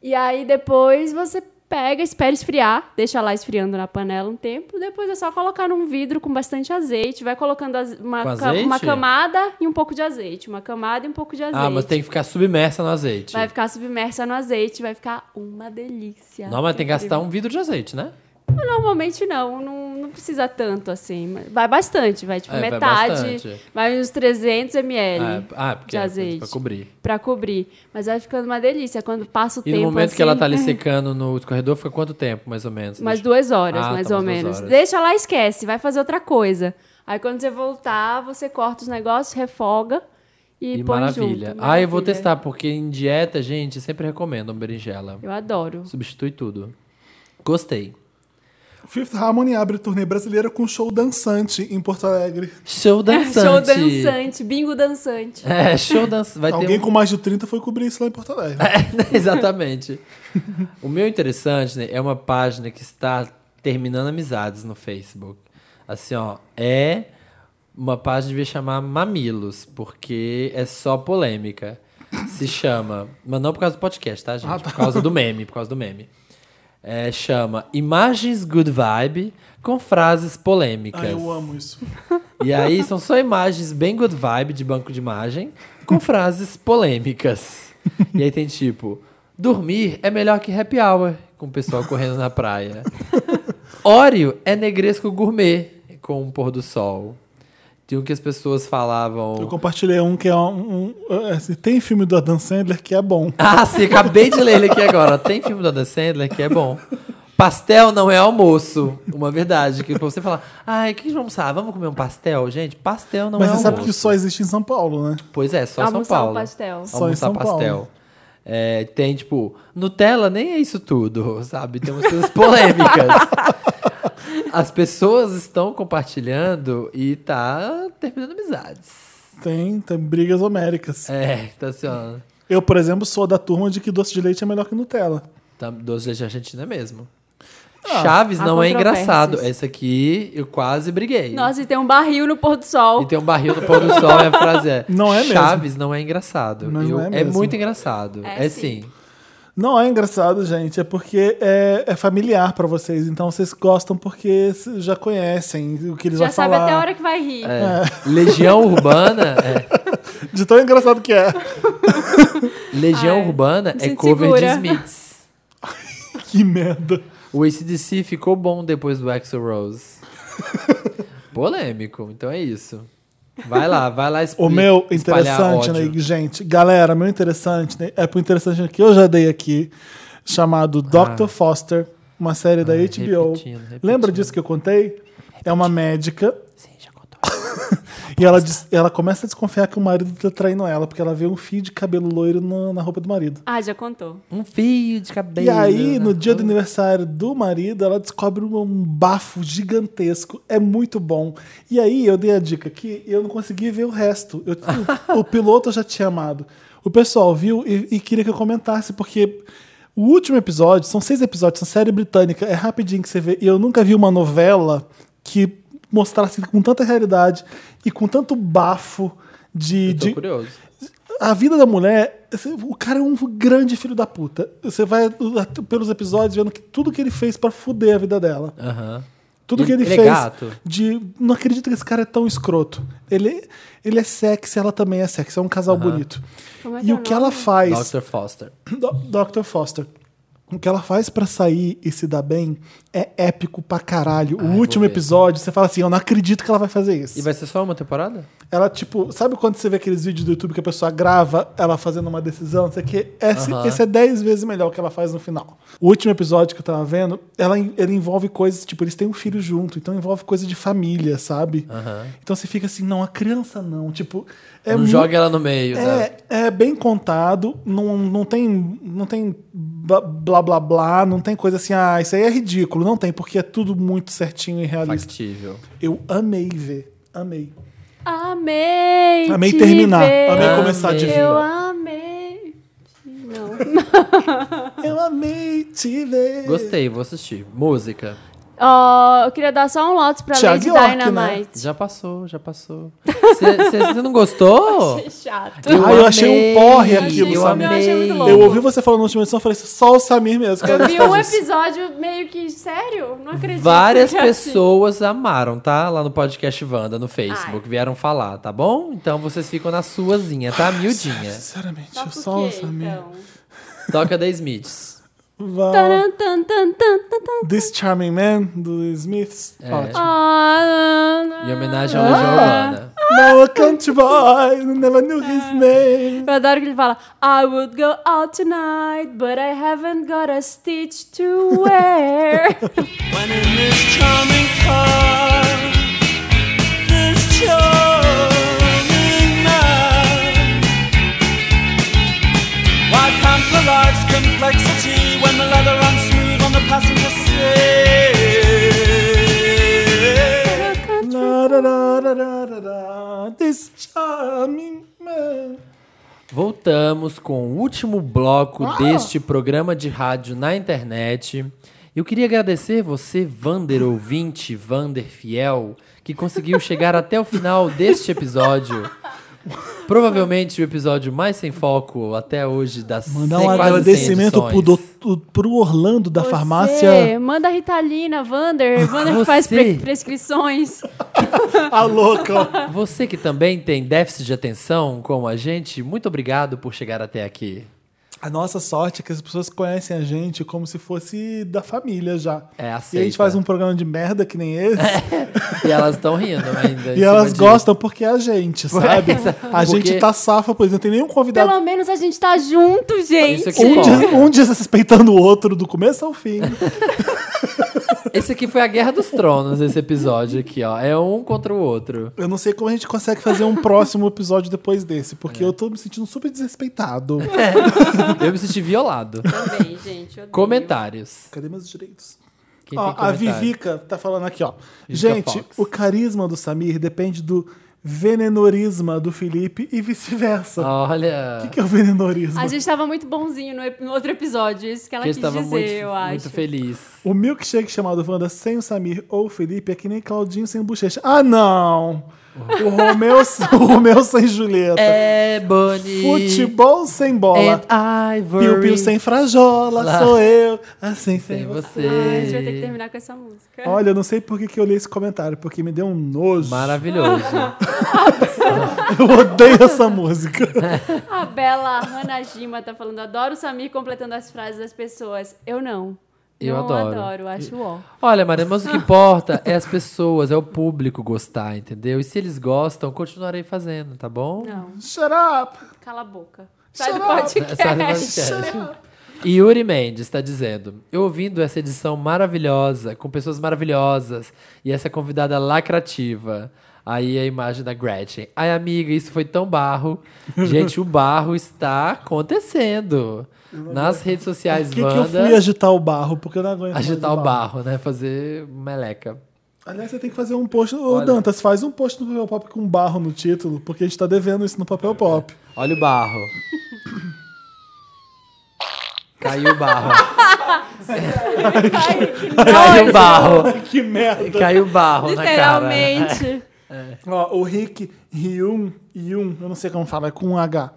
E aí depois você pega, espera esfriar, deixa lá esfriando na panela um tempo, depois é só colocar num vidro com bastante azeite, vai colocando az- uma,
Com
ca- uma
azeite?
camada e um pouco de azeite, uma camada e um pouco de azeite.
Ah, mas tem que ficar submersa no azeite.
Vai ficar submersa no azeite, vai ficar uma delícia.
Não, mas tem que gastar um vidro de azeite, né?
Normalmente não, não, não precisa tanto assim. mas Vai bastante, vai tipo
É, vai
metade,
bastante.
vai uns 300 ml
Ah, ah, porque
de
é
azeite.
pra cobrir.
Pra cobrir. Mas vai ficando uma delícia quando passa
E
o tempo.
no momento que
assim,
ela tá ali secando no escorredor, fica quanto tempo, mais ou menos?
Umas
Deixa-
duas horas,
Ah,
mais
tá,
ou
umas duas
menos.
horas.
Deixa lá, esquece, vai fazer outra coisa. Aí quando você voltar, você corta os negócios, refoga e,
E
põe
maravilha.
junto.
Ah, eu vou
Maravilha.
testar, porque em dieta, gente, sempre recomendam berinjela.
Eu adoro.
Substitui tudo. Gostei.
Fifth Harmony abre turnê brasileira com show dançante em Porto Alegre.
Show dançante.
(laughs) Show dançante, bingo dançante.
É, show dançante.
(laughs)
Vai
Alguém
ter um...
com mais de 30 foi cobrir isso lá em Porto Alegre.
É, (laughs) Exatamente. o meu interessante né, é uma página que está terminando amizades no Facebook. Assim, ó, é uma página que devia chamar Mamilos, porque é só polêmica. Se chama, mas não por causa do podcast, tá,
Ah,
gente? Por causa do meme, por causa do meme. É, chama Imagens Good Vibe com frases polêmicas.
Ai, eu amo isso.
E aí são só imagens bem good vibe de banco de imagem com frases polêmicas. E aí tem tipo: dormir é melhor que happy hour, com o pessoal correndo na praia. Óreo é negresco gourmet com o pôr do sol. Tinha o que as pessoas
Eu
falavam.
compartilhei um que é um. um- é, assim, tem filme do Adam Sandler que é bom.
Ah, sim, acabei de ler ele aqui agora. Tem filme do Adam Sandler que é bom. Pastel não é almoço. Uma verdade. Que pra você falar, ai, o que que vamos almoçar? Vamos comer um pastel? Gente, pastel não
Mas
é
você
almoço.
sabe que só existe em São Paulo, né?
Pois é, só São
Almoçar um
Paulo.
pastel.
Só em
Almoçar
São Paulo.
pastel. É, tem, tipo, Nutella nem é isso tudo, sabe? Tem umas coisas polêmicas.
(laughs)
As pessoas estão compartilhando e tá terminando amizades.
Tem, tem brigas homéricas.
É, tá assim, ó.
Eu, por exemplo, sou da turma de que doce de leite é melhor que Nutella.
Tá, doce de leite argentina mesmo.
Ah,
Chaves
há
não é engraçado.
controvérsias.
Esse aqui eu quase briguei.
Nossa, e tem um barril no pôr do sol.
E tem um barril no pôr do sol e a frase é
Não é mesmo.
Chaves não é engraçado.
Não,
Eu-
não é
é
mesmo.
muito engraçado. É,
É
sim.
sim.
Não é engraçado, gente, é porque é, é familiar pra vocês, então vocês gostam porque c- já conhecem o que eles
Já
vão
sabe
falar.
até a hora que vai rir.
É. Legião Urbana é.
De tão engraçado que é. (laughs)
Legião
Ai,
Urbana
me
é
sinto
cover de (laughs)
segura.
Smiths.
que merda.
O ACDC ficou bom depois do Axl (laughs) Rose. Polêmico, então é isso. Vai lá, vai lá
O
espalhar
meu
espalhar
interessante,
ódio.
né, gente? Galera, meu interessante né, é pro interessante que eu já dei aqui, chamado Dr. Foster, uma série da
Ai,
HBO.
Ah. repetindo, repetindo.
Lembra disso que eu contei? É uma médica
Sim, já contou.
e ela, des- ela começa a desconfiar que o marido tá traindo ela, porque ela vê um fio de cabelo loiro na- na roupa do marido.
Ah, já contou.
Um fio de cabelo.
E aí, no
né?
dia do aniversário do marido, ela descobre um um bafo gigantesco. É muito bom. E aí, eu dei a dica aqui e eu não consegui ver o resto. Eu- o, o piloto eu já tinha amado. O pessoal viu e, e queria que eu comentasse, porque o último episódio, são seis episódios, são série britânica, é rapidinho que você vê. E eu nunca vi uma novela que mostrasse com tanta realidade e com tanto bafo de-
Eu tô
de,
curioso.
a vida da mulher, esse- o cara é um grande filho da puta. Você vai uh, at- pelos episódios vendo que tudo que ele fez pra fuder a vida dela.
Aham.
Tudo que
Ele-
ele,
ele é
fez
gato?
de não acredito que esse cara é tão escroto. Ele ele é sexy, ela também é sexy, é um casal bonito.
Como é que
e
é
o
o
que ela faz,
Dr. Foster.
Do- Dr. Foster. O que ela faz pra sair e se dar bem é épico pra caralho.
Ai,
o último
vou ver.
episódio, você fala assim: eu não acredito que ela vai fazer isso.
E vai ser só uma temporada?
Ela, tipo, sabe quando você vê aqueles vídeos do YouTube que a pessoa grava ela fazendo uma decisão? Não sei o que. Esse,
Aham.
esse é 10 vezes melhor o que ela faz no final. O último episódio que eu tava vendo, ela, en- ele envolve coisas, tipo, eles têm um filho junto, então envolve coisa de família, sabe? Então você fica assim, não, a criança não. Tipo, é
não
mu-
joga ela no meio, né?
é, é bem contado, não, não tem, não tem ba- blá blá blá, não tem coisa assim, ah, isso aí é ridículo. Não tem, porque é tudo muito certinho e realista.
Factível.
Eu amei ver, amei.
Amei!
Amei
te
terminar,
ver.
amei
começar de ver.
Eu amei. Não.
Eu amei te ver.
Gostei, vou assistir. Música.
Ó, eu queria dar só um lote pra
Thiago
Lady
York, né?
(laughs)
Dynamite.
Já passou, já (laughs) passou. Você não gostou?
Chato.
Eu Ah, achei um porre
aquilo,
Eu
sabe? Eu achei
amei.
muito louco.
Eu ouvi você falando na última edição, eu falei, só o Samir mesmo.
Eu vi um
Gosta disso.
episódio meio que sério, não acredito.
Várias
que (laughs) é assim.
pessoas amaram, tá? Lá no podcast Wanda, no Facebook. Vieram falar, tá bom? Então vocês ficam na suazinha, tá? Miudinha.
Sinceramente,
Só
eu
Tá por
só um. o
quê,
Samir.
então?
Toca The Smiths.
Vá-
Taran, tan, tan, tan, tan, tan.
This Charming Man, do Smiths.
É.
Ótimo.
Ah, na,
Em
na.
homenagem à
Ah.
Legião Urbana.
Now a country boy, never knew
Ah.
his name.
Eu adoro que ele fala I would go out tonight, but I haven't got a stitch to wear.
Why can't the life's complexity when the leather runs smooth on the passenger seat?
Na, ra, ra, ra, ra, ra, ra. This Charming Man.
Voltamos com o último bloco
Ah.
deste programa de rádio na internet. Eu queria agradecer você, Vander ouvinte, Vander fiel, que conseguiu chegar até o final deste episódio. Provavelmente o episódio mais sem foco até hoje das cem-
Mandar um
quase cem
agradecimento pro,
edições.
doutor- pro Orlando (laughs) da
Você,
farmácia. Ah,
Manda a Ritalina, Vander. Vander que faz
Você.
pre- prescrições.
A louca.
Você que também tem déficit de atenção como a gente, muito obrigado por chegar até aqui.
A nossa sorte é que as pessoas conhecem a gente como se fosse da família já.
É,
E a gente
aceita.
faz um programa de merda que nem
(laughs)
esse.
E elas estão rindo
(laughs)
ainda. É, em
E
cima
elas
disso.
gostam porque é a
(laughs)
gente, sabe? A
Porque-
gente tá safa, por exemplo, tem nenhum convidado.
Pelo menos a gente tá junto, gente.
Isso aqui é
Um
importa.
dia, um dia se respeitando o outro do começo ao fim.
Esse aqui foi a Guerra dos Tronos, esse episódio aqui, ó. É um contra o outro.
Eu não sei como a gente consegue fazer um próximo episódio depois desse,
É.
porque eu tô me sentindo super
(laughs)
desrespeitado.
Eu me senti violado.
Também, gente. odeio.
Comentários.
Cadê meus direitos?
Quem
Ó,
tem
a
comentário?
Vivica tá falando aqui, ó.
Vivica
gente,
Fox.
o carisma do Samir depende do venenorisma do Felipe e vice-versa.
Olha.
O que, que é o venenorismo?
A gente tava muito bonzinho no, ep- no outro episódio, isso que ela
que eu
quis dizer,
estava muito,
eu
muito
acho.
feliz.
O milkshake chamado Wanda sem o Samir ou o Felipe é que nem Claudinho sem bochecha. Ah, não! O Romeu, o Romeu sem Julieta.
É, Bonnie.
Futebol sem bola.
And Ivory.
Piu-piu sem frajola.
Lá.
Sou eu, assim sem
Sem
você.
você.
Ai, a gente vai ter que terminar com essa música.
Olha, eu não sei por que, que eu li esse comentário, porque me deu um nojo.
Maravilhoso.
Eu odeio essa música.
A Bela Hannah Gima tá falando, adoro o Samir completando as frases das pessoas. Eu não.
Eu
não
adoro.
acho ó.
Olha, Maria, mas
(laughs)
o que importa é as pessoas, é o público gostar, entendeu? E se eles gostam, continuarei fazendo, tá bom?
Não,
Shut up!
cala a boca. Sai do
Shut up.
Sai do
podcast.
podcast. E Yuri Mendes está dizendo: Eu ouvindo essa edição maravilhosa, com pessoas maravilhosas, e essa convidada lacrativa. Aí a imagem da Gretchen. Ai, amiga, isso foi tão
(laughs)
barro. Gente, o barro está acontecendo. Nas redes sociais,
Por que, que eu
Wanda.
fui agitar o barro? Porque eu não aguento. mais
agitar o barro, né? Fazer meleca.
Aliás, você tem que fazer um post. Ô, Dantas, faz um post no papel pop com barro no título, porque a gente tá devendo isso no papel pop.
Olha o barro. Caiu o barro. Caiu o barro.
que merda!
Caiu o barro na cara. né?
Literalmente.
(laughs) Ó, o Rick Hyun, Hyun, eu não sei como fala, é com um H.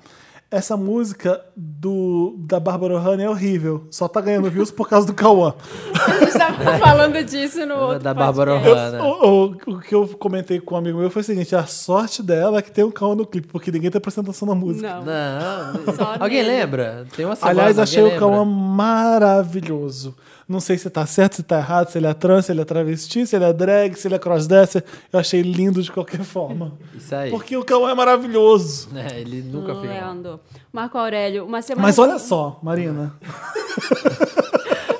Essa música do, da Bárbara Ohane é horrível. Só tá ganhando views por causa do Cauã.
A
(laughs)
gente tava falando disso no outro
Da Bárbara
podcast.
Ohana.
O, o- o que eu comentei com um amigo meu foi o seguinte: a sorte dela é que tem um Cauã no clipe, porque ninguém tem apresentação na música.
Não.
Não.
Só
alguém
nele.
lembra? Tem uma semana,
Aliás,
alguém
achei o
lembra?
Cauã maravilhoso. Não sei se tá certo, se tá errado, se ele é trans, se ele é travesti, se ele é drag, se ele é crossdresser. Eu achei lindo de qualquer forma.
Isso aí.
Porque o Cauã é maravilhoso.
É, ele nunca fica.
Leandro. Marco Aurélio, uma semana.
Mas olha só, Marina.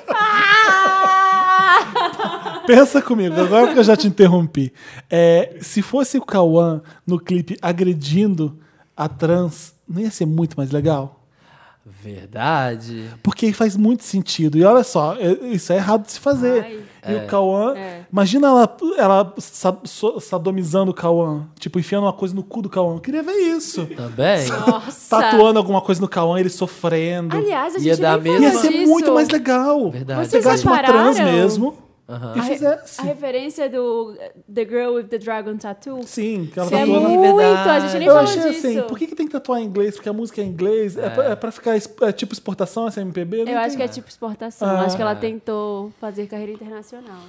Ah!
Pensa comigo, agora que eu já te interrompi. É, se fosse o Cauã no clipe agredindo a trans, não ia ser muito mais legal?
Verdade.
Porque faz muito sentido. E olha só, é- isso é errado de se fazer.
Ai.
e o Cauã.
É.
Imagina ela, ela sa- so- sadomizando o Cauã. Tipo, enfiando uma coisa no cu do Cauã. Eu queria ver isso.
Também.
Nossa.
Tatuando alguma coisa no Cauã, ele sofrendo.
Aliás, a
Ia
gente
dar
nem
mesmo.
Ia
falou
ser
disso.
muito mais legal.
Verdade.
Você
Vocês
gasta uma
repararam?
trans mesmo e
A re-
fizesse.
A referência do eh, The Girl with the Dragon Tattoo.
Sim, que ela
É
tatuou na-
Sim,
muito,
verdade.
a gente nem
Eu
falou
achei
disso.
assim, por que, que tem que tatuar em inglês? Porque a música é em inglês. É, pra, é pra ficar es- é tipo exportação, essa MPB? Não
Eu acho
entendi.
que é tipo exportação.
Ah.
Acho que ela tentou fazer carreira internacional.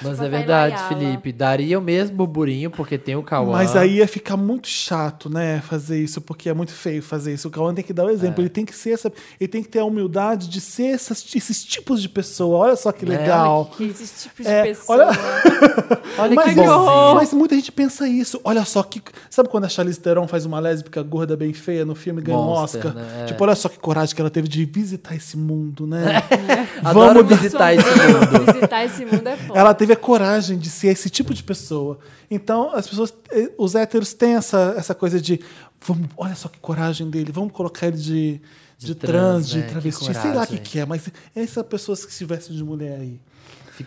Mas
Papai
é verdade,
Noel,
Felipe. Daria o mesmo burburinho, porque tem o Cauã.
Mas aí ia ficar muito chato, né? Fazer isso, porque é muito feio fazer isso. O Cauã tem que dar o exemplo. Ele tem que ser essa. Ele tem que ter a humildade de ser essas- esses tipos de pessoa. Olha só que legal.
Que esses tipos
É,
de pessoa.
Olha
mas,
que bom.
mas muita gente pensa isso. Olha só que. Sabe quando a Charlize Theron faz uma lésbica gorda bem feia no filme e ganha um
Monster,
Oscar?
né? É.
Tipo, olha só que coragem que ela teve de visitar esse
(laughs)
mundo, né?
É. Adoro
Vamos dar-
visitar esse mundo.
Visitar esse mundo é foda.
Ela teve a coragem de ser esse tipo de pessoa. Então, as pessoas, eh, os héteros têm essa, essa coisa de. Vamos, olha só que coragem dele, vamos colocar ele de, de, trans,
trans,
de
né? Que
travesti, sei lá o que,
coragem.
que é, mas essas pessoas que se vestem de mulher aí.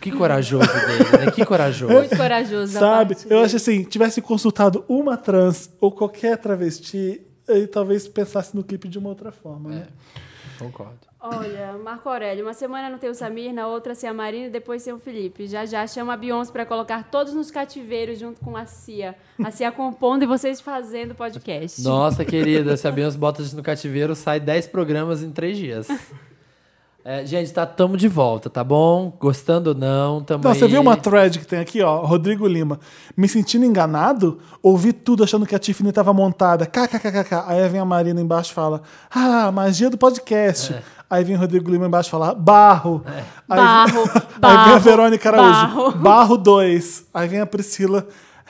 Que corajoso dele, né? Que corajoso.
Muito corajoso da
Sabe?
parte
Eu
dele.
acho assim, tivesse consultado uma trans ou qualquer travesti, ele talvez pensasse no clipe de uma outra forma, né?
Concordo.
Olha, Marco Aurélio, uma semana não tem o Samir, na outra sem a Marina e depois sem o Felipe. Já já chama a Beyoncé pra colocar todos nos cativeiros junto com a Cia. A Cia compondo e vocês fazendo podcast.
Nossa, querida, se a Beyoncé bota a gente no cativeiro, sai 10 programas em 3 dias. É, gente, tá, tamo de volta, tá bom? Gostando ou não, tamo
Não, você
aí.
viu uma thread que tem aqui, ó, Rodrigo Lima. Me sentindo enganado, ouvi tudo achando que a Tiffany tava montada. KKKKK. Aí vem a Marina embaixo e fala: Ah, magia do podcast.
É.
Aí vem o Rodrigo Lima embaixo e fala: Barro. (laughs) Aí,
Barro,
aí vem a
barro,
Verônica Araújo:
barro. (laughs)
Barro 2. Aí vem a Priscila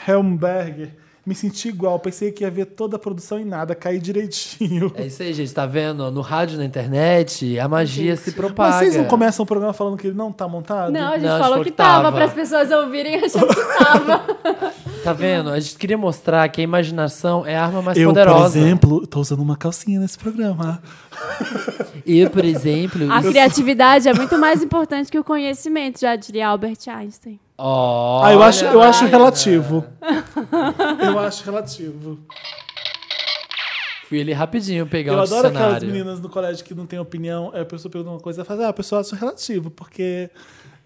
Helmberger. Me senti igual, pensei que ia ver toda a produção em nada, caí direitinho.
É isso aí, gente. Tá vendo? No rádio, na internet, a magia se propaga.
Mas vocês não começam o programa falando que ele não tá montado?
Não, a gente
Não, a gente
falou
falou
que
que tava.
tava, para as pessoas ouvirem e achando que tava.
Tá vendo? A gente queria mostrar que a imaginação é a arma mais
Eu,
poderosa.
por exemplo, tô usando uma calcinha nesse programa.
Eu, por exemplo.
(laughs) A criatividade é muito mais importante que o conhecimento, já diria Albert Einstein.
Oh,
Ah, eu acho, eu acho relativo. (laughs) Eu acho relativo.
Fui ele rapidinho pegar
Eu
o
adoro aquelas
dicionário.
meninas no colégio que não têm opinião. Aí a pessoa pergunta uma coisa e fala, ah, a pessoa acha relativo, porque.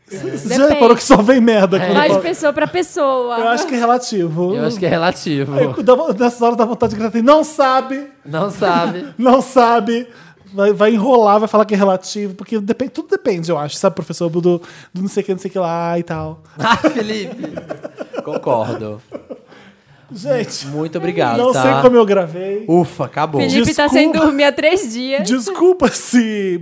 Você já
Depende.
reparou que só vem merda quando
Vai de
fala?
pessoa pra pessoa.
Eu acho que é relativo.
Eu acho que é relativo.
Aí, dá- nessas horas dá vontade de gritar assim, não sabe,
Não sabe. (laughs)
não sabe. Vai, vai enrolar, vai falar que é relativo, porque depende, tudo depende, eu acho, sabe, professor, do, do não sei o que, não sei o que lá e tal.
Ah, Felipe! Concordo.
Gente,
Muito obrigado,
não
tá?
sei como eu gravei.
Ufa, acabou.
Felipe tá
Desculpa.
sem dormir há três dias.
Desculpa se,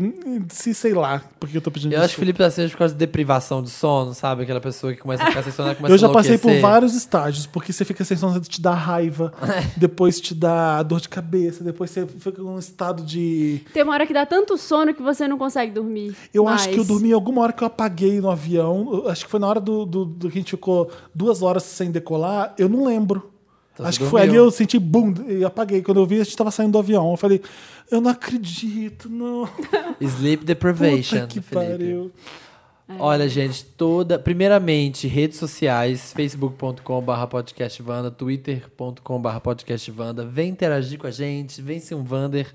se sei lá, porque eu tô pedindo
Eu acho que o
desculpa.
Felipe tá sendo por causa de deprivação de sono, sabe? Aquela pessoa que começa a ficar sem sono, ela começa
Eu já
a
passei por
enlouquecer.
vários estágios, porque você fica sem sono, te dá
(laughs)
raiva, depois te dá dor de cabeça, depois você fica num estado de.
Tem uma hora que dá tanto sono que você não consegue dormir.
Eu
mais.
acho que eu dormi em alguma hora que eu apaguei no avião. Eu Acho que foi na hora do, do- do que a gente ficou duas horas sem decolar. Eu não lembro.
Então você
acho que foi ali
dormiu.
eu senti bum e apaguei. Quando eu vi, a gente tava saindo do avião. Eu falei, eu não acredito, não. (laughs)
Sleep
Puta
deprivation,
que
Felipe.
pariu.
Olha, gente, toda. Primeiramente, redes sociais, facebook.com.br podcastvanda, twitter.com.br podcastvanda. Vem interagir com a gente, vem ser um Vander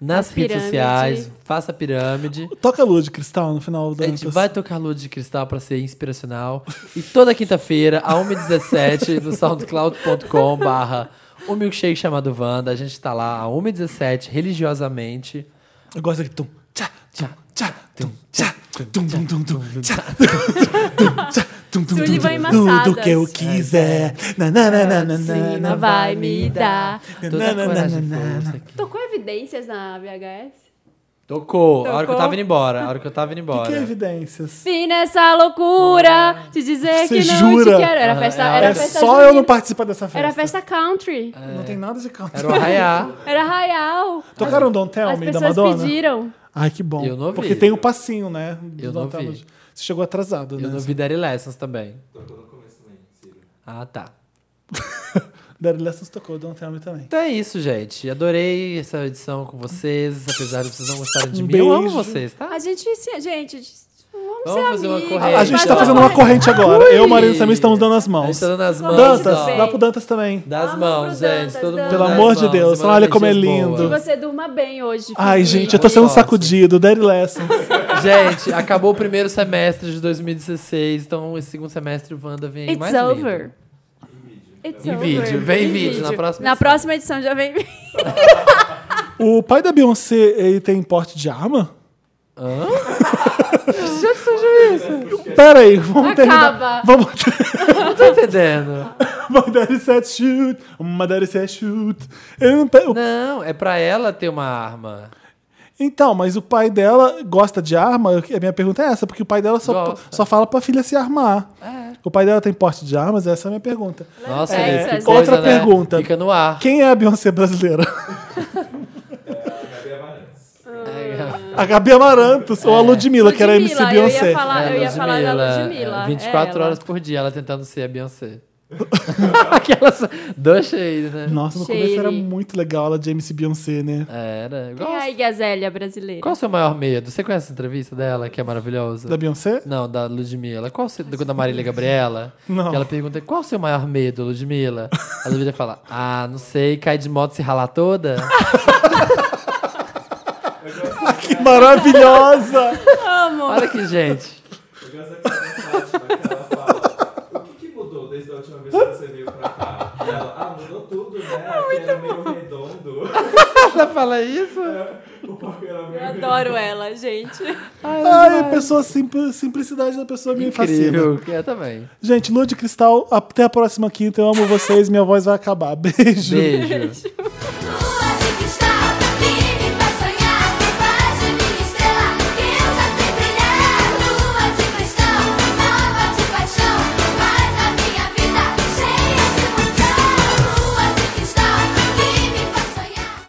nas
Faz
redes
pirâmide.
sociais, faça a pirâmide.
Toca a luz de cristal no final da
A gente vai tocar luz de cristal pra ser inspiracional. E toda quinta-feira, a 1h17, no soundcloud.com barra o milkshake chamado Wanda. A gente tá lá a 1h17, religiosamente.
Eu gosto daquele tum, tchá, tchá, tchá, tum, tchá, tum, tum, tum, tum, tchá, tum, tum, tum, tum, tum,
Sullivan e
tum, tum, do
Massadas.
que eu quiser. Na, na, na, na, na, na,
Não
na,
vai me dar.
na,
Toda a
na,
coragem
na,
e
na,
força aqui.
Tocou evidências na VHS?
Tocou, a hora que eu
Tocou.
tava indo embora. A hora que eu tava indo embora.
Que é evidências?
Fim nessa loucura de dizer
Ah. Você
que não
jura?
te quero. Era festa,
Ah,
era
É
festa
só
junina.
eu não participar dessa festa.
Era festa country.
Não tem nada de canto.
É. Era o
(laughs)
Arraiá.
Era Raial.
Tocaram Don't Tell
As
Me da
pessoas
É, Madonna?
pediram.
Ai, que bom.
Eu não vi.
Porque tem o passinho, né? do
Eu
Don't
não
Tell
vi.
Me. Você chegou atrasado,
Eu
né?
não vi Daddy Lessons também. Ah, tá.
Daddy Lessons tocou Don't Tell Me também.
Então é isso, gente. Adorei essa edição com vocês. Apesar de vocês não gostarem de
Um
mim, eu amo
beijo.
vocês, tá?
A gente, se- gente, vamos,
Vamos
ser
fazer uma
amigos.
corrente.
A gente
Faz
tá
uma
fazendo uma corrente agora. Eu, Marina e
Ui.
Samir estamos dando as
É. A gente
mãos.
tá dando as mães.
Dantas,
ó.
bem.
dá pro Dantas também.
Das
Vamos
mãos,
pro
gente.
Dantas,
todo mundo
Pelo
das
amor de
mãos,
Deus,
manda
olha como é
energias
lindo.
Que
boas.
você durma bem hoje.
Ai,
Felipe.
gente, eu tô sendo
Forte.
sacudido. Daddy Lessons.
Gente, acabou o primeiro semestre de 2016, então esse segundo semestre o Wanda vem aí
It's
mais lindo.
over. It's
Em
over.
vídeo. Vem vídeo, na próxima
Na
edição.
próxima edição já vem vídeo.
O pai da Beyoncé, ele tem porte de arma? Pera aí, vamos
Acaba.
terminar. Vamos
Não tô Tá entendendo.
My daddy said shoot, my daddy said shoot. Ele não pe- o-
Não, é pra ela ter uma arma.
Então, mas o pai dela gosta de arma? A minha pergunta é essa, porque o pai dela só,
Gosta.
só fala pra filha se armar. O pai dela tem porte de armas? Essa é a minha pergunta.
Nossa,
É,
Felipe, que
essas-
coisa,
Outra
né?
pergunta.
Fica no ar.
Quem é a Beyoncé brasileira? A Gabi Amarantos ou a Ludmilla, que era MC
Ah. É. Ludmilla, Eu
Beyoncé.
ia falar, Ah, eu ia falar da Ludmilla.
é,
é
24
ela.
horas por dia, ela tentando ser a Beyoncé. (laughs) Aquelas. Dois shades, né?
Nossa, no
Cheire.
começo era muito legal ela de MC Beyoncé, né?
Era.
Quem é a
Igual...
Igazélia brasileira?
Qual o seu maior medo? Você conhece essa entrevista dela, que é maravilhosa?
Da Beyoncé?
Não, da Ludmilla. Qual o seu... Da Marília Gabriela?
Não.
Que ela pergunta, qual o seu maior medo, Ludmilla? A Ludmilla fala, ah, não sei, cai de moto e se ralar toda?
Que
(laughs)
maravilhosa!
Olha aqui, gente.
Eu gosto daquela Fátima que ela fala. O que, que mudou desde a última vez que você veio pra cá? E ela, ah, mudou tudo, (laughs) né? Aqui era meio redondo.
Ela fala isso?
O palco era meio
Eu adoro ela, gente.
Ai, a pessoa, simpli- simplicidade da pessoa é me fascina.
Incrível. Eu também.
Gente, Lua de Cristal, até a próxima quinta. Eu amo vocês, minha voz vai acabar. (laughs) Beijo.
Beijo.